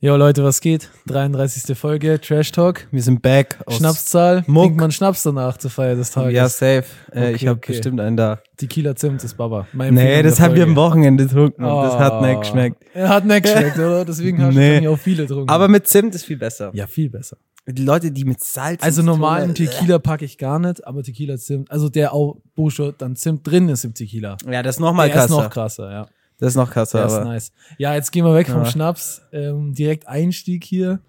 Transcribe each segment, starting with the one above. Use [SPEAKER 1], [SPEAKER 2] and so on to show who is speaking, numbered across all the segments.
[SPEAKER 1] Jo Leute, was geht? 33. Folge Trash Talk.
[SPEAKER 2] Wir sind back aus
[SPEAKER 1] Schnapszahl.
[SPEAKER 2] Muck.
[SPEAKER 1] Trinkt man Schnaps danach zur Feier des Tages.
[SPEAKER 2] Ja, safe. Äh, ich
[SPEAKER 1] Okay,
[SPEAKER 2] habe
[SPEAKER 1] okay.
[SPEAKER 2] bestimmt einen da.
[SPEAKER 1] Die Kieler Zimt ist Baba. Meine
[SPEAKER 2] Nee,
[SPEAKER 1] Empfehlung
[SPEAKER 2] das
[SPEAKER 1] der
[SPEAKER 2] haben wir am
[SPEAKER 1] Folge.
[SPEAKER 2] Wochenende getrunken. und Das hat
[SPEAKER 1] Oh.
[SPEAKER 2] nicht geschmeckt.
[SPEAKER 1] Er hat nicht geschmeckt, oder? Deswegen hast du
[SPEAKER 2] Nee.
[SPEAKER 1] wahrscheinlich auch viele getrunken.
[SPEAKER 2] Aber mit Zimt ist viel besser.
[SPEAKER 1] ja, viel besser.
[SPEAKER 2] Die Leute, die mit Salz.
[SPEAKER 1] Also
[SPEAKER 2] und
[SPEAKER 1] normalen
[SPEAKER 2] Zitrone-
[SPEAKER 1] Tequila packe ich gar nicht, aber Tequila Zimt, also der auch Busche, dann Zimt drin ist im Tequila.
[SPEAKER 2] Ja, das ist noch mal
[SPEAKER 1] der äh, ist
[SPEAKER 2] krasser.
[SPEAKER 1] noch krasser, ja.
[SPEAKER 2] das ist noch krasser.
[SPEAKER 1] Der ist
[SPEAKER 2] Aber.
[SPEAKER 1] nice. Ja, jetzt gehen wir weg vom
[SPEAKER 2] Ja.
[SPEAKER 1] Schnaps. Ähm, direkt Einstieg hier.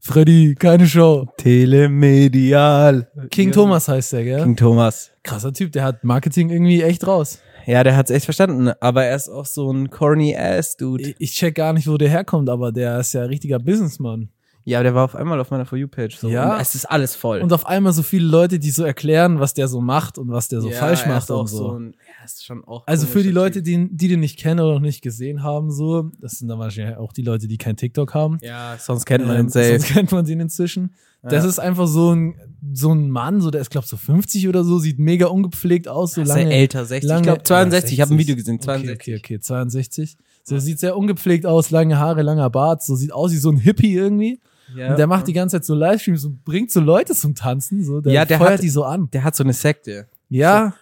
[SPEAKER 1] Freddy, keine Show.
[SPEAKER 2] Telemedial.
[SPEAKER 1] King Thomas heißt der, gell?
[SPEAKER 2] King Thomas.
[SPEAKER 1] Krasser Typ, der hat Marketing irgendwie echt raus.
[SPEAKER 2] Ja, der hat's echt verstanden. Aber er ist auch so ein corny ass Dude.
[SPEAKER 1] Ich, ich check gar nicht, wo der herkommt, aber der ist ja ein richtiger Businessman.
[SPEAKER 2] Ja, aber der war auf einmal auf meiner For You Page. So.
[SPEAKER 1] Ja.
[SPEAKER 2] Und es ist alles voll.
[SPEAKER 1] Und auf einmal so viele Leute, die so erklären, was der so macht und was der so
[SPEAKER 2] Ja,
[SPEAKER 1] falsch
[SPEAKER 2] er
[SPEAKER 1] macht
[SPEAKER 2] ist auch
[SPEAKER 1] und so.
[SPEAKER 2] ein, er ist schon auch
[SPEAKER 1] also für
[SPEAKER 2] komischer
[SPEAKER 1] die Leute,
[SPEAKER 2] Typ.
[SPEAKER 1] die, die den nicht kennen oder noch nicht gesehen haben, so, das sind dann wahrscheinlich auch die Leute, die kein TikTok haben.
[SPEAKER 2] Ja, sonst kennt man ihn
[SPEAKER 1] Ähm,
[SPEAKER 2] safe.
[SPEAKER 1] Sonst kennt man den inzwischen. Das
[SPEAKER 2] Ja.
[SPEAKER 1] ist einfach so ein, so ein Mann, so der ist, glaube ich, so 50 oder so, sieht mega ungepflegt aus, so
[SPEAKER 2] Ist er
[SPEAKER 1] lange.
[SPEAKER 2] älter, 60.
[SPEAKER 1] lange-
[SPEAKER 2] ich glaube 62, ich habe ein
[SPEAKER 1] 60.
[SPEAKER 2] Video gesehen, 62.
[SPEAKER 1] Okay, okay, okay 62. So sieht sehr ungepflegt aus, lange Haare, langer Bart, so sieht aus wie so ein Hippie irgendwie.
[SPEAKER 2] Ja.
[SPEAKER 1] Und der macht die ganze Zeit so Livestreams und bringt so Leute zum Tanzen, so der,
[SPEAKER 2] Ja, der
[SPEAKER 1] feuert
[SPEAKER 2] hat-
[SPEAKER 1] die so an.
[SPEAKER 2] der hat so eine Sekte.
[SPEAKER 1] Ja,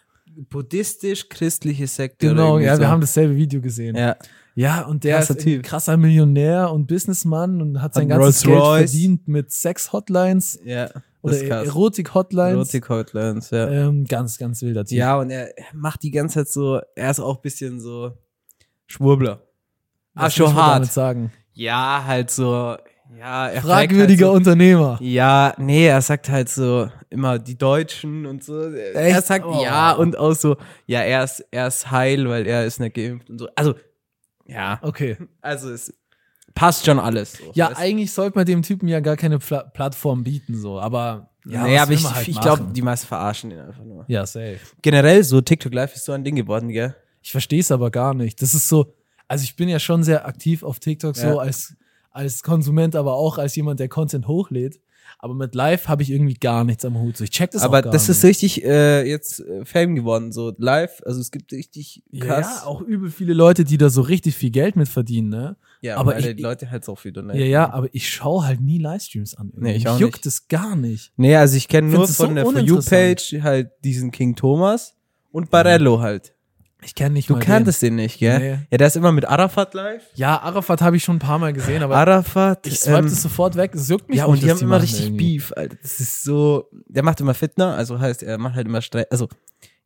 [SPEAKER 2] Buddhistisch-christliche Sekte.
[SPEAKER 1] genau,
[SPEAKER 2] oder irgendwie
[SPEAKER 1] ja, wir
[SPEAKER 2] so.
[SPEAKER 1] haben dasselbe Video gesehen. Ja,
[SPEAKER 2] Ja.
[SPEAKER 1] und der
[SPEAKER 2] Krasser
[SPEAKER 1] ist irgendwie
[SPEAKER 2] Typ.
[SPEAKER 1] krasser Millionär und Businessmann und hat sein
[SPEAKER 2] einen
[SPEAKER 1] ganzes Geld
[SPEAKER 2] Rolls-Royce.
[SPEAKER 1] verdient mit Sex-Hotlines
[SPEAKER 2] ja, das
[SPEAKER 1] oder
[SPEAKER 2] ist krass.
[SPEAKER 1] Erotik-Hotlines.
[SPEAKER 2] Erotik Hotlines, ja.
[SPEAKER 1] Ähm, ganz, ganz wilder Typ.
[SPEAKER 2] ja, und er macht die ganze Zeit so, er ist auch ein bisschen so Schwurbler.
[SPEAKER 1] Was
[SPEAKER 2] Ach, schon
[SPEAKER 1] willst du
[SPEAKER 2] hart.
[SPEAKER 1] damit sagen.
[SPEAKER 2] Ja, halt so, ja, er fragt
[SPEAKER 1] Fragwürdiger
[SPEAKER 2] halt
[SPEAKER 1] Unternehmer.
[SPEAKER 2] so, ja, nee, er sagt halt so immer die Deutschen und so. Er
[SPEAKER 1] Echt?
[SPEAKER 2] sagt
[SPEAKER 1] Oh.
[SPEAKER 2] ja und auch so, ja, er ist, er ist heil, weil er ist nicht geimpft und so. Also, ja.
[SPEAKER 1] Okay.
[SPEAKER 2] Also es passt schon alles. So,
[SPEAKER 1] Ja,
[SPEAKER 2] weißt du?
[SPEAKER 1] eigentlich sollte man dem Typen ja gar keine Pla Plattform bieten, so, aber. Ja,
[SPEAKER 2] naja,
[SPEAKER 1] was
[SPEAKER 2] aber
[SPEAKER 1] will
[SPEAKER 2] ich,
[SPEAKER 1] man halt
[SPEAKER 2] ich glaube,
[SPEAKER 1] machen?
[SPEAKER 2] die meisten verarschen ihn einfach nur.
[SPEAKER 1] Ja, safe.
[SPEAKER 2] Generell so TikTok Live ist so ein Ding geworden, gell?
[SPEAKER 1] Ich verstehe es aber gar nicht. Das ist so, also ich bin ja schon sehr aktiv auf TikTok,
[SPEAKER 2] Ja.
[SPEAKER 1] so als, als Konsument, aber auch als jemand, der Content hochlädt. Aber mit Live habe ich irgendwie gar nichts am Hut. So, ich check das
[SPEAKER 2] aber
[SPEAKER 1] auch gar
[SPEAKER 2] das ist
[SPEAKER 1] nicht.
[SPEAKER 2] richtig äh, jetzt äh, Fame geworden, so live. Also es gibt richtig krass.
[SPEAKER 1] Ja, auch übel viele Leute, die da so richtig viel Geld mit verdienen, ne?
[SPEAKER 2] Ja,
[SPEAKER 1] aber
[SPEAKER 2] weil
[SPEAKER 1] ich-
[SPEAKER 2] die Leute halt auch wieder. Ne?
[SPEAKER 1] Ja, ja, aber ich schaue halt nie Livestreams an.
[SPEAKER 2] Nee, ich auch
[SPEAKER 1] Mich Juckt
[SPEAKER 2] nicht.
[SPEAKER 1] es gar nicht.
[SPEAKER 2] Nee, also ich kenne nur
[SPEAKER 1] Findest du
[SPEAKER 2] von
[SPEAKER 1] so
[SPEAKER 2] der For You
[SPEAKER 1] uninteressant?
[SPEAKER 2] Page halt diesen King Thomas und Barello halt.
[SPEAKER 1] Ich kenne nicht
[SPEAKER 2] Du
[SPEAKER 1] mal
[SPEAKER 2] kanntest den nicht, gell?
[SPEAKER 1] Nee.
[SPEAKER 2] Ja, der ist immer mit Arafat live.
[SPEAKER 1] den. Ja, Arafat habe ich schon ein paar Mal gesehen,
[SPEAKER 2] Ah,
[SPEAKER 1] aber
[SPEAKER 2] Arafat.
[SPEAKER 1] ich swipe
[SPEAKER 2] ähm,
[SPEAKER 1] das sofort weg. Es juckt mich
[SPEAKER 2] ja,
[SPEAKER 1] nicht,
[SPEAKER 2] und die
[SPEAKER 1] was
[SPEAKER 2] haben immer
[SPEAKER 1] machen
[SPEAKER 2] richtig
[SPEAKER 1] irgendwie.
[SPEAKER 2] Beef, Alter. Das ist so. Der macht immer Fitner, also heißt, er macht halt immer Stress. Also,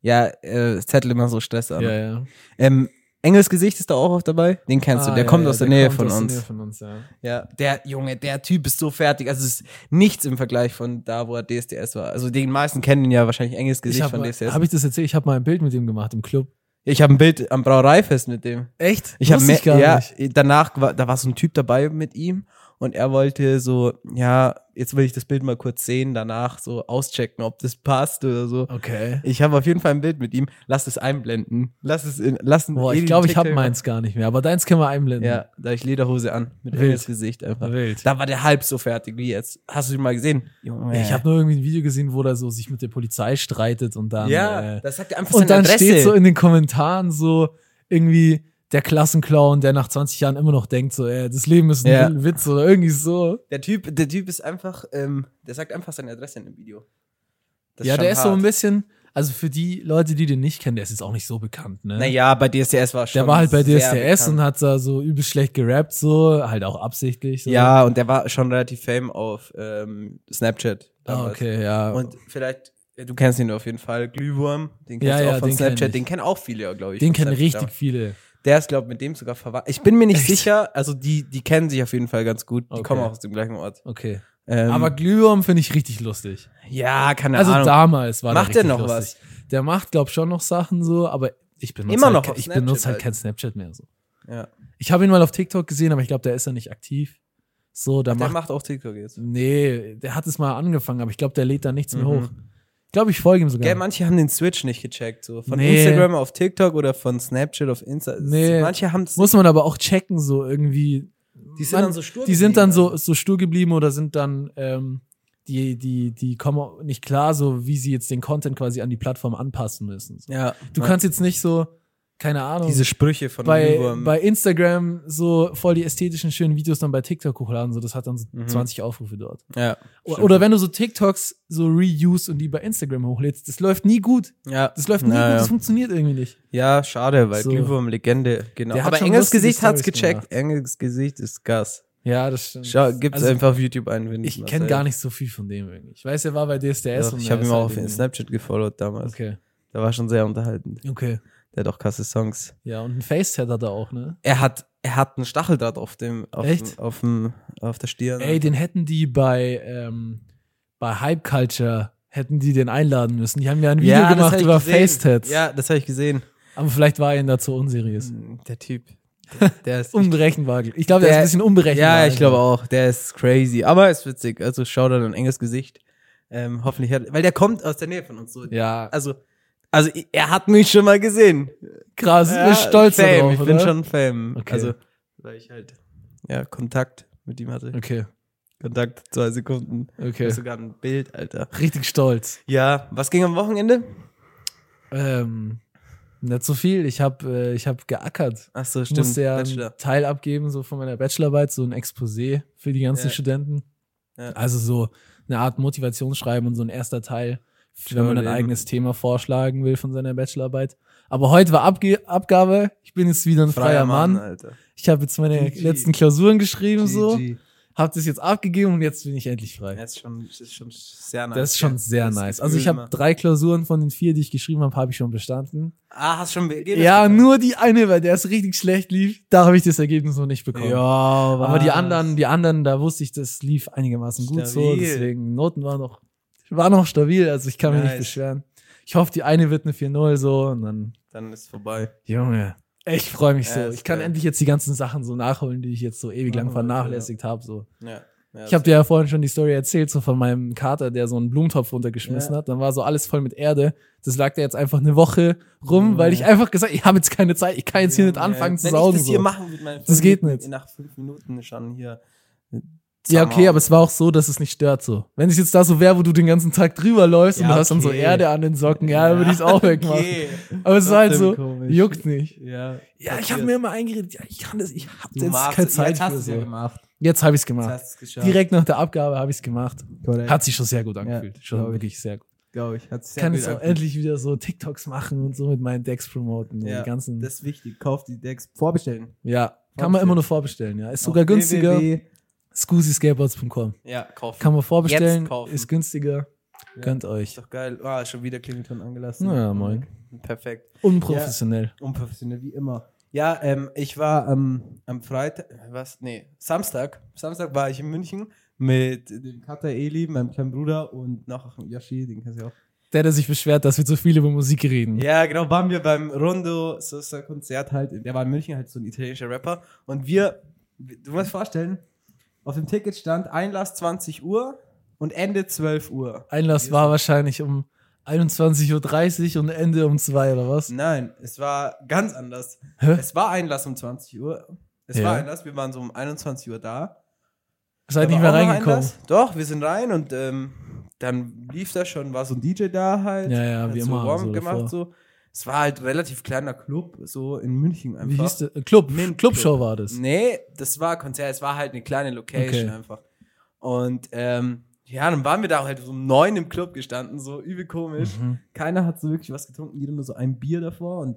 [SPEAKER 2] ja, äh, zettelt immer so Stress an.
[SPEAKER 1] Ja, ja.
[SPEAKER 2] Ähm, Engels Gesicht ist da auch oft dabei. Den kennst
[SPEAKER 1] Ah,
[SPEAKER 2] du, der
[SPEAKER 1] ja,
[SPEAKER 2] kommt
[SPEAKER 1] ja,
[SPEAKER 2] aus der, Nähe,
[SPEAKER 1] kommt
[SPEAKER 2] von
[SPEAKER 1] aus der
[SPEAKER 2] uns.
[SPEAKER 1] Nähe von uns. Ja.
[SPEAKER 2] Ja, der Junge, der Typ ist so fertig. Also, es ist nichts im Vergleich von da, wo er DSDS war. Also, den meisten kennen ja wahrscheinlich Engels
[SPEAKER 1] Ich
[SPEAKER 2] Gesicht
[SPEAKER 1] hab
[SPEAKER 2] von
[SPEAKER 1] mal-
[SPEAKER 2] DSDS.
[SPEAKER 1] Hab ich das erzählt? Ich habe mal ein Bild mit ihm gemacht im Club.
[SPEAKER 2] ich habe ein Bild am Brauereifest mit dem.
[SPEAKER 1] Echt?
[SPEAKER 2] Ich habe
[SPEAKER 1] Wusste
[SPEAKER 2] mehr,
[SPEAKER 1] ich gar
[SPEAKER 2] ja,
[SPEAKER 1] nicht.
[SPEAKER 2] danach war, da war so ein Typ dabei mit ihm und er wollte so, ja, jetzt will ich das Bild mal kurz sehen, danach so auschecken, ob das passt oder so.
[SPEAKER 1] Okay.
[SPEAKER 2] Ich habe auf jeden Fall ein Bild mit ihm. Lass es einblenden. Lass es in, lass ein-
[SPEAKER 1] Boah, ich
[SPEAKER 2] eh,
[SPEAKER 1] glaube, ich
[SPEAKER 2] TikTok-
[SPEAKER 1] habe meins gar nicht mehr, aber deins können wir einblenden.
[SPEAKER 2] Ja, da hab ich Lederhose an mit
[SPEAKER 1] Wild.
[SPEAKER 2] Engels Gesicht einfach.
[SPEAKER 1] Wild.
[SPEAKER 2] Da war der halb so fertig wie jetzt. Hast du ihn mal gesehen? Junge.
[SPEAKER 1] Ich habe nur irgendwie ein Video gesehen, wo er so sich mit der Polizei streitet und dann.
[SPEAKER 2] ja,
[SPEAKER 1] äh,
[SPEAKER 2] das sagt er einfach
[SPEAKER 1] und
[SPEAKER 2] seine
[SPEAKER 1] dann
[SPEAKER 2] Adresse.
[SPEAKER 1] steht so in den Kommentaren so irgendwie der Klassenclown, der nach 20 Jahren immer noch denkt, so, ey, das Leben ist ein
[SPEAKER 2] Ja.
[SPEAKER 1] Witz oder irgendwie so.
[SPEAKER 2] der Typ, der Typ ist einfach, ähm, der sagt einfach seine Adresse in dem Video. Das
[SPEAKER 1] ja,
[SPEAKER 2] schon
[SPEAKER 1] der ist so
[SPEAKER 2] hart.
[SPEAKER 1] ein bisschen, also für die Leute, die den nicht kennen, der ist jetzt auch nicht so bekannt, ne?
[SPEAKER 2] Naja, bei DSDS war schon.
[SPEAKER 1] Der war halt bei
[SPEAKER 2] sehr
[SPEAKER 1] DSDS und
[SPEAKER 2] bekannt.
[SPEAKER 1] hat da so übel schlecht gerappt, so, halt auch absichtlich. So. Ah,
[SPEAKER 2] Ja, und der war schon relativ fame auf ähm, Snapchat.
[SPEAKER 1] Ah,
[SPEAKER 2] damals.
[SPEAKER 1] okay, ja.
[SPEAKER 2] Und vielleicht, ja, du kennst ihn auf jeden Fall, Glühwurm, den kennst
[SPEAKER 1] Ja,
[SPEAKER 2] du auch
[SPEAKER 1] ja,
[SPEAKER 2] von
[SPEAKER 1] den kenn
[SPEAKER 2] Snapchat,
[SPEAKER 1] ich.
[SPEAKER 2] den kennen auch viele, glaube ich.
[SPEAKER 1] den
[SPEAKER 2] von
[SPEAKER 1] kennen
[SPEAKER 2] Snapchat.
[SPEAKER 1] richtig viele.
[SPEAKER 2] Der ist, glaube ich, mit dem sogar verwandt. Ich bin mir nicht
[SPEAKER 1] Echt?
[SPEAKER 2] sicher, also die, die kennen sich auf jeden Fall ganz gut, die
[SPEAKER 1] Okay.
[SPEAKER 2] kommen auch aus dem gleichen Ort.
[SPEAKER 1] Okay.
[SPEAKER 2] Ähm,
[SPEAKER 1] Aber Glühwurm finde ich richtig lustig.
[SPEAKER 2] ja, keine
[SPEAKER 1] Also
[SPEAKER 2] Ahnung.
[SPEAKER 1] damals war
[SPEAKER 2] Macht
[SPEAKER 1] der
[SPEAKER 2] der
[SPEAKER 1] richtig
[SPEAKER 2] noch
[SPEAKER 1] lustig. was? Der macht, glaub schon noch Sachen so, aber ich benutze
[SPEAKER 2] Immer
[SPEAKER 1] halt,
[SPEAKER 2] noch
[SPEAKER 1] ke-
[SPEAKER 2] auf
[SPEAKER 1] ich
[SPEAKER 2] Snapchat
[SPEAKER 1] benutze halt
[SPEAKER 2] halt.
[SPEAKER 1] kein Snapchat mehr so.
[SPEAKER 2] ja.
[SPEAKER 1] Ich habe ihn mal auf TikTok gesehen, aber ich glaube, der ist ja nicht aktiv. So, da
[SPEAKER 2] Der macht,
[SPEAKER 1] macht,
[SPEAKER 2] auch TikTok jetzt.
[SPEAKER 1] Nee, der hat es mal angefangen, aber ich glaube, der lädt da nichts mehr
[SPEAKER 2] Mhm.
[SPEAKER 1] hoch. Ich glaube, ich folge ihm sogar.
[SPEAKER 2] Gell, manche haben den Switch nicht gecheckt, so von
[SPEAKER 1] Nee.
[SPEAKER 2] Instagram auf TikTok oder von Snapchat auf Insta.
[SPEAKER 1] Nee.
[SPEAKER 2] Manche haben es
[SPEAKER 1] Muss man aber auch checken, so irgendwie.
[SPEAKER 2] Die sind
[SPEAKER 1] Man-
[SPEAKER 2] dann so stur
[SPEAKER 1] Die sind dann
[SPEAKER 2] geblieben,
[SPEAKER 1] so, so stur geblieben oder sind dann, ähm, die, die, die kommen auch nicht klar, so wie sie jetzt den Content quasi an die Plattform anpassen müssen. So.
[SPEAKER 2] Ja.
[SPEAKER 1] Du kannst jetzt nicht so, keine Ahnung,
[SPEAKER 2] Diese Sprüche von
[SPEAKER 1] bei,
[SPEAKER 2] Mehlwurm.
[SPEAKER 1] bei Instagram so voll die ästhetischen, schönen Videos dann bei TikTok hochladen, so das hat dann so
[SPEAKER 2] Mhm.
[SPEAKER 1] 20 Aufrufe dort.
[SPEAKER 2] ja,
[SPEAKER 1] O-
[SPEAKER 2] stimmt.
[SPEAKER 1] Oder wenn du so TikToks so reuse und die bei Instagram hochlädst, das läuft nie gut.
[SPEAKER 2] ja,
[SPEAKER 1] Das läuft nie
[SPEAKER 2] Ja,
[SPEAKER 1] gut,
[SPEAKER 2] ja.
[SPEAKER 1] das funktioniert irgendwie nicht.
[SPEAKER 2] Ja, schade, weil
[SPEAKER 1] So.
[SPEAKER 2] Glühwurm Legende, genau.
[SPEAKER 1] Der hat
[SPEAKER 2] Aber
[SPEAKER 1] schon
[SPEAKER 2] Engels
[SPEAKER 1] lustige
[SPEAKER 2] Gesicht hat's
[SPEAKER 1] Storys
[SPEAKER 2] gecheckt.
[SPEAKER 1] gemacht.
[SPEAKER 2] Engels Gesicht ist Gas.
[SPEAKER 1] Ja, das stimmt.
[SPEAKER 2] Schau, gibt's
[SPEAKER 1] Also,
[SPEAKER 2] einfach auf YouTube einen Wind.
[SPEAKER 1] Ich kenne gar nicht so viel von dem irgendwie. Ich weiß, er war bei DSDS
[SPEAKER 2] Doch,
[SPEAKER 1] und
[SPEAKER 2] ich
[SPEAKER 1] er
[SPEAKER 2] habe
[SPEAKER 1] ist
[SPEAKER 2] ihm auch
[SPEAKER 1] halt
[SPEAKER 2] auf
[SPEAKER 1] irgendwie-
[SPEAKER 2] Snapchat gefollowt damals.
[SPEAKER 1] Okay,
[SPEAKER 2] Der war schon sehr unterhaltend.
[SPEAKER 1] okay.
[SPEAKER 2] Der hat auch krasse Songs.
[SPEAKER 1] Ja, und ein Facetat hat er auch, ne?
[SPEAKER 2] Er hat, er hat einen Stacheldraht auf dem, auf
[SPEAKER 1] Echt?
[SPEAKER 2] dem, auf dem, auf der Stirn.
[SPEAKER 1] Ey, den hätten die bei, ähm, bei Hype Culture, hätten die den einladen müssen. Die haben ja ein Video
[SPEAKER 2] das hab
[SPEAKER 1] gemacht
[SPEAKER 2] ich
[SPEAKER 1] über
[SPEAKER 2] gesehen.
[SPEAKER 1] Facetats.
[SPEAKER 2] Ja, Hm. das habe ich gesehen.
[SPEAKER 1] Aber vielleicht war er ihnen dazu unseriös.
[SPEAKER 2] Der Typ. Der, der ist.
[SPEAKER 1] Unberechenbar. Ich glaube, der,
[SPEAKER 2] Der-
[SPEAKER 1] ist ein bisschen unberechenbar.
[SPEAKER 2] ja, ich glaube auch. Der ist crazy. Aber ist witzig. Also schau da ein enges Gesicht. Ähm, hoffentlich hat, weil der kommt aus der Nähe von uns. So.
[SPEAKER 1] Ja,
[SPEAKER 2] Also, also i- er hat mich schon mal gesehen.
[SPEAKER 1] krass. Ich bin stolz
[SPEAKER 2] Fame.
[SPEAKER 1] darauf,
[SPEAKER 2] Ich bin
[SPEAKER 1] oder?
[SPEAKER 2] schon Fame.
[SPEAKER 1] Okay.
[SPEAKER 2] Also, weil ich halt ja Kontakt mit ihm hatte.
[SPEAKER 1] Okay,
[SPEAKER 2] Kontakt zwei Sekunden.
[SPEAKER 1] okay.
[SPEAKER 2] Sogar ein Bild, Alter.
[SPEAKER 1] Richtig stolz.
[SPEAKER 2] Ja, was ging am Wochenende?
[SPEAKER 1] Ähm, nicht so viel. Ich habe äh, ich hab geackert.
[SPEAKER 2] Ach so,
[SPEAKER 1] Ich musste ja einen
[SPEAKER 2] Bachelor.
[SPEAKER 1] Teil abgeben, so von meiner Bachelorarbeit, so ein Exposé für die ganzen
[SPEAKER 2] Ja.
[SPEAKER 1] Studenten.
[SPEAKER 2] Ja.
[SPEAKER 1] Also so eine Art Motivationsschreiben und so ein erster Teil, wenn
[SPEAKER 2] Toll,
[SPEAKER 1] man ein
[SPEAKER 2] eben.
[SPEAKER 1] eigenes Thema vorschlagen will von seiner Bachelorarbeit. Aber heute war Abge Abgabe. Ich bin jetzt wieder ein freier, Mann.
[SPEAKER 2] Alter.
[SPEAKER 1] Ich habe jetzt meine
[SPEAKER 2] GG.
[SPEAKER 1] letzten Klausuren geschrieben, so.
[SPEAKER 2] GG.
[SPEAKER 1] Habe das jetzt abgegeben und jetzt bin ich endlich frei.
[SPEAKER 2] Ja, ist schon, ist schon sehr nice.
[SPEAKER 1] Das ist schon
[SPEAKER 2] ja.
[SPEAKER 1] sehr
[SPEAKER 2] Das ne?
[SPEAKER 1] nice.
[SPEAKER 2] Gefühl
[SPEAKER 1] Also ich habe
[SPEAKER 2] immer.
[SPEAKER 1] drei Klausuren von den vier, die ich geschrieben habe, habe ich schon bestanden.
[SPEAKER 2] Ah, hast schon Ergebnis
[SPEAKER 1] Ja,
[SPEAKER 2] bekommen?
[SPEAKER 1] nur die eine, weil der es richtig schlecht lief, da habe ich das Ergebnis noch nicht bekommen.
[SPEAKER 2] Ja, aber,
[SPEAKER 1] Aber die anderen, die anderen, da wusste ich, das lief einigermaßen gut so.
[SPEAKER 2] Stabil.
[SPEAKER 1] Deswegen, Noten waren noch, war noch stabil, also ich kann mich nicht
[SPEAKER 2] Nice.
[SPEAKER 1] beschweren. Ich hoffe, die eine wird eine 4-0 so und dann,
[SPEAKER 2] Dann ist vorbei.
[SPEAKER 1] Junge, ich freue mich so.
[SPEAKER 2] Ja, ist
[SPEAKER 1] ich kann
[SPEAKER 2] geil.
[SPEAKER 1] endlich jetzt die ganzen Sachen so nachholen, die ich jetzt so ewig lang
[SPEAKER 2] Machen wir weiter,
[SPEAKER 1] vernachlässigt habe. So.
[SPEAKER 2] Ja. ja
[SPEAKER 1] Ich habe dir ja vorhin schon die Story erzählt, so von meinem Kater, der so einen Blumentopf runtergeschmissen
[SPEAKER 2] Ja.
[SPEAKER 1] hat. Dann war so alles voll mit Erde. Das lag da jetzt einfach eine Woche rum, weil ich einfach gesagt ich habe jetzt keine Zeit, ich kann jetzt hier nicht anfangen zu
[SPEAKER 2] Wenn
[SPEAKER 1] saugen.
[SPEAKER 2] Ich das hier
[SPEAKER 1] so.
[SPEAKER 2] machen würde, meine
[SPEAKER 1] Das geht
[SPEAKER 2] Minuten-
[SPEAKER 1] nicht.
[SPEAKER 2] Nach fünf Minuten schon hier.
[SPEAKER 1] Ja, okay, aber es war auch so, dass es nicht stört so. Wenn es jetzt da so wäre, wo du den ganzen Tag drüber läufst und
[SPEAKER 2] Ja,
[SPEAKER 1] du hast dann so
[SPEAKER 2] okay.
[SPEAKER 1] Erde an den Socken, ja, dann würde ich es auch wegmachen. Aber es
[SPEAKER 2] Das
[SPEAKER 1] war halt
[SPEAKER 2] ist
[SPEAKER 1] so,
[SPEAKER 2] komisch.
[SPEAKER 1] juckt nicht.
[SPEAKER 2] Ja,
[SPEAKER 1] Ja, ich
[SPEAKER 2] passiert.
[SPEAKER 1] habe mir immer eingeredet, ja, ich kann das, ich hab
[SPEAKER 2] Du
[SPEAKER 1] jetzt
[SPEAKER 2] machst-
[SPEAKER 1] keine Zeit
[SPEAKER 2] jetzt hast
[SPEAKER 1] für
[SPEAKER 2] du's ja
[SPEAKER 1] so.
[SPEAKER 2] gemacht.
[SPEAKER 1] Jetzt habe ich es
[SPEAKER 2] Jetzt
[SPEAKER 1] gemacht.
[SPEAKER 2] hast du es geschafft.
[SPEAKER 1] Direkt nach der Abgabe habe ich es gemacht.
[SPEAKER 2] Korrekt.
[SPEAKER 1] Hat sich schon sehr gut angefühlt. schon
[SPEAKER 2] glaub ich.
[SPEAKER 1] wirklich sehr gut.
[SPEAKER 2] glaube ich. Hat's sehr ne?
[SPEAKER 1] kann
[SPEAKER 2] gut
[SPEAKER 1] jetzt auch
[SPEAKER 2] angefühlt.
[SPEAKER 1] endlich wieder so TikToks machen und so mit meinen Decks promoten und
[SPEAKER 2] Ja,
[SPEAKER 1] die ganzen.
[SPEAKER 2] Das ist wichtig. Kauf die Decks. Vorbestellen.
[SPEAKER 1] ja, kann man
[SPEAKER 2] Wahnsinn.
[SPEAKER 1] immer nur vorbestellen, ja. Ist
[SPEAKER 2] Auf
[SPEAKER 1] sogar günstiger.
[SPEAKER 2] www.
[SPEAKER 1] scoosyscapeboards.com.
[SPEAKER 2] Ja, kaufen.
[SPEAKER 1] Kann man vorbestellen,
[SPEAKER 2] Jetzt kaufen.
[SPEAKER 1] ist günstiger.
[SPEAKER 2] Ja.
[SPEAKER 1] Gönnt
[SPEAKER 2] Ist
[SPEAKER 1] euch.
[SPEAKER 2] doch geil. Ah, schon wieder Klingelton angelassen.
[SPEAKER 1] Na ja, moin.
[SPEAKER 2] Perfekt.
[SPEAKER 1] Unprofessionell.
[SPEAKER 2] Unprofessionell, wie immer. Ja, ähm, ich war ähm, am Freitag, äh, was? Nee, Samstag. Samstag war ich in München mit dem Kater Eli, meinem kleinen Bruder und noch Yoshi, den kennst du ja auch.
[SPEAKER 1] Der, der sich beschwert, dass wir zu viel über Musik reden.
[SPEAKER 2] Ja, genau, waren wir beim Rondo Sosa Konzert halt. Der war in München halt so ein italienischer Rapper. Und wir, du musst vorstellen, auf dem Ticket stand Einlass 20 Uhr und Ende 12 Uhr.
[SPEAKER 1] Einlass war wahrscheinlich um 21.30 Uhr und Ende um 2 oder was?
[SPEAKER 2] Nein, es war ganz anders.
[SPEAKER 1] Hä?
[SPEAKER 2] Es war Einlass um 20 Uhr. Es
[SPEAKER 1] Ja.
[SPEAKER 2] war Einlass, wir waren so um 21 Uhr da.
[SPEAKER 1] Seid
[SPEAKER 2] Da
[SPEAKER 1] nicht
[SPEAKER 2] war
[SPEAKER 1] mehr
[SPEAKER 2] auch noch
[SPEAKER 1] reingekommen.
[SPEAKER 2] Einlass. Doch, wir sind rein und ähm, dann lief das schon, war so ein DJ da halt.
[SPEAKER 1] Ja, ja,
[SPEAKER 2] hat
[SPEAKER 1] wie
[SPEAKER 2] so
[SPEAKER 1] immer,
[SPEAKER 2] Warm
[SPEAKER 1] so
[SPEAKER 2] gemacht
[SPEAKER 1] davor.
[SPEAKER 2] so. Es war halt ein relativ kleiner Club, so in München einfach.
[SPEAKER 1] Wie hieß der? Äh, Club.
[SPEAKER 2] Mint
[SPEAKER 1] Clubshow
[SPEAKER 2] Club.
[SPEAKER 1] war das.
[SPEAKER 2] Nee, das war Konzert, es war halt eine kleine Location
[SPEAKER 1] Okay.
[SPEAKER 2] einfach. Und ähm, ja, dann waren wir da halt so um neun im Club gestanden, so übel komisch.
[SPEAKER 1] Mhm.
[SPEAKER 2] Keiner hat so wirklich was getrunken, jeder nur so ein Bier davor und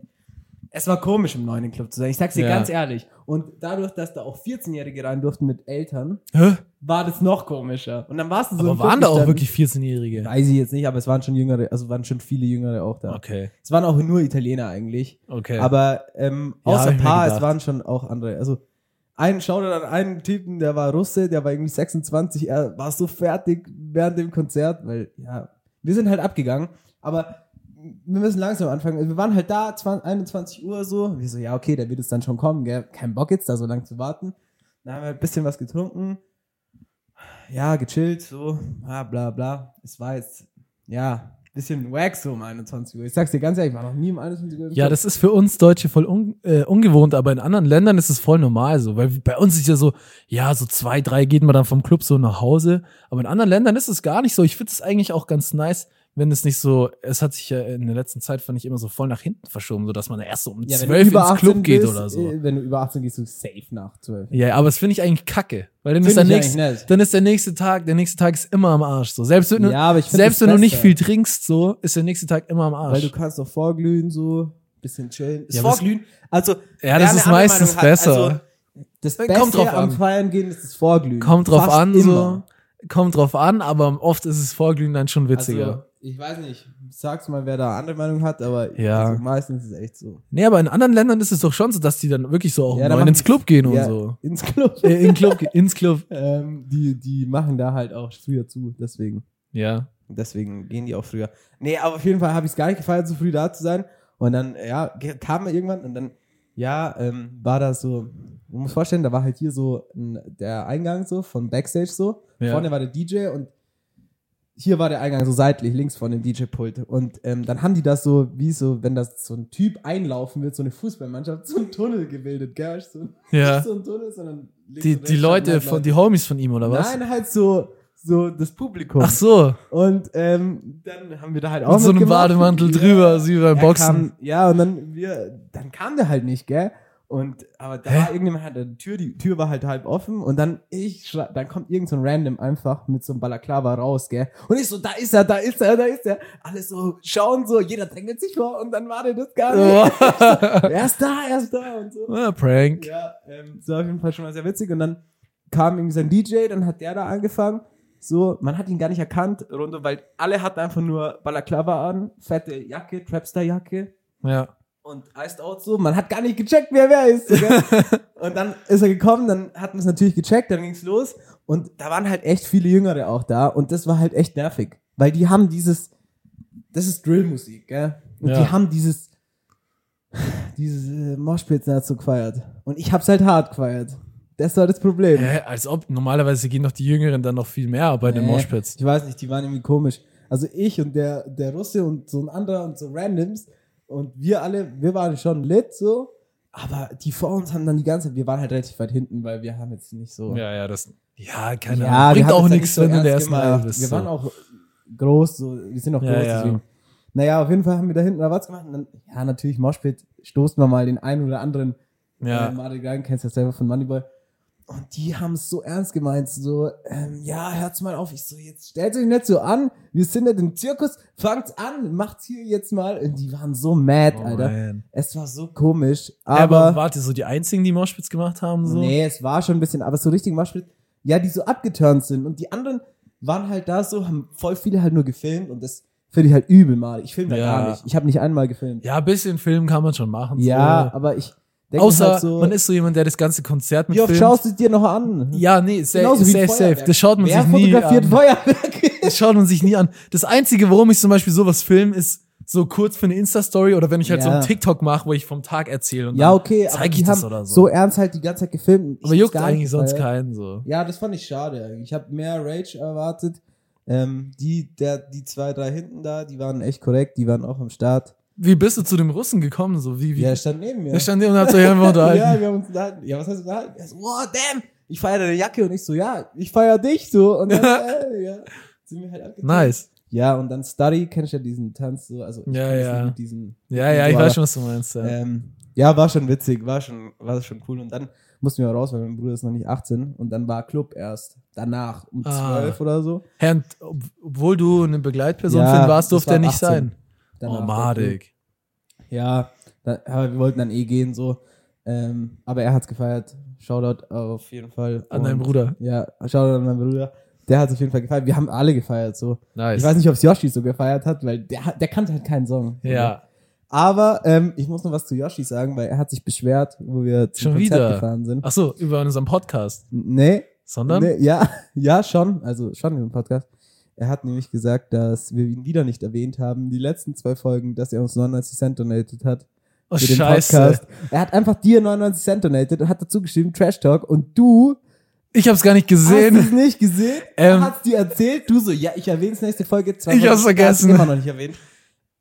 [SPEAKER 2] es war komisch, im neuen im Club zu sein. Ich sag's dir
[SPEAKER 1] Ja.
[SPEAKER 2] ganz ehrlich. Und dadurch, dass da auch 14-Jährige rein durften mit Eltern,
[SPEAKER 1] Hä?
[SPEAKER 2] war das noch komischer. Und Also dann warst du so im
[SPEAKER 1] Aber
[SPEAKER 2] Club
[SPEAKER 1] waren da auch
[SPEAKER 2] gestanden.
[SPEAKER 1] wirklich 14-Jährige?
[SPEAKER 2] Weiß ich jetzt nicht, aber es waren schon jüngere, also waren schon viele jüngere auch da.
[SPEAKER 1] Okay,
[SPEAKER 2] Es waren auch nur Italiener eigentlich.
[SPEAKER 1] okay.
[SPEAKER 2] Aber ähm,
[SPEAKER 1] Ja, hab
[SPEAKER 2] außer
[SPEAKER 1] ich mir
[SPEAKER 2] Paar, es
[SPEAKER 1] gedacht.
[SPEAKER 2] waren schon auch andere. Also einen Shoutout an einen Typen, der war Russe, der war irgendwie 26, er war so fertig während dem Konzert, weil ja, wir sind halt abgegangen, aber wir müssen langsam anfangen. Also Wir waren halt da, 20, 21 Uhr so, wir so, ja okay, der wird es dann schon kommen, gell? kein Bock jetzt da so lange zu warten. Dann haben wir ein bisschen was getrunken, ja, gechillt, so, ah, bla bla, es war jetzt, ja, bisschen wack so um 21 Uhr. Ich sag's dir ganz ehrlich, ich war noch nie um 21 Uhr. im
[SPEAKER 1] ja,
[SPEAKER 2] Club.
[SPEAKER 1] das ist für uns Deutsche voll un äh, ungewohnt, aber in anderen Ländern ist es voll normal so, weil bei uns ist ja so, ja, so zwei, drei geht man dann vom Club so nach Hause, aber in anderen Ländern ist es gar nicht so. Ich finde es eigentlich auch ganz nice, wenn es nicht so, es hat sich ja in der letzten Zeit, fand ich, immer so voll nach hinten verschoben, sodass man erst so um
[SPEAKER 2] Ja, wenn du
[SPEAKER 1] 12
[SPEAKER 2] über
[SPEAKER 1] ins Club
[SPEAKER 2] 18
[SPEAKER 1] geht
[SPEAKER 2] bist,
[SPEAKER 1] oder so.
[SPEAKER 2] äh, Wenn du über 18 gehst, du safe nach 12.
[SPEAKER 1] Ja, aber das finde ich eigentlich kacke. Weil dann
[SPEAKER 2] Find
[SPEAKER 1] ist, der
[SPEAKER 2] ich
[SPEAKER 1] nächste,
[SPEAKER 2] eigentlich nett.
[SPEAKER 1] dann ist der nächste Tag, der nächste Tag ist immer am Arsch. So. Selbst wenn,
[SPEAKER 2] Ja, aber ich
[SPEAKER 1] du,
[SPEAKER 2] find
[SPEAKER 1] selbst
[SPEAKER 2] das
[SPEAKER 1] wenn du nicht
[SPEAKER 2] besser.
[SPEAKER 1] viel trinkst, so, ist der nächste Tag immer am
[SPEAKER 2] Weil du
[SPEAKER 1] Arsch.
[SPEAKER 2] kannst doch vorglühen, so, bisschen chillen.
[SPEAKER 1] Ja, aber
[SPEAKER 2] vorglühen? Also,
[SPEAKER 1] Ja,
[SPEAKER 3] wer
[SPEAKER 1] das
[SPEAKER 3] eine
[SPEAKER 1] ist
[SPEAKER 3] andere Meinung
[SPEAKER 1] meistens
[SPEAKER 3] hat,
[SPEAKER 1] besser.
[SPEAKER 3] also-
[SPEAKER 2] das
[SPEAKER 1] Kommt
[SPEAKER 2] Beste
[SPEAKER 1] drauf
[SPEAKER 2] am
[SPEAKER 1] an.
[SPEAKER 2] Feiern gehen ist das Vorglühen.
[SPEAKER 1] Kommt drauf
[SPEAKER 2] Fast
[SPEAKER 1] an,
[SPEAKER 2] immer.
[SPEAKER 1] so. Kommt drauf an, aber oft ist es Vorglühen dann schon witziger.
[SPEAKER 2] Also, ich weiß nicht, sag's mal, wer da andere Meinung hat, aber
[SPEAKER 1] Ja.
[SPEAKER 2] also meistens ist es echt so.
[SPEAKER 1] nee, aber in anderen Ländern ist es doch schon so, dass die dann wirklich so auch
[SPEAKER 2] Ja,
[SPEAKER 1] um
[SPEAKER 2] dann
[SPEAKER 1] neun
[SPEAKER 2] machen
[SPEAKER 1] ins
[SPEAKER 2] die-
[SPEAKER 1] Club gehen
[SPEAKER 2] ja,
[SPEAKER 1] und so.
[SPEAKER 2] Ins Club.
[SPEAKER 1] Äh, in Club, ge- ins Club.
[SPEAKER 2] ähm, die, die machen da halt auch früher zu, deswegen.
[SPEAKER 1] Ja.
[SPEAKER 2] Deswegen gehen die auch früher. Nee, aber auf jeden Fall habe ich es gar nicht gefeiert, so früh da zu sein. Und dann, ja, ge- kam er irgendwann und dann, ja, ähm, war das so, man muss vorstellen, da war halt hier so ein, der Eingang so von Backstage so.
[SPEAKER 1] Ja.
[SPEAKER 2] Vorne war der DJ und hier war der Eingang so seitlich, links von dem DJ-Pult. Und ähm, dann haben die das so, wie so, wenn das so ein Typ einlaufen wird, so eine Fußballmannschaft, so einen Tunnel gebildet, gell? So,
[SPEAKER 1] Ja.
[SPEAKER 2] Nicht so ein Tunnel, sondern links
[SPEAKER 1] Die,
[SPEAKER 2] und
[SPEAKER 1] die
[SPEAKER 2] rechts
[SPEAKER 1] Leute,
[SPEAKER 2] standen halt
[SPEAKER 1] von, die Homies von ihm oder was?
[SPEAKER 2] Nein, halt so, so das Publikum.
[SPEAKER 1] Ach so,
[SPEAKER 2] Und ähm, dann haben wir da halt auch
[SPEAKER 1] mit so einem
[SPEAKER 2] mitgemacht.
[SPEAKER 1] Bademantel
[SPEAKER 2] Ja.
[SPEAKER 1] drüber, sie beim
[SPEAKER 2] Er
[SPEAKER 1] Boxen.
[SPEAKER 2] Kam, ja, und dann, wir, dann kam der halt nicht, gell? Und, aber da
[SPEAKER 1] Hä?
[SPEAKER 2] war irgendjemand halt an der Tür, die Tür war halt halb offen und dann ich, schra- dann kommt irgend so ein Random einfach mit so einem Balaklava raus, gell? Und ich so, da ist er, da ist er, da ist er. Alle so schauen so, jeder drängelt sich vor und dann war der das gar nicht. er ist da, er ist da und so.
[SPEAKER 1] Ah, Oh. Prank.
[SPEAKER 2] Ja, ähm, das war auf jeden Fall schon mal sehr witzig. Und dann kam irgendwie sein DJ, dann hat der da angefangen. So, man hat ihn gar nicht erkannt, runde, weil alle hatten einfach nur Balaklava an, fette Jacke, Trapster-Jacke
[SPEAKER 1] Ja.
[SPEAKER 2] und Iced Out so. Man hat gar nicht gecheckt, wer wer ist. so, gell? und dann ist er gekommen, dann hat man es natürlich gecheckt, dann ging's los. Und da waren halt echt viele Jüngere auch da und das war halt echt nervig, weil die haben dieses, das ist Drillmusik, gell? Und
[SPEAKER 1] Ja.
[SPEAKER 2] die haben dieses, dieses äh, Moshpits dazu gefeiert. Und ich hab's halt hart gefeiert. Das war das Problem.
[SPEAKER 1] Hä, als ob, normalerweise gehen doch die Jüngeren dann noch viel mehr bei den
[SPEAKER 2] Nee,
[SPEAKER 1] Moshpits.
[SPEAKER 2] Ich weiß nicht, die waren irgendwie komisch. Also ich und der, der Russe und so ein anderer und so Randoms und wir alle, wir waren schon lit so, aber die vor uns haben dann die ganze Zeit, wir waren halt relativ weit hinten, weil wir haben jetzt nicht so.
[SPEAKER 1] Ja, ja, das. Ja, keine
[SPEAKER 2] Ja,
[SPEAKER 1] Ahnung.
[SPEAKER 2] wir
[SPEAKER 1] Bringt
[SPEAKER 2] haben
[SPEAKER 1] auch
[SPEAKER 2] jetzt
[SPEAKER 1] nichts,
[SPEAKER 2] nicht so
[SPEAKER 1] wenn du in der
[SPEAKER 2] ernst
[SPEAKER 1] ersten Reihe
[SPEAKER 2] gemacht.
[SPEAKER 1] bist.
[SPEAKER 2] Wir
[SPEAKER 1] so.
[SPEAKER 2] waren auch groß, so, wir sind auch
[SPEAKER 1] Ja,
[SPEAKER 2] groß,
[SPEAKER 1] ja.
[SPEAKER 2] deswegen. Naja, auf jeden Fall haben wir da hinten da was gemacht und dann, ja, natürlich, Moshpit, stoßen wir mal den einen oder anderen ja. äh,
[SPEAKER 1] ja.
[SPEAKER 2] Mardi Gang, kennst ja selber von Moneyboy. Und die haben es so ernst gemeint, so, ähm, ja, hört's mal auf. Ich so, jetzt stellt euch nicht so an, wir sind nicht im Zirkus, fangt's an, macht's hier jetzt mal. Und die waren so mad,
[SPEAKER 1] Oh,
[SPEAKER 2] Alter.
[SPEAKER 1] man.
[SPEAKER 2] Es war so komisch,
[SPEAKER 1] Ja, aber,
[SPEAKER 2] aber,
[SPEAKER 1] warte, so die einzigen, die Moshpits gemacht haben, so?
[SPEAKER 2] nee, es war schon ein bisschen, aber so richtig Marschpit, ja, die so abgeturnt sind. Und die anderen waren halt da so, haben voll viele halt nur gefilmt und das finde ich halt übel mal. Ich filme da
[SPEAKER 1] Ja.
[SPEAKER 2] gar nicht. Ich habe nicht einmal gefilmt.
[SPEAKER 1] Ja, ein bisschen Film kann man schon machen.
[SPEAKER 2] Ja,
[SPEAKER 1] so.
[SPEAKER 2] aber ich denke
[SPEAKER 1] Außer
[SPEAKER 2] halt so,
[SPEAKER 1] man ist so jemand, der das ganze Konzert mit
[SPEAKER 2] wie oft
[SPEAKER 1] filmt.
[SPEAKER 2] schaust du es dir noch an?
[SPEAKER 1] ja, nee, safe,
[SPEAKER 2] Genauso wie
[SPEAKER 1] safe,
[SPEAKER 2] ein
[SPEAKER 1] safe.
[SPEAKER 2] Feuerwerk.
[SPEAKER 1] Das schaut man
[SPEAKER 2] Wer
[SPEAKER 1] sich nie ähm,
[SPEAKER 2] fotografiert
[SPEAKER 1] an.
[SPEAKER 2] Feuerwerk?
[SPEAKER 1] Das schaut man sich nie an. Das Einzige, warum ich zum Beispiel sowas film, ist so kurz für eine Insta-Story oder wenn ich halt so
[SPEAKER 2] Ja.
[SPEAKER 1] einen TikTok mache, wo ich vom Tag erzähle und
[SPEAKER 2] Ja,
[SPEAKER 1] dann
[SPEAKER 2] okay,
[SPEAKER 1] zeig
[SPEAKER 2] die
[SPEAKER 1] ich das
[SPEAKER 2] haben
[SPEAKER 1] oder so.
[SPEAKER 2] ernst halt die ganze Zeit gefilmt. und
[SPEAKER 1] aber
[SPEAKER 2] ich
[SPEAKER 1] juckt
[SPEAKER 2] hab's gar
[SPEAKER 1] eigentlich
[SPEAKER 2] nicht
[SPEAKER 1] sonst
[SPEAKER 2] gefeiert.
[SPEAKER 1] keinen so.
[SPEAKER 2] Ja, das fand ich schade. eigentlich. Ich habe mehr Rage erwartet. Ähm, die, der, die zwei, drei hinten da, die waren echt korrekt, die waren auch am Start.
[SPEAKER 1] Wie bist du zu dem Russen gekommen? So, wie, wie?
[SPEAKER 2] Ja, der stand neben mir.
[SPEAKER 1] Der stand hier und hat sich einfach unterhalten.
[SPEAKER 2] ja, wir haben uns unterhalten. Ja, was hast du unterhalten? Er so, oh, damn, ich feiere deine Jacke und ich so, ja, ich feiere dich so. Und dann, äh, ja, sind wir halt abgezogen.
[SPEAKER 1] Nice.
[SPEAKER 2] Ja, und dann Study, kennst du ja diesen Tanz so, also ich
[SPEAKER 1] Ja,
[SPEAKER 2] kann das
[SPEAKER 1] ja.
[SPEAKER 2] nicht mit diesen
[SPEAKER 1] Ja, ja, ich
[SPEAKER 2] Boah.
[SPEAKER 1] weiß schon, was du meinst. Ja.
[SPEAKER 2] Ähm, ja, war schon witzig, war schon, war schon cool. Und dann mussten wir raus, weil mein Bruder ist noch nicht 18 und dann war Club erst danach um
[SPEAKER 1] Ah.
[SPEAKER 2] 12 oder so.
[SPEAKER 1] Herr, und ob, obwohl du eine Begleitperson
[SPEAKER 2] Ja,
[SPEAKER 1] für ihn warst,
[SPEAKER 2] das
[SPEAKER 1] durfte er
[SPEAKER 2] war
[SPEAKER 1] nicht
[SPEAKER 2] 18.
[SPEAKER 1] sein.
[SPEAKER 2] Danach
[SPEAKER 1] oh,
[SPEAKER 2] war Club.
[SPEAKER 1] madig.
[SPEAKER 2] Ja, da, aber wir wollten dann eh gehen so. Ähm, aber er hat's gefeiert. Shoutout auf jeden Fall.
[SPEAKER 1] An
[SPEAKER 2] Und-
[SPEAKER 1] deinen Bruder.
[SPEAKER 2] Ja, Shoutout an meinen Bruder. Der hat auf jeden Fall gefeiert. Wir haben alle gefeiert so.
[SPEAKER 1] Nice.
[SPEAKER 2] Ich weiß nicht, ob's Yoshi so gefeiert hat, weil der, hat- der kannte halt keinen Song.
[SPEAKER 1] ja.
[SPEAKER 2] Aber ähm, ich muss noch was zu Yoshi sagen, weil er hat sich beschwert, wo wir zum
[SPEAKER 1] Schon
[SPEAKER 2] Konzert
[SPEAKER 1] wieder?
[SPEAKER 2] gefahren sind.
[SPEAKER 1] Ach so, über unseren Podcast.
[SPEAKER 2] Nee,
[SPEAKER 1] Sondern?
[SPEAKER 2] Nee, ja, ja, schon. Also schon im Podcast. Er hat nämlich gesagt, dass wir ihn wieder nicht erwähnt haben, die letzten zwei Folgen, dass er uns 99 Cent donated hat
[SPEAKER 1] oh,
[SPEAKER 2] für den
[SPEAKER 1] scheiße.
[SPEAKER 2] Podcast. Er hat einfach dir 99 Cent donated und hat dazu geschrieben Trash Talk und du
[SPEAKER 1] Ich hab's gar nicht
[SPEAKER 2] hast es
[SPEAKER 1] gesehen.
[SPEAKER 2] nicht gesehen,
[SPEAKER 1] Ähm.
[SPEAKER 2] ähm, hast dir erzählt, du so, ja, ich erwähne es nächste Folge. Zwei
[SPEAKER 1] Ich
[SPEAKER 2] Folgen
[SPEAKER 1] hab's
[SPEAKER 2] später, hast
[SPEAKER 1] vergessen.
[SPEAKER 2] Immer noch nicht erwähnt.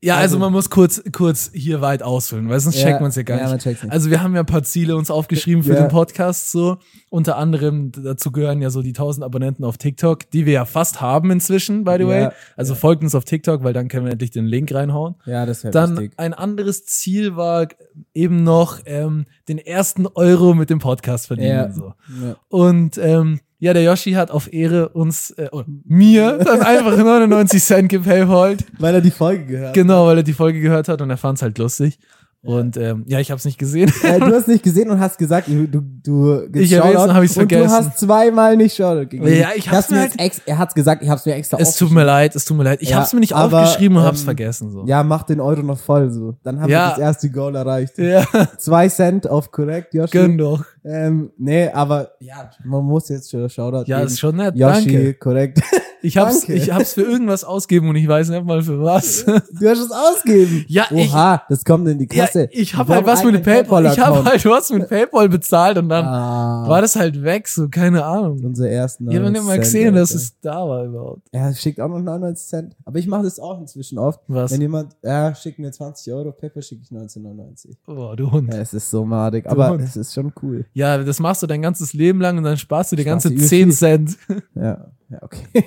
[SPEAKER 1] Ja, also
[SPEAKER 2] Also-
[SPEAKER 1] man muss kurz, kurz hier weit ausfüllen, weil sonst checkt man es ja gar
[SPEAKER 2] Ja, man
[SPEAKER 1] nicht.
[SPEAKER 2] checkt's nicht.
[SPEAKER 1] Also wir haben ja ein paar Ziele uns aufgeschrieben für
[SPEAKER 2] Ja.
[SPEAKER 1] den Podcast so. Unter anderem dazu gehören ja so die 1000 Abonnenten auf TikTok, die wir ja fast haben inzwischen, by the
[SPEAKER 2] Ja,
[SPEAKER 1] way. Also folgt uns auf TikTok, weil dann können wir endlich den Link reinhauen.
[SPEAKER 2] ja, das wäre
[SPEAKER 1] Dann
[SPEAKER 2] wichtig.
[SPEAKER 1] ein anderes Ziel war eben noch ähm, den ersten Euro mit dem Podcast verdienen.
[SPEAKER 2] Ja.
[SPEAKER 1] So.
[SPEAKER 2] Ja.
[SPEAKER 1] Und ähm, ja, der Yoshi hat auf Ehre uns, äh, oh, mir, dann einfach 99 Cent gepaypalt.
[SPEAKER 2] Weil er die Folge gehört.
[SPEAKER 1] Genau, weil er die Folge gehört hat und er fand es halt lustig. Und ähm, ja, ich habe es nicht gesehen.
[SPEAKER 2] Äh, du hast nicht gesehen und hast gesagt, du, du, du
[SPEAKER 1] Ich erwähn's
[SPEAKER 2] Shoutout
[SPEAKER 1] und hab ich's
[SPEAKER 2] Und
[SPEAKER 1] vergessen.
[SPEAKER 2] du hast zweimal nicht Shoutout gegeben.
[SPEAKER 1] Ja, ich hab's
[SPEAKER 2] Das mir
[SPEAKER 1] mir halt
[SPEAKER 2] jetzt ex er hat's gesagt, ich hab's mir extra
[SPEAKER 1] es tut mir leid, es tut mir leid. Ich
[SPEAKER 2] Ja,
[SPEAKER 1] habe es mir nicht
[SPEAKER 2] aber,
[SPEAKER 1] aufgeschrieben und hab's
[SPEAKER 2] ähm,
[SPEAKER 1] vergessen. So.
[SPEAKER 2] Ja, mach den Euro noch voll so. Dann haben
[SPEAKER 1] Ja.
[SPEAKER 2] wir das erste Goal erreicht.
[SPEAKER 1] ja
[SPEAKER 2] Zwei Cent auf korrekt, Yoshi.
[SPEAKER 1] gönn doch.
[SPEAKER 2] Ähm, nee, aber ja, man muss jetzt schon Shoutout
[SPEAKER 1] Ja,
[SPEAKER 2] geben.
[SPEAKER 1] ist schon nett.
[SPEAKER 2] Yoshi,
[SPEAKER 1] Danke.
[SPEAKER 2] korrekt.
[SPEAKER 1] Ich hab's,
[SPEAKER 2] danke.
[SPEAKER 1] ich hab's für irgendwas ausgeben und ich weiß nicht mal für was.
[SPEAKER 2] Du hast es ausgeben.
[SPEAKER 1] Ja, ich-
[SPEAKER 2] Oha, das kommt in die
[SPEAKER 1] Ja,
[SPEAKER 2] Kasse.
[SPEAKER 1] ich
[SPEAKER 2] Wir
[SPEAKER 1] habe halt
[SPEAKER 2] haben
[SPEAKER 1] was mit
[SPEAKER 2] einen
[SPEAKER 1] PayPal. Ich habe
[SPEAKER 2] PayPal-Account.
[SPEAKER 1] halt was mit PayPal bezahlt und dann
[SPEAKER 2] Ah,
[SPEAKER 1] war das halt weg, so keine Ahnung.
[SPEAKER 2] unser ersten.
[SPEAKER 1] Ich habe nicht mal
[SPEAKER 2] 99
[SPEAKER 1] gesehen,
[SPEAKER 2] Cent,
[SPEAKER 1] dass
[SPEAKER 2] Alter.
[SPEAKER 1] es da war überhaupt.
[SPEAKER 2] Er schickt auch noch 99 Cent. Aber ich mache das auch inzwischen oft.
[SPEAKER 1] Was?
[SPEAKER 2] Wenn jemand, ja, schickt mir 20 Euro, Pepper schicke ich 1999.
[SPEAKER 1] Boah, Oh, du Hund.
[SPEAKER 2] Ja, es ist so madig, aber
[SPEAKER 1] Hund.
[SPEAKER 2] es ist schon cool.
[SPEAKER 1] Ja, das machst du dein ganzes Leben lang und dann sparst du dir
[SPEAKER 2] Sparst
[SPEAKER 1] ganze
[SPEAKER 2] du
[SPEAKER 1] 10 Cent.
[SPEAKER 2] Ja, ja okay.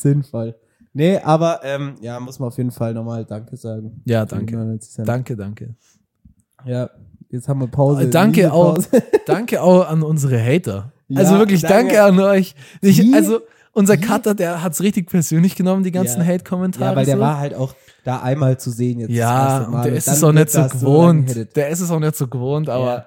[SPEAKER 2] Sinnvoll. Nee, aber ähm, ja, muss man auf jeden Fall nochmal Danke sagen.
[SPEAKER 1] Ja,
[SPEAKER 2] Für die
[SPEAKER 1] danke.
[SPEAKER 2] 99 Cent.
[SPEAKER 1] Danke, danke.
[SPEAKER 2] Ja, jetzt haben wir Pause.
[SPEAKER 1] Äh, danke
[SPEAKER 2] Miese
[SPEAKER 1] auch.
[SPEAKER 2] Pause.
[SPEAKER 1] Danke auch an unsere Hater. Also
[SPEAKER 2] Ja,
[SPEAKER 1] wirklich danke,
[SPEAKER 2] danke.
[SPEAKER 1] an euch. Ich,
[SPEAKER 2] Wie?
[SPEAKER 1] also unser
[SPEAKER 2] Wie?
[SPEAKER 1] Cutter, der hat's richtig persönlich genommen, die ganzen
[SPEAKER 2] Ja.
[SPEAKER 1] Hate-Kommentare.
[SPEAKER 2] Ja, weil der
[SPEAKER 1] so.
[SPEAKER 2] war halt auch da einmal zu sehen jetzt. das
[SPEAKER 1] Ja,
[SPEAKER 2] erste Mal
[SPEAKER 1] und der ist
[SPEAKER 2] dann
[SPEAKER 1] es auch
[SPEAKER 2] wird
[SPEAKER 1] nicht so
[SPEAKER 2] das lange
[SPEAKER 1] gewohnt.
[SPEAKER 2] hittet.
[SPEAKER 1] der ist es auch nicht so gewohnt, aber
[SPEAKER 2] Ja.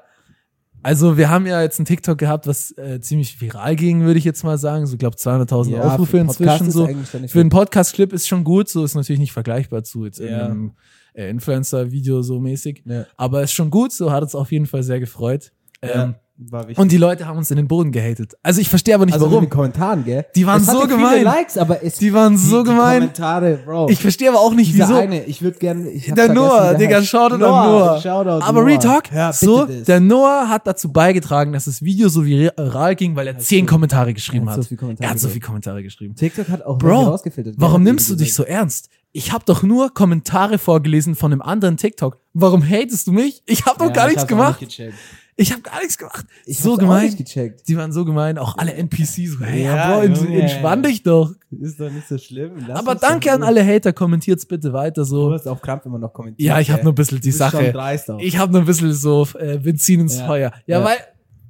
[SPEAKER 1] also wir haben ja jetzt einen TikTok gehabt, was äh, ziemlich viral ging, würde ich jetzt mal sagen. So, glaube 200.000
[SPEAKER 2] Ja,
[SPEAKER 1] Aufrufe
[SPEAKER 2] für den Podcast
[SPEAKER 1] inzwischen.
[SPEAKER 2] ist
[SPEAKER 1] So.
[SPEAKER 2] eigentlich schon nicht
[SPEAKER 1] Für einen
[SPEAKER 2] schlecht.
[SPEAKER 1] Podcast-Clip ist schon gut, so ist natürlich nicht vergleichbar zu jetzt
[SPEAKER 2] Ja.
[SPEAKER 1] irgendeinem äh, Influencer-Video so mäßig.
[SPEAKER 2] Ja.
[SPEAKER 1] Aber ist schon gut, so hat uns auf jeden Fall sehr gefreut. Ähm,
[SPEAKER 2] Ja, war wichtig.
[SPEAKER 1] Und die Leute haben uns in den Boden gehatet. Also ich verstehe aber nicht
[SPEAKER 2] also in
[SPEAKER 1] warum.
[SPEAKER 2] den Kommentaren, gell?
[SPEAKER 1] Die waren
[SPEAKER 2] es hatte
[SPEAKER 1] so
[SPEAKER 2] viele
[SPEAKER 1] gemein.
[SPEAKER 2] Likes, aber es
[SPEAKER 1] Die waren so
[SPEAKER 2] die
[SPEAKER 1] gemein.
[SPEAKER 2] Kommentare, Bro.
[SPEAKER 1] Ich verstehe aber auch nicht,
[SPEAKER 2] Dieser
[SPEAKER 1] wieso.
[SPEAKER 2] eine, ich würde gerne. Ich hab's
[SPEAKER 1] Der
[SPEAKER 2] vergessen,
[SPEAKER 1] Noah,
[SPEAKER 2] wie der
[SPEAKER 1] Digga,
[SPEAKER 2] heißt.
[SPEAKER 1] Shoutout an Noah.
[SPEAKER 2] Shoutout
[SPEAKER 1] Aber
[SPEAKER 2] Noah.
[SPEAKER 1] Real Talk,
[SPEAKER 2] Hör bitte
[SPEAKER 1] so,
[SPEAKER 2] das.
[SPEAKER 1] der Noah hat dazu beigetragen, dass das Video so viral ging, weil er zehn Kommentare geschrieben
[SPEAKER 2] Er
[SPEAKER 1] hat.
[SPEAKER 2] hat so viele Kommentare
[SPEAKER 1] er hat so
[SPEAKER 2] gegeben.
[SPEAKER 1] viele Kommentare geschrieben.
[SPEAKER 2] TikTok hat auch
[SPEAKER 1] Bro,
[SPEAKER 2] welche rausgefiltert.
[SPEAKER 1] Warum
[SPEAKER 2] Wer hat
[SPEAKER 1] nimmst
[SPEAKER 2] die
[SPEAKER 1] du dich
[SPEAKER 2] gesagt?
[SPEAKER 1] so ernst? Ich habe doch nur Kommentare vorgelesen von einem anderen TikTok. Warum hatest du mich? Ich habe doch
[SPEAKER 2] Ja,
[SPEAKER 1] gar
[SPEAKER 2] ich
[SPEAKER 1] nichts
[SPEAKER 2] hab's
[SPEAKER 1] gemacht.
[SPEAKER 2] Auch nicht gecheckt.
[SPEAKER 1] ich habe gar nichts gemacht.
[SPEAKER 2] Ich
[SPEAKER 1] so
[SPEAKER 2] hab's Auch
[SPEAKER 1] gemein.
[SPEAKER 2] nicht gecheckt.
[SPEAKER 1] Die waren so gemein. Auch alle NPCs. So, hey,
[SPEAKER 2] Ja,
[SPEAKER 1] ja, Bro, ents-
[SPEAKER 2] Junge.
[SPEAKER 1] entspann dich doch.
[SPEAKER 2] Ist doch nicht so schlimm. Lass
[SPEAKER 1] Aber
[SPEAKER 2] uns doch
[SPEAKER 1] danke an
[SPEAKER 2] gut.
[SPEAKER 1] alle Hater. Kommentiert's bitte weiter
[SPEAKER 2] Du
[SPEAKER 1] so.
[SPEAKER 2] hast auf Krampf immer noch kommentiert.
[SPEAKER 1] Ja, ich habe
[SPEAKER 2] gell?
[SPEAKER 1] nur ein bisschen die
[SPEAKER 2] Du bist
[SPEAKER 1] Sache.
[SPEAKER 2] Schon dreist auch.
[SPEAKER 1] Ich habe nur ein bisschen so äh, Benzin ins
[SPEAKER 2] Ja.
[SPEAKER 1] Feuer. Ja,
[SPEAKER 2] Ja.
[SPEAKER 1] weil,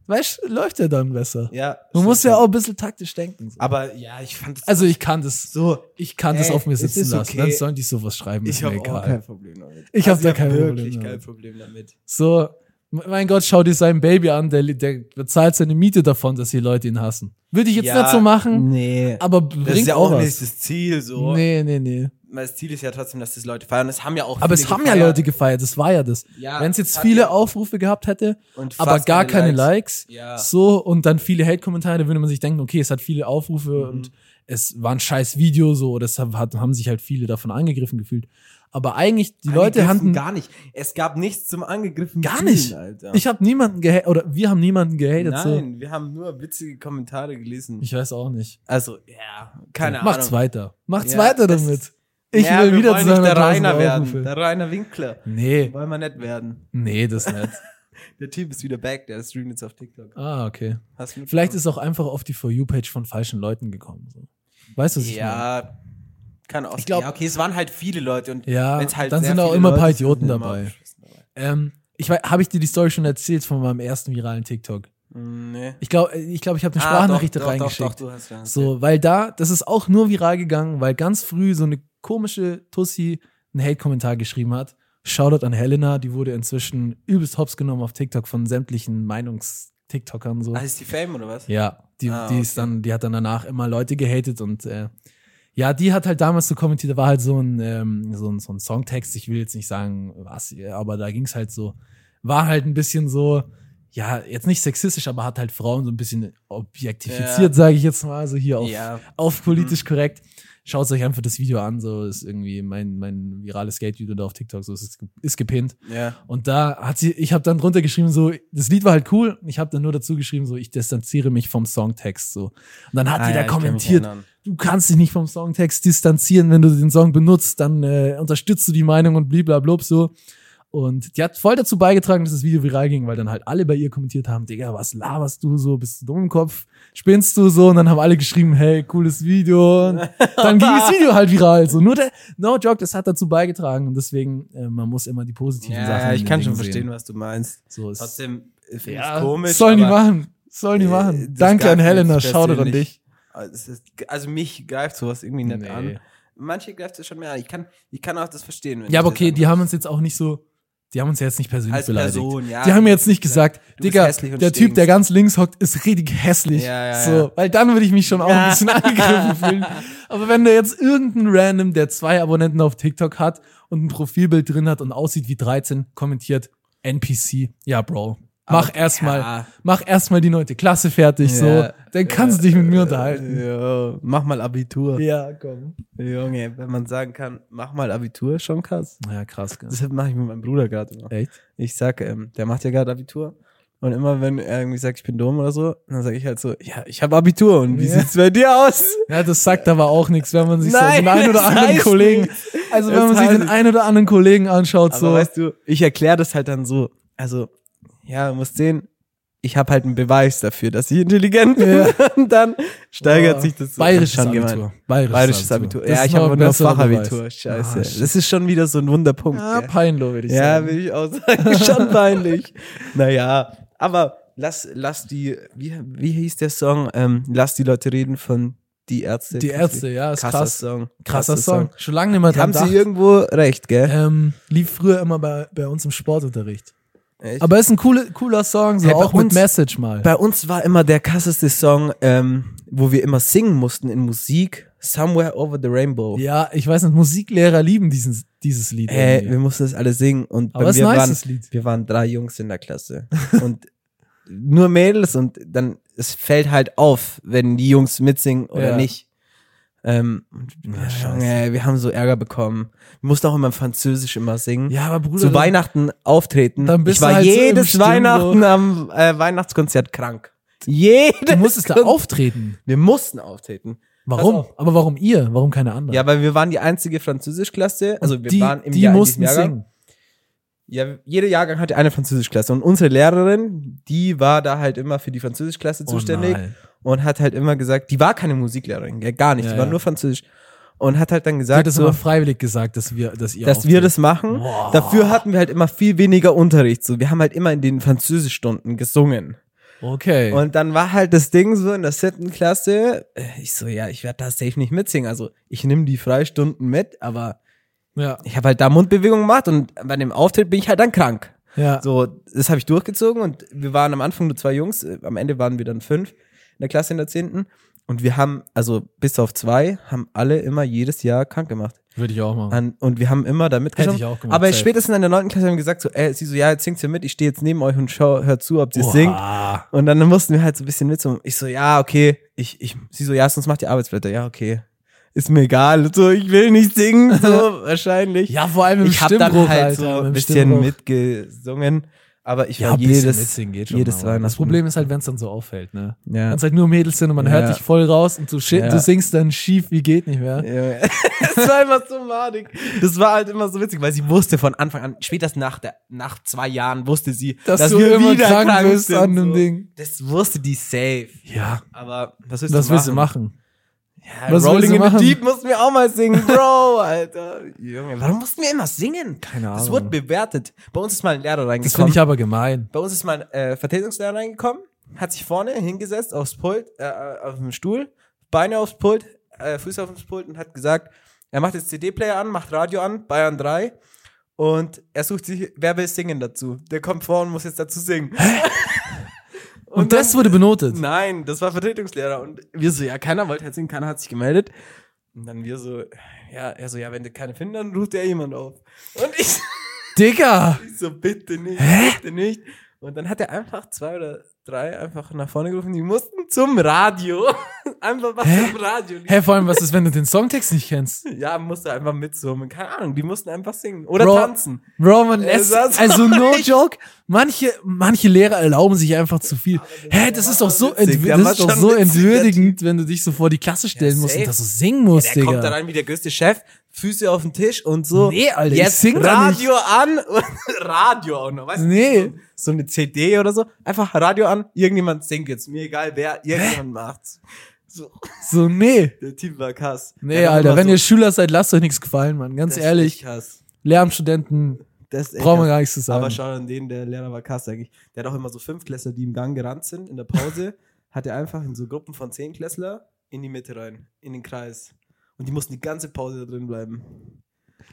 [SPEAKER 1] weißt du, läuft ja dann besser.
[SPEAKER 2] ja,
[SPEAKER 1] Man
[SPEAKER 2] stimmt
[SPEAKER 1] muss ja
[SPEAKER 2] schon.
[SPEAKER 1] auch ein bisschen taktisch denken. So.
[SPEAKER 2] Aber ja, ich fand es
[SPEAKER 1] Also ich kann das,
[SPEAKER 2] so.
[SPEAKER 1] ich kann das
[SPEAKER 2] Ey,
[SPEAKER 1] auf mir
[SPEAKER 2] es
[SPEAKER 1] sitzen
[SPEAKER 2] ist
[SPEAKER 1] lassen.
[SPEAKER 2] okay.
[SPEAKER 1] Dann sollen die sowas schreiben, ist
[SPEAKER 2] Ich
[SPEAKER 1] mir
[SPEAKER 2] habe auch
[SPEAKER 1] egal.
[SPEAKER 2] kein Problem damit. Also
[SPEAKER 1] Ich hab da
[SPEAKER 2] hab
[SPEAKER 1] kein Problem
[SPEAKER 2] wirklich kein
[SPEAKER 1] damit.
[SPEAKER 2] Problem damit.
[SPEAKER 1] So, mein Gott, schau dir sein Baby an, der, der bezahlt seine Miete davon, dass die Leute ihn hassen. Würde ich jetzt
[SPEAKER 3] Ja,
[SPEAKER 1] nicht so machen,
[SPEAKER 2] Nee.
[SPEAKER 1] aber bringt
[SPEAKER 3] Das ist ja auch
[SPEAKER 1] was.
[SPEAKER 3] nicht das Ziel so.
[SPEAKER 1] Nee, nee, nee.
[SPEAKER 3] Das Ziel ist ja trotzdem, dass das Leute feiern. Das haben ja auch
[SPEAKER 1] Aber
[SPEAKER 3] viele
[SPEAKER 1] es haben ja
[SPEAKER 3] gefeiert.
[SPEAKER 1] Leute gefeiert, das war ja das.
[SPEAKER 3] Ja,
[SPEAKER 1] Wenn es jetzt
[SPEAKER 3] hat
[SPEAKER 1] viele
[SPEAKER 3] ja-
[SPEAKER 1] Aufrufe gehabt hätte,
[SPEAKER 3] und
[SPEAKER 1] aber
[SPEAKER 3] fast
[SPEAKER 1] gar keine Likes,
[SPEAKER 3] Ja.
[SPEAKER 1] so und dann viele Hate-Kommentare, da würde man sich denken, okay, es hat viele Aufrufe
[SPEAKER 3] Mhm.
[SPEAKER 1] und es war ein scheiß Video so, deshalb hat, haben sich halt viele davon angegriffen gefühlt. Aber eigentlich, die Leute
[SPEAKER 3] Angegriffen
[SPEAKER 1] hatten
[SPEAKER 3] gar nicht. Es gab nichts zum angegriffen.
[SPEAKER 1] Gar
[SPEAKER 3] fühlen,
[SPEAKER 1] nicht.
[SPEAKER 3] Alter.
[SPEAKER 1] Ich habe niemanden gehatet, oder wir haben niemanden gehatet. So.
[SPEAKER 3] Nein, wir haben nur witzige Kommentare gelesen.
[SPEAKER 1] Ich weiß auch nicht.
[SPEAKER 3] also, ja, keine Ahnung.
[SPEAKER 1] Macht's weiter. Macht's
[SPEAKER 3] Ja,
[SPEAKER 1] weiter
[SPEAKER 3] das-
[SPEAKER 1] damit. Ich
[SPEAKER 3] ja,
[SPEAKER 1] will
[SPEAKER 3] wir
[SPEAKER 1] wieder
[SPEAKER 3] wollen
[SPEAKER 1] zu
[SPEAKER 3] nicht
[SPEAKER 1] seiner
[SPEAKER 3] der Rainer werden.
[SPEAKER 1] Aufrufe.
[SPEAKER 3] Der Rainer Winkler.
[SPEAKER 1] Nee,
[SPEAKER 3] Wollen wir nicht werden.
[SPEAKER 1] nee, das nicht.
[SPEAKER 3] Der Typ ist wieder back, der streamt jetzt auf TikTok.
[SPEAKER 1] Ah, okay.
[SPEAKER 3] Hast du
[SPEAKER 1] Vielleicht ist auch einfach auf die For You-Page von falschen Leuten gekommen. So. Weißt du, was ich meine?
[SPEAKER 3] Ja, kann auch.
[SPEAKER 1] Ich glaub-
[SPEAKER 3] ja, okay, es waren halt viele Leute und
[SPEAKER 1] Ja,
[SPEAKER 3] wenn's halt
[SPEAKER 1] dann
[SPEAKER 3] sehr
[SPEAKER 1] sind auch
[SPEAKER 3] viele
[SPEAKER 1] immer ein
[SPEAKER 3] Leute
[SPEAKER 1] paar
[SPEAKER 3] sind, sind
[SPEAKER 1] Idioten
[SPEAKER 3] immer
[SPEAKER 1] dabei.
[SPEAKER 3] Abschlüsse dabei.
[SPEAKER 1] Ähm, ich habe ich dir die Story schon erzählt von meinem ersten viralen TikTok?
[SPEAKER 3] Mm, Nee.
[SPEAKER 1] Ich glaube, ich, glaub, ich habe eine
[SPEAKER 3] Ah,
[SPEAKER 1] Sprachnachricht
[SPEAKER 3] doch,
[SPEAKER 1] da
[SPEAKER 3] doch,
[SPEAKER 1] reingeschickt.
[SPEAKER 3] Doch, doch, du hast ja.
[SPEAKER 1] So, weil da, das ist auch nur viral gegangen, weil ganz früh so eine komische Tussi einen Hate-Kommentar geschrieben hat. Shoutout an Helena, die wurde inzwischen übelst hops genommen auf TikTok von sämtlichen Meinungs-TikTokern so.
[SPEAKER 3] Ah, ist die Fame oder was?
[SPEAKER 1] Ja, die,
[SPEAKER 3] Ah,
[SPEAKER 1] die ist dann, die hat dann danach immer Leute gehatet und äh, ja, die hat halt damals so kommentiert, da war halt so ein, ähm, so ein, so ein Songtext, ich will jetzt nicht sagen, was, aber da ging's halt so, war halt ein bisschen so, ja, jetzt nicht sexistisch, aber hat halt Frauen so ein bisschen objektifiziert,
[SPEAKER 3] Ja.
[SPEAKER 1] sage ich jetzt mal, so hier auf,
[SPEAKER 3] Ja. Mhm.
[SPEAKER 1] auf politisch korrekt. Schaut euch einfach das Video an, so ist irgendwie mein, mein virales Skate-Video da auf TikTok, so es ist, ist gepinnt.
[SPEAKER 3] Ja.
[SPEAKER 1] Und da hat sie, ich habe dann drunter geschrieben, so, das Lied war halt cool. Ich habe dann nur dazu geschrieben, so, ich distanziere mich vom Songtext, so. Und dann hat
[SPEAKER 3] Ah,
[SPEAKER 1] die
[SPEAKER 3] ja,
[SPEAKER 1] da
[SPEAKER 3] ich kann mich
[SPEAKER 1] kommentiert,
[SPEAKER 3] erinnern.
[SPEAKER 1] du kannst dich nicht vom Songtext distanzieren, wenn du den Song benutzt, dann äh, unterstützt du die Meinung und bliblablub so. Und die hat voll dazu beigetragen, dass das Video viral ging, weil dann halt alle bei ihr kommentiert haben, Digga, was laberst du so, bist du dumm im Kopf, spinnst du so? Und dann haben alle geschrieben, hey, cooles Video. Und dann ging das Video halt viral. So, nur der, no joke, das hat dazu beigetragen. Und deswegen, äh, man muss immer die positiven Sachen
[SPEAKER 2] Ja,
[SPEAKER 1] Sachen
[SPEAKER 2] ich
[SPEAKER 1] in den
[SPEAKER 2] kann
[SPEAKER 1] Dingen
[SPEAKER 2] schon verstehen,
[SPEAKER 1] Sehen.
[SPEAKER 2] was du meinst.
[SPEAKER 1] So ist,
[SPEAKER 2] Trotzdem finde ich
[SPEAKER 1] ja,
[SPEAKER 2] komisch.
[SPEAKER 1] Sollen die
[SPEAKER 2] aber,
[SPEAKER 1] machen. Sollen die
[SPEAKER 2] äh,
[SPEAKER 1] machen.
[SPEAKER 2] das
[SPEAKER 1] Danke
[SPEAKER 2] greift
[SPEAKER 1] an
[SPEAKER 2] mich
[SPEAKER 1] Helena, Shoutout an
[SPEAKER 2] persönlich
[SPEAKER 1] dich.
[SPEAKER 2] Also, es ist- also mich greift sowas irgendwie nicht an. Manche greift es schon mehr an. Ich kann, ich kann auch das verstehen. wenn
[SPEAKER 1] Ja, aber
[SPEAKER 2] das
[SPEAKER 1] okay, die
[SPEAKER 2] andere-
[SPEAKER 1] haben uns jetzt auch nicht so, die haben uns ja jetzt nicht persönlich
[SPEAKER 2] als
[SPEAKER 1] beleidigt.
[SPEAKER 2] Person, ja.
[SPEAKER 1] Die haben mir jetzt nicht gesagt,
[SPEAKER 2] bist
[SPEAKER 1] Digga,
[SPEAKER 2] hässlich und
[SPEAKER 1] der Typ, der
[SPEAKER 2] stinkst.
[SPEAKER 1] ganz links hockt, ist richtig hässlich.
[SPEAKER 2] Ja, ja,
[SPEAKER 1] so,
[SPEAKER 2] ja.
[SPEAKER 1] weil dann würde ich mich schon auch ein bisschen angegriffen fühlen. Aber wenn da jetzt irgendein Random, der zwei Abonnenten auf TikTok hat und ein Profilbild drin hat und aussieht wie 13, kommentiert NPC. Ja, Bro. Mach erstmal,
[SPEAKER 2] ja.
[SPEAKER 1] mach erstmal die neunte Klasse fertig, so.
[SPEAKER 2] Ja.
[SPEAKER 1] Dann kannst du dich mit mir unterhalten.
[SPEAKER 2] Ja, mach mal Abitur.
[SPEAKER 1] Ja, komm.
[SPEAKER 2] Junge, wenn man sagen kann, mach mal Abitur, schon krass.
[SPEAKER 1] Ja, krass, gell.
[SPEAKER 2] Deshalb mache ich mit meinem Bruder gerade immer.
[SPEAKER 1] Echt?
[SPEAKER 2] Ich sag, ähm, der macht ja gerade Abitur. Und immer wenn er irgendwie sagt, ich bin dumm oder so, dann sage ich halt so, ja, ich habe Abitur. Und wie
[SPEAKER 1] Ja.
[SPEAKER 2] sieht's bei dir aus?
[SPEAKER 1] Ja, das sagt aber auch nichts, wenn man sich so
[SPEAKER 2] Nein,
[SPEAKER 1] den einen oder
[SPEAKER 2] das
[SPEAKER 1] anderen
[SPEAKER 2] heißt
[SPEAKER 1] Kollegen,
[SPEAKER 2] nichts.
[SPEAKER 1] also wenn
[SPEAKER 2] Das
[SPEAKER 1] man sich
[SPEAKER 2] heißt
[SPEAKER 1] den einen oder anderen Kollegen anschaut,
[SPEAKER 2] Aber
[SPEAKER 1] so.
[SPEAKER 2] weißt du, ich erkläre das halt dann so. Also, ja, du musst sehen, ich habe halt einen Beweis dafür, dass ich intelligent bin. Und dann steigert
[SPEAKER 1] Boah.
[SPEAKER 2] sich das. so.
[SPEAKER 1] Bayerisches
[SPEAKER 2] Schon gemein.
[SPEAKER 1] Abitur. Bayerisches,
[SPEAKER 2] Bayerisches Abitur.
[SPEAKER 1] Das
[SPEAKER 2] Ja,
[SPEAKER 1] ist
[SPEAKER 2] ich
[SPEAKER 1] noch
[SPEAKER 2] habe
[SPEAKER 1] ein
[SPEAKER 2] nur
[SPEAKER 1] besserer
[SPEAKER 2] Fachabitur.
[SPEAKER 1] Beweis.
[SPEAKER 2] Scheiße.
[SPEAKER 1] Ah,
[SPEAKER 2] das ist schon wieder so ein Wunderpunkt.
[SPEAKER 1] Ja,
[SPEAKER 2] gell?
[SPEAKER 1] Peinlo würde ich
[SPEAKER 2] Ja,
[SPEAKER 1] sagen.
[SPEAKER 2] will ich auch sagen. Schon peinlich. Naja, aber lass, lass die, wie, wie hieß der Song? Ähm, lass die Leute reden von Die Ärzte.
[SPEAKER 1] Die Ärzte, ja, ist
[SPEAKER 2] Krasser
[SPEAKER 1] krass.
[SPEAKER 2] Song.
[SPEAKER 1] Krasser Song. Schon lange nicht mehr dran
[SPEAKER 2] Haben sie
[SPEAKER 1] gedacht.
[SPEAKER 2] irgendwo recht, gell?
[SPEAKER 1] Ähm, lief früher immer bei, bei uns im Sportunterricht.
[SPEAKER 2] Echt?
[SPEAKER 1] Aber ist ein coole, cooler Song, so
[SPEAKER 2] Hey, bei
[SPEAKER 1] auch mit
[SPEAKER 2] uns-
[SPEAKER 1] Message mal.
[SPEAKER 2] Bei uns war immer der krasseste Song, ähm, wo wir immer singen mussten in Musik, Somewhere Over the Rainbow.
[SPEAKER 1] ja, ich weiß nicht, Musiklehrer lieben diesen, dieses Lied.
[SPEAKER 2] Äh, wir
[SPEAKER 1] irgendwie.
[SPEAKER 2] mussten das alle singen und
[SPEAKER 1] Aber
[SPEAKER 2] bei
[SPEAKER 1] es ist
[SPEAKER 2] mir
[SPEAKER 1] ein
[SPEAKER 2] waren,
[SPEAKER 1] nices Lied.
[SPEAKER 2] wir waren drei Jungs in der Klasse und nur Mädels und dann es fällt halt auf, wenn die Jungs mitsingen oder
[SPEAKER 1] Ja.
[SPEAKER 2] nicht. Ähm, und
[SPEAKER 1] Ja,
[SPEAKER 2] Junge, wir haben so Ärger bekommen. Wir mussten auch immer im Französisch immer singen.
[SPEAKER 1] Ja, aber Bruder.
[SPEAKER 2] Zu
[SPEAKER 1] dann-
[SPEAKER 2] Weihnachten auftreten.
[SPEAKER 1] Dann bist
[SPEAKER 2] ich
[SPEAKER 1] du
[SPEAKER 2] war
[SPEAKER 1] halt so im
[SPEAKER 2] jedes
[SPEAKER 1] Stimmbruch.
[SPEAKER 2] Weihnachten am äh, Weihnachtskonzert krank. Jedes
[SPEAKER 1] Du musstest da
[SPEAKER 2] Kon-
[SPEAKER 1] auftreten.
[SPEAKER 2] Wir mussten auftreten.
[SPEAKER 1] Warum?
[SPEAKER 2] Pass
[SPEAKER 1] Aber warum ihr? Warum keine anderen?
[SPEAKER 2] Ja, weil wir waren die einzige Französischklasse. Also wir
[SPEAKER 1] die,
[SPEAKER 2] waren im
[SPEAKER 1] die
[SPEAKER 2] Jahr, in diesem
[SPEAKER 1] mussten
[SPEAKER 2] Jahrgang.
[SPEAKER 1] singen.
[SPEAKER 2] Ja, jeder Jahrgang hatte eine Französischklasse und unsere Lehrerin, die war da halt immer für die Französischklasse zuständig
[SPEAKER 1] Oh nein.
[SPEAKER 2] und hat halt immer gesagt, die war keine Musiklehrerin, gell, gar nicht,
[SPEAKER 1] Ja,
[SPEAKER 2] die war
[SPEAKER 1] ja.
[SPEAKER 2] nur Französisch und hat halt dann
[SPEAKER 1] Die hat
[SPEAKER 2] gesagt,
[SPEAKER 1] das
[SPEAKER 2] so,
[SPEAKER 1] immer freiwillig gesagt, dass wir, dass ihr
[SPEAKER 2] dass wir
[SPEAKER 1] auftreten.
[SPEAKER 2] das machen.
[SPEAKER 1] Boah.
[SPEAKER 2] Dafür hatten wir halt immer viel weniger Unterricht, so wir haben halt immer in den Französischstunden gesungen.
[SPEAKER 1] Okay.
[SPEAKER 2] Und dann war halt das Ding so in der siebten Klasse, äh, ich so, ja, ich werde da safe nicht mitsingen, also ich nehme die Freistunden mit, aber
[SPEAKER 1] ja.
[SPEAKER 2] ich habe halt da Mundbewegungen gemacht und bei dem Auftritt bin ich halt dann krank.
[SPEAKER 1] Ja.
[SPEAKER 2] So, das habe ich durchgezogen und wir waren am Anfang nur zwei Jungs, äh, am Ende waren wir dann fünf in der Klasse in der zehnten. Und wir haben, also bis auf zwei, haben alle immer jedes Jahr krank gemacht.
[SPEAKER 1] Würde ich auch machen.
[SPEAKER 2] An, und wir haben immer da mitgesungen.
[SPEAKER 1] Oh. ich auch gemacht,
[SPEAKER 2] aber
[SPEAKER 1] safe.
[SPEAKER 2] spätestens in der neunten Klasse haben wir gesagt, so, ey, sie so, ja, jetzt singt ihr mit, ich stehe jetzt neben euch und schau, hört zu, ob sie
[SPEAKER 1] Oha.
[SPEAKER 2] singt. Und dann mussten wir halt so ein bisschen mitsummen. Ich so, ja, okay. Ich, ich, sie so, ja, sonst macht ihr Arbeitsblätter. Ja, okay. Ist mir egal. So, ich will nicht singen, so, wahrscheinlich
[SPEAKER 1] Ja, vor allem im
[SPEAKER 2] ich habe
[SPEAKER 1] Stimmbruch,
[SPEAKER 2] dann halt
[SPEAKER 1] Alter,
[SPEAKER 2] so
[SPEAKER 1] mit dem
[SPEAKER 2] ein bisschen
[SPEAKER 1] Stimmbruch.
[SPEAKER 2] mitgesungen, aber ich
[SPEAKER 1] Ja,
[SPEAKER 2] war
[SPEAKER 1] ein bisschen
[SPEAKER 2] jedes,
[SPEAKER 1] mitsingen geht schon
[SPEAKER 2] jedes
[SPEAKER 1] mal.
[SPEAKER 2] Weihnachten.
[SPEAKER 1] Das Problem ist halt, wenn es dann so auffällt, ne?
[SPEAKER 2] Ja.
[SPEAKER 1] Wenn es halt nur Mädels sind und man hört
[SPEAKER 2] Ja.
[SPEAKER 1] dich voll raus und du, schi-
[SPEAKER 2] Ja.
[SPEAKER 1] du singst dann schief, wie geht nicht mehr.
[SPEAKER 2] Ja. das war immer so madig. Das war halt immer so witzig, weil sie wusste von Anfang an, spätestens nach, der, nach zwei Jahren wusste sie, dass,
[SPEAKER 1] Dass, du
[SPEAKER 2] wir
[SPEAKER 1] immer
[SPEAKER 2] wieder
[SPEAKER 1] krank, bist
[SPEAKER 2] sind,
[SPEAKER 1] an dem
[SPEAKER 2] so.
[SPEAKER 1] Ding.
[SPEAKER 2] Das wusste die safe.
[SPEAKER 1] Ja.
[SPEAKER 2] Aber was willst
[SPEAKER 1] Was
[SPEAKER 2] du
[SPEAKER 1] willst du
[SPEAKER 2] machen?
[SPEAKER 1] machen?
[SPEAKER 2] Ja,
[SPEAKER 1] Was willst
[SPEAKER 2] Rolling
[SPEAKER 1] du
[SPEAKER 2] in
[SPEAKER 1] machen?
[SPEAKER 2] the Deep mussten wir auch mal singen, Bro, Alter. Junge, warum mussten wir immer singen?
[SPEAKER 1] Keine
[SPEAKER 2] Das
[SPEAKER 1] Ahnung.
[SPEAKER 2] wurde bewertet. Bei uns ist mal ein Lehrer
[SPEAKER 1] Das finde
[SPEAKER 2] reingekommen.
[SPEAKER 1] ich aber gemein.
[SPEAKER 2] Bei uns ist mein äh, Vertretungslehrer reingekommen, hat sich vorne hingesetzt aufs Pult, äh, auf dem Stuhl, Beine aufs Pult, äh, Füße aufs Pult und hat gesagt, er macht jetzt CD-Player an, macht Radio an, Bayern 3 und er sucht sich, wer will singen dazu? Der kommt vor und muss jetzt dazu singen.
[SPEAKER 1] Und, das wurde benotet.
[SPEAKER 2] Nein, das war Vertretungslehrer und wir so, ja, keiner wollte halt singen, keiner hat sich gemeldet. Und dann wir so, ja, er so, ja, wenn du keine finden, dann ruft er jemand auf. Und ich
[SPEAKER 1] Digga!
[SPEAKER 2] ich so, bitte nicht, bitte nicht. Und dann hat er einfach zwei oder drei einfach nach vorne gerufen, die mussten zum Radio.
[SPEAKER 3] Einfach was
[SPEAKER 1] Hä?
[SPEAKER 3] im Radio. lief.
[SPEAKER 1] Hä, vor allem, was ist, wenn du den Songtext nicht kennst?
[SPEAKER 3] Ja, musste einfach mitsummen. Keine Ahnung, die mussten einfach singen. Oder
[SPEAKER 1] Bro.
[SPEAKER 3] tanzen.
[SPEAKER 1] Bro, man,
[SPEAKER 3] Äh,
[SPEAKER 1] es,
[SPEAKER 3] das-
[SPEAKER 1] also no joke, manche, manche Lehrer erlauben sich einfach zu viel. Hä, das ist doch so,
[SPEAKER 3] witzig,
[SPEAKER 1] entw
[SPEAKER 3] der
[SPEAKER 1] das
[SPEAKER 3] war
[SPEAKER 1] ist doch
[SPEAKER 3] schon
[SPEAKER 1] so
[SPEAKER 3] witzig, der
[SPEAKER 1] entwürdigend, wenn du dich so vor die Klasse stellen musst und
[SPEAKER 3] safe.
[SPEAKER 1] dass du singen musst,
[SPEAKER 3] Der
[SPEAKER 1] Digga.
[SPEAKER 3] kommt da rein wie der größte Chef, Füße auf den Tisch und so.
[SPEAKER 1] Nee, Alter, ich
[SPEAKER 3] Jetzt
[SPEAKER 1] sing da nicht.
[SPEAKER 3] Radio an und Radio auch noch, weißt du?
[SPEAKER 1] Nee.
[SPEAKER 3] So, so eine CD oder so. Einfach Radio an, irgendjemand singt jetzt. Mir egal wer, irgendjemand macht's. So,
[SPEAKER 1] So, nee.
[SPEAKER 3] der Typ war krass.
[SPEAKER 1] Nee,
[SPEAKER 3] Der war
[SPEAKER 1] Alter,
[SPEAKER 3] immer
[SPEAKER 1] wenn
[SPEAKER 3] so,
[SPEAKER 1] ihr Schüler seid, lasst euch nichts gefallen, Mann. Ganz
[SPEAKER 3] das ist echt
[SPEAKER 1] ehrlich,
[SPEAKER 3] krass.
[SPEAKER 1] Lehramtsstudenten
[SPEAKER 3] Das ist echt
[SPEAKER 1] brauchen wir
[SPEAKER 3] krass.
[SPEAKER 1] gar nichts zu sagen.
[SPEAKER 3] Aber schau an den, der Lehrer war krass eigentlich. Der hat auch immer so Fünfklässler, die im Gang gerannt sind, in der Pause, hat er einfach in so Gruppen von Zehnklässler in die Mitte rein, in den Kreis. Und die mussten die ganze Pause da drin bleiben.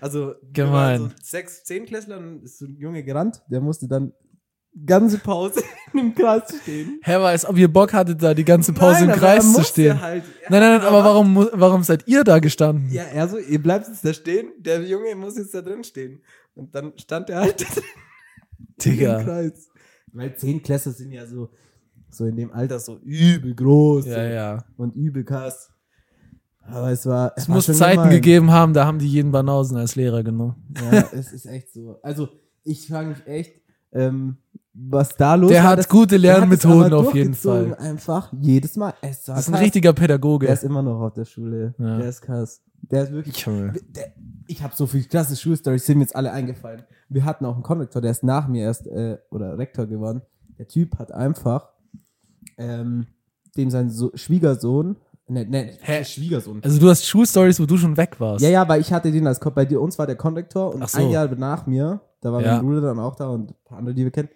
[SPEAKER 3] Also, wir waren
[SPEAKER 1] Gemein.
[SPEAKER 3] So sechs Zehnklässler und ist so ein Junge gerannt.
[SPEAKER 2] Der musste dann ganze Pause
[SPEAKER 3] Im Kreis stehen.
[SPEAKER 1] Hä, weiß, ob ihr Bock hattet, da die ganze Pause im Kreis zu stehen.
[SPEAKER 3] Halt.
[SPEAKER 1] Nein, nein, nein, aber warum, mu- warum seid ihr da gestanden?
[SPEAKER 3] Ja, er so, ihr bleibt jetzt da stehen, der Junge muss jetzt da drin stehen. Und dann stand er halt da drin im
[SPEAKER 1] Digga.
[SPEAKER 3] Kreis. Weil Zehnklässler sind ja so, so in dem Alter so übel groß. so
[SPEAKER 1] Ja, ja.
[SPEAKER 3] und übel krass.
[SPEAKER 2] Aber es war.
[SPEAKER 1] Es muss Zeiten gegeben haben, da haben die jeden Banausen als Lehrer genommen.
[SPEAKER 2] Ja, es ist echt so. Also, ich frage mich echt, ähm, was da los
[SPEAKER 1] Der
[SPEAKER 2] war,
[SPEAKER 1] hat
[SPEAKER 2] das-
[SPEAKER 1] gute
[SPEAKER 2] der hat es
[SPEAKER 1] Lernmethoden
[SPEAKER 2] aber
[SPEAKER 1] auf jeden
[SPEAKER 2] durchgezogen,
[SPEAKER 1] Fall.
[SPEAKER 2] Einfach jedes Mal. Es war
[SPEAKER 1] Das ist ein
[SPEAKER 2] krass.
[SPEAKER 1] richtiger
[SPEAKER 2] Der
[SPEAKER 1] Pädagoge.
[SPEAKER 2] ist immer noch auf der Schule.
[SPEAKER 1] Ja.
[SPEAKER 2] Der ist krass. Der ist wirklich.
[SPEAKER 1] Junge.
[SPEAKER 2] Der, ich habe so viele krasse Schulstories, sind mir jetzt alle eingefallen. Wir hatten auch einen Konrektor, der ist nach mir erst äh, oder Rektor geworden. Der Typ hat einfach ähm, dem sein so Schwiegersohn, ne, ne,
[SPEAKER 1] Hä?
[SPEAKER 2] Schwiegersohn.
[SPEAKER 1] Also du hast Schulstories, wo du schon weg warst.
[SPEAKER 2] Ja, ja, weil ich hatte den als Kopf. Bei dir, uns war der Konrektor und
[SPEAKER 1] Ach so.
[SPEAKER 2] ein Jahr nach mir, da war
[SPEAKER 1] Ja.
[SPEAKER 2] mein Bruder dann auch da und ein paar andere, die wir kennen,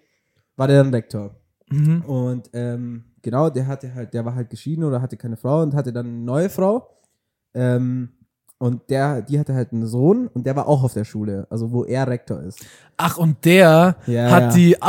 [SPEAKER 2] war der dann Rektor.
[SPEAKER 1] Mhm.
[SPEAKER 2] Und ähm, genau, der hatte halt, der war halt geschieden oder hatte keine Frau und hatte dann eine neue Frau. Ähm, und der, die hatte halt einen Sohn und der war auch auf der Schule, also wo er Rektor ist.
[SPEAKER 1] Ach, und der
[SPEAKER 2] Ja,
[SPEAKER 1] hat
[SPEAKER 2] ja.
[SPEAKER 1] die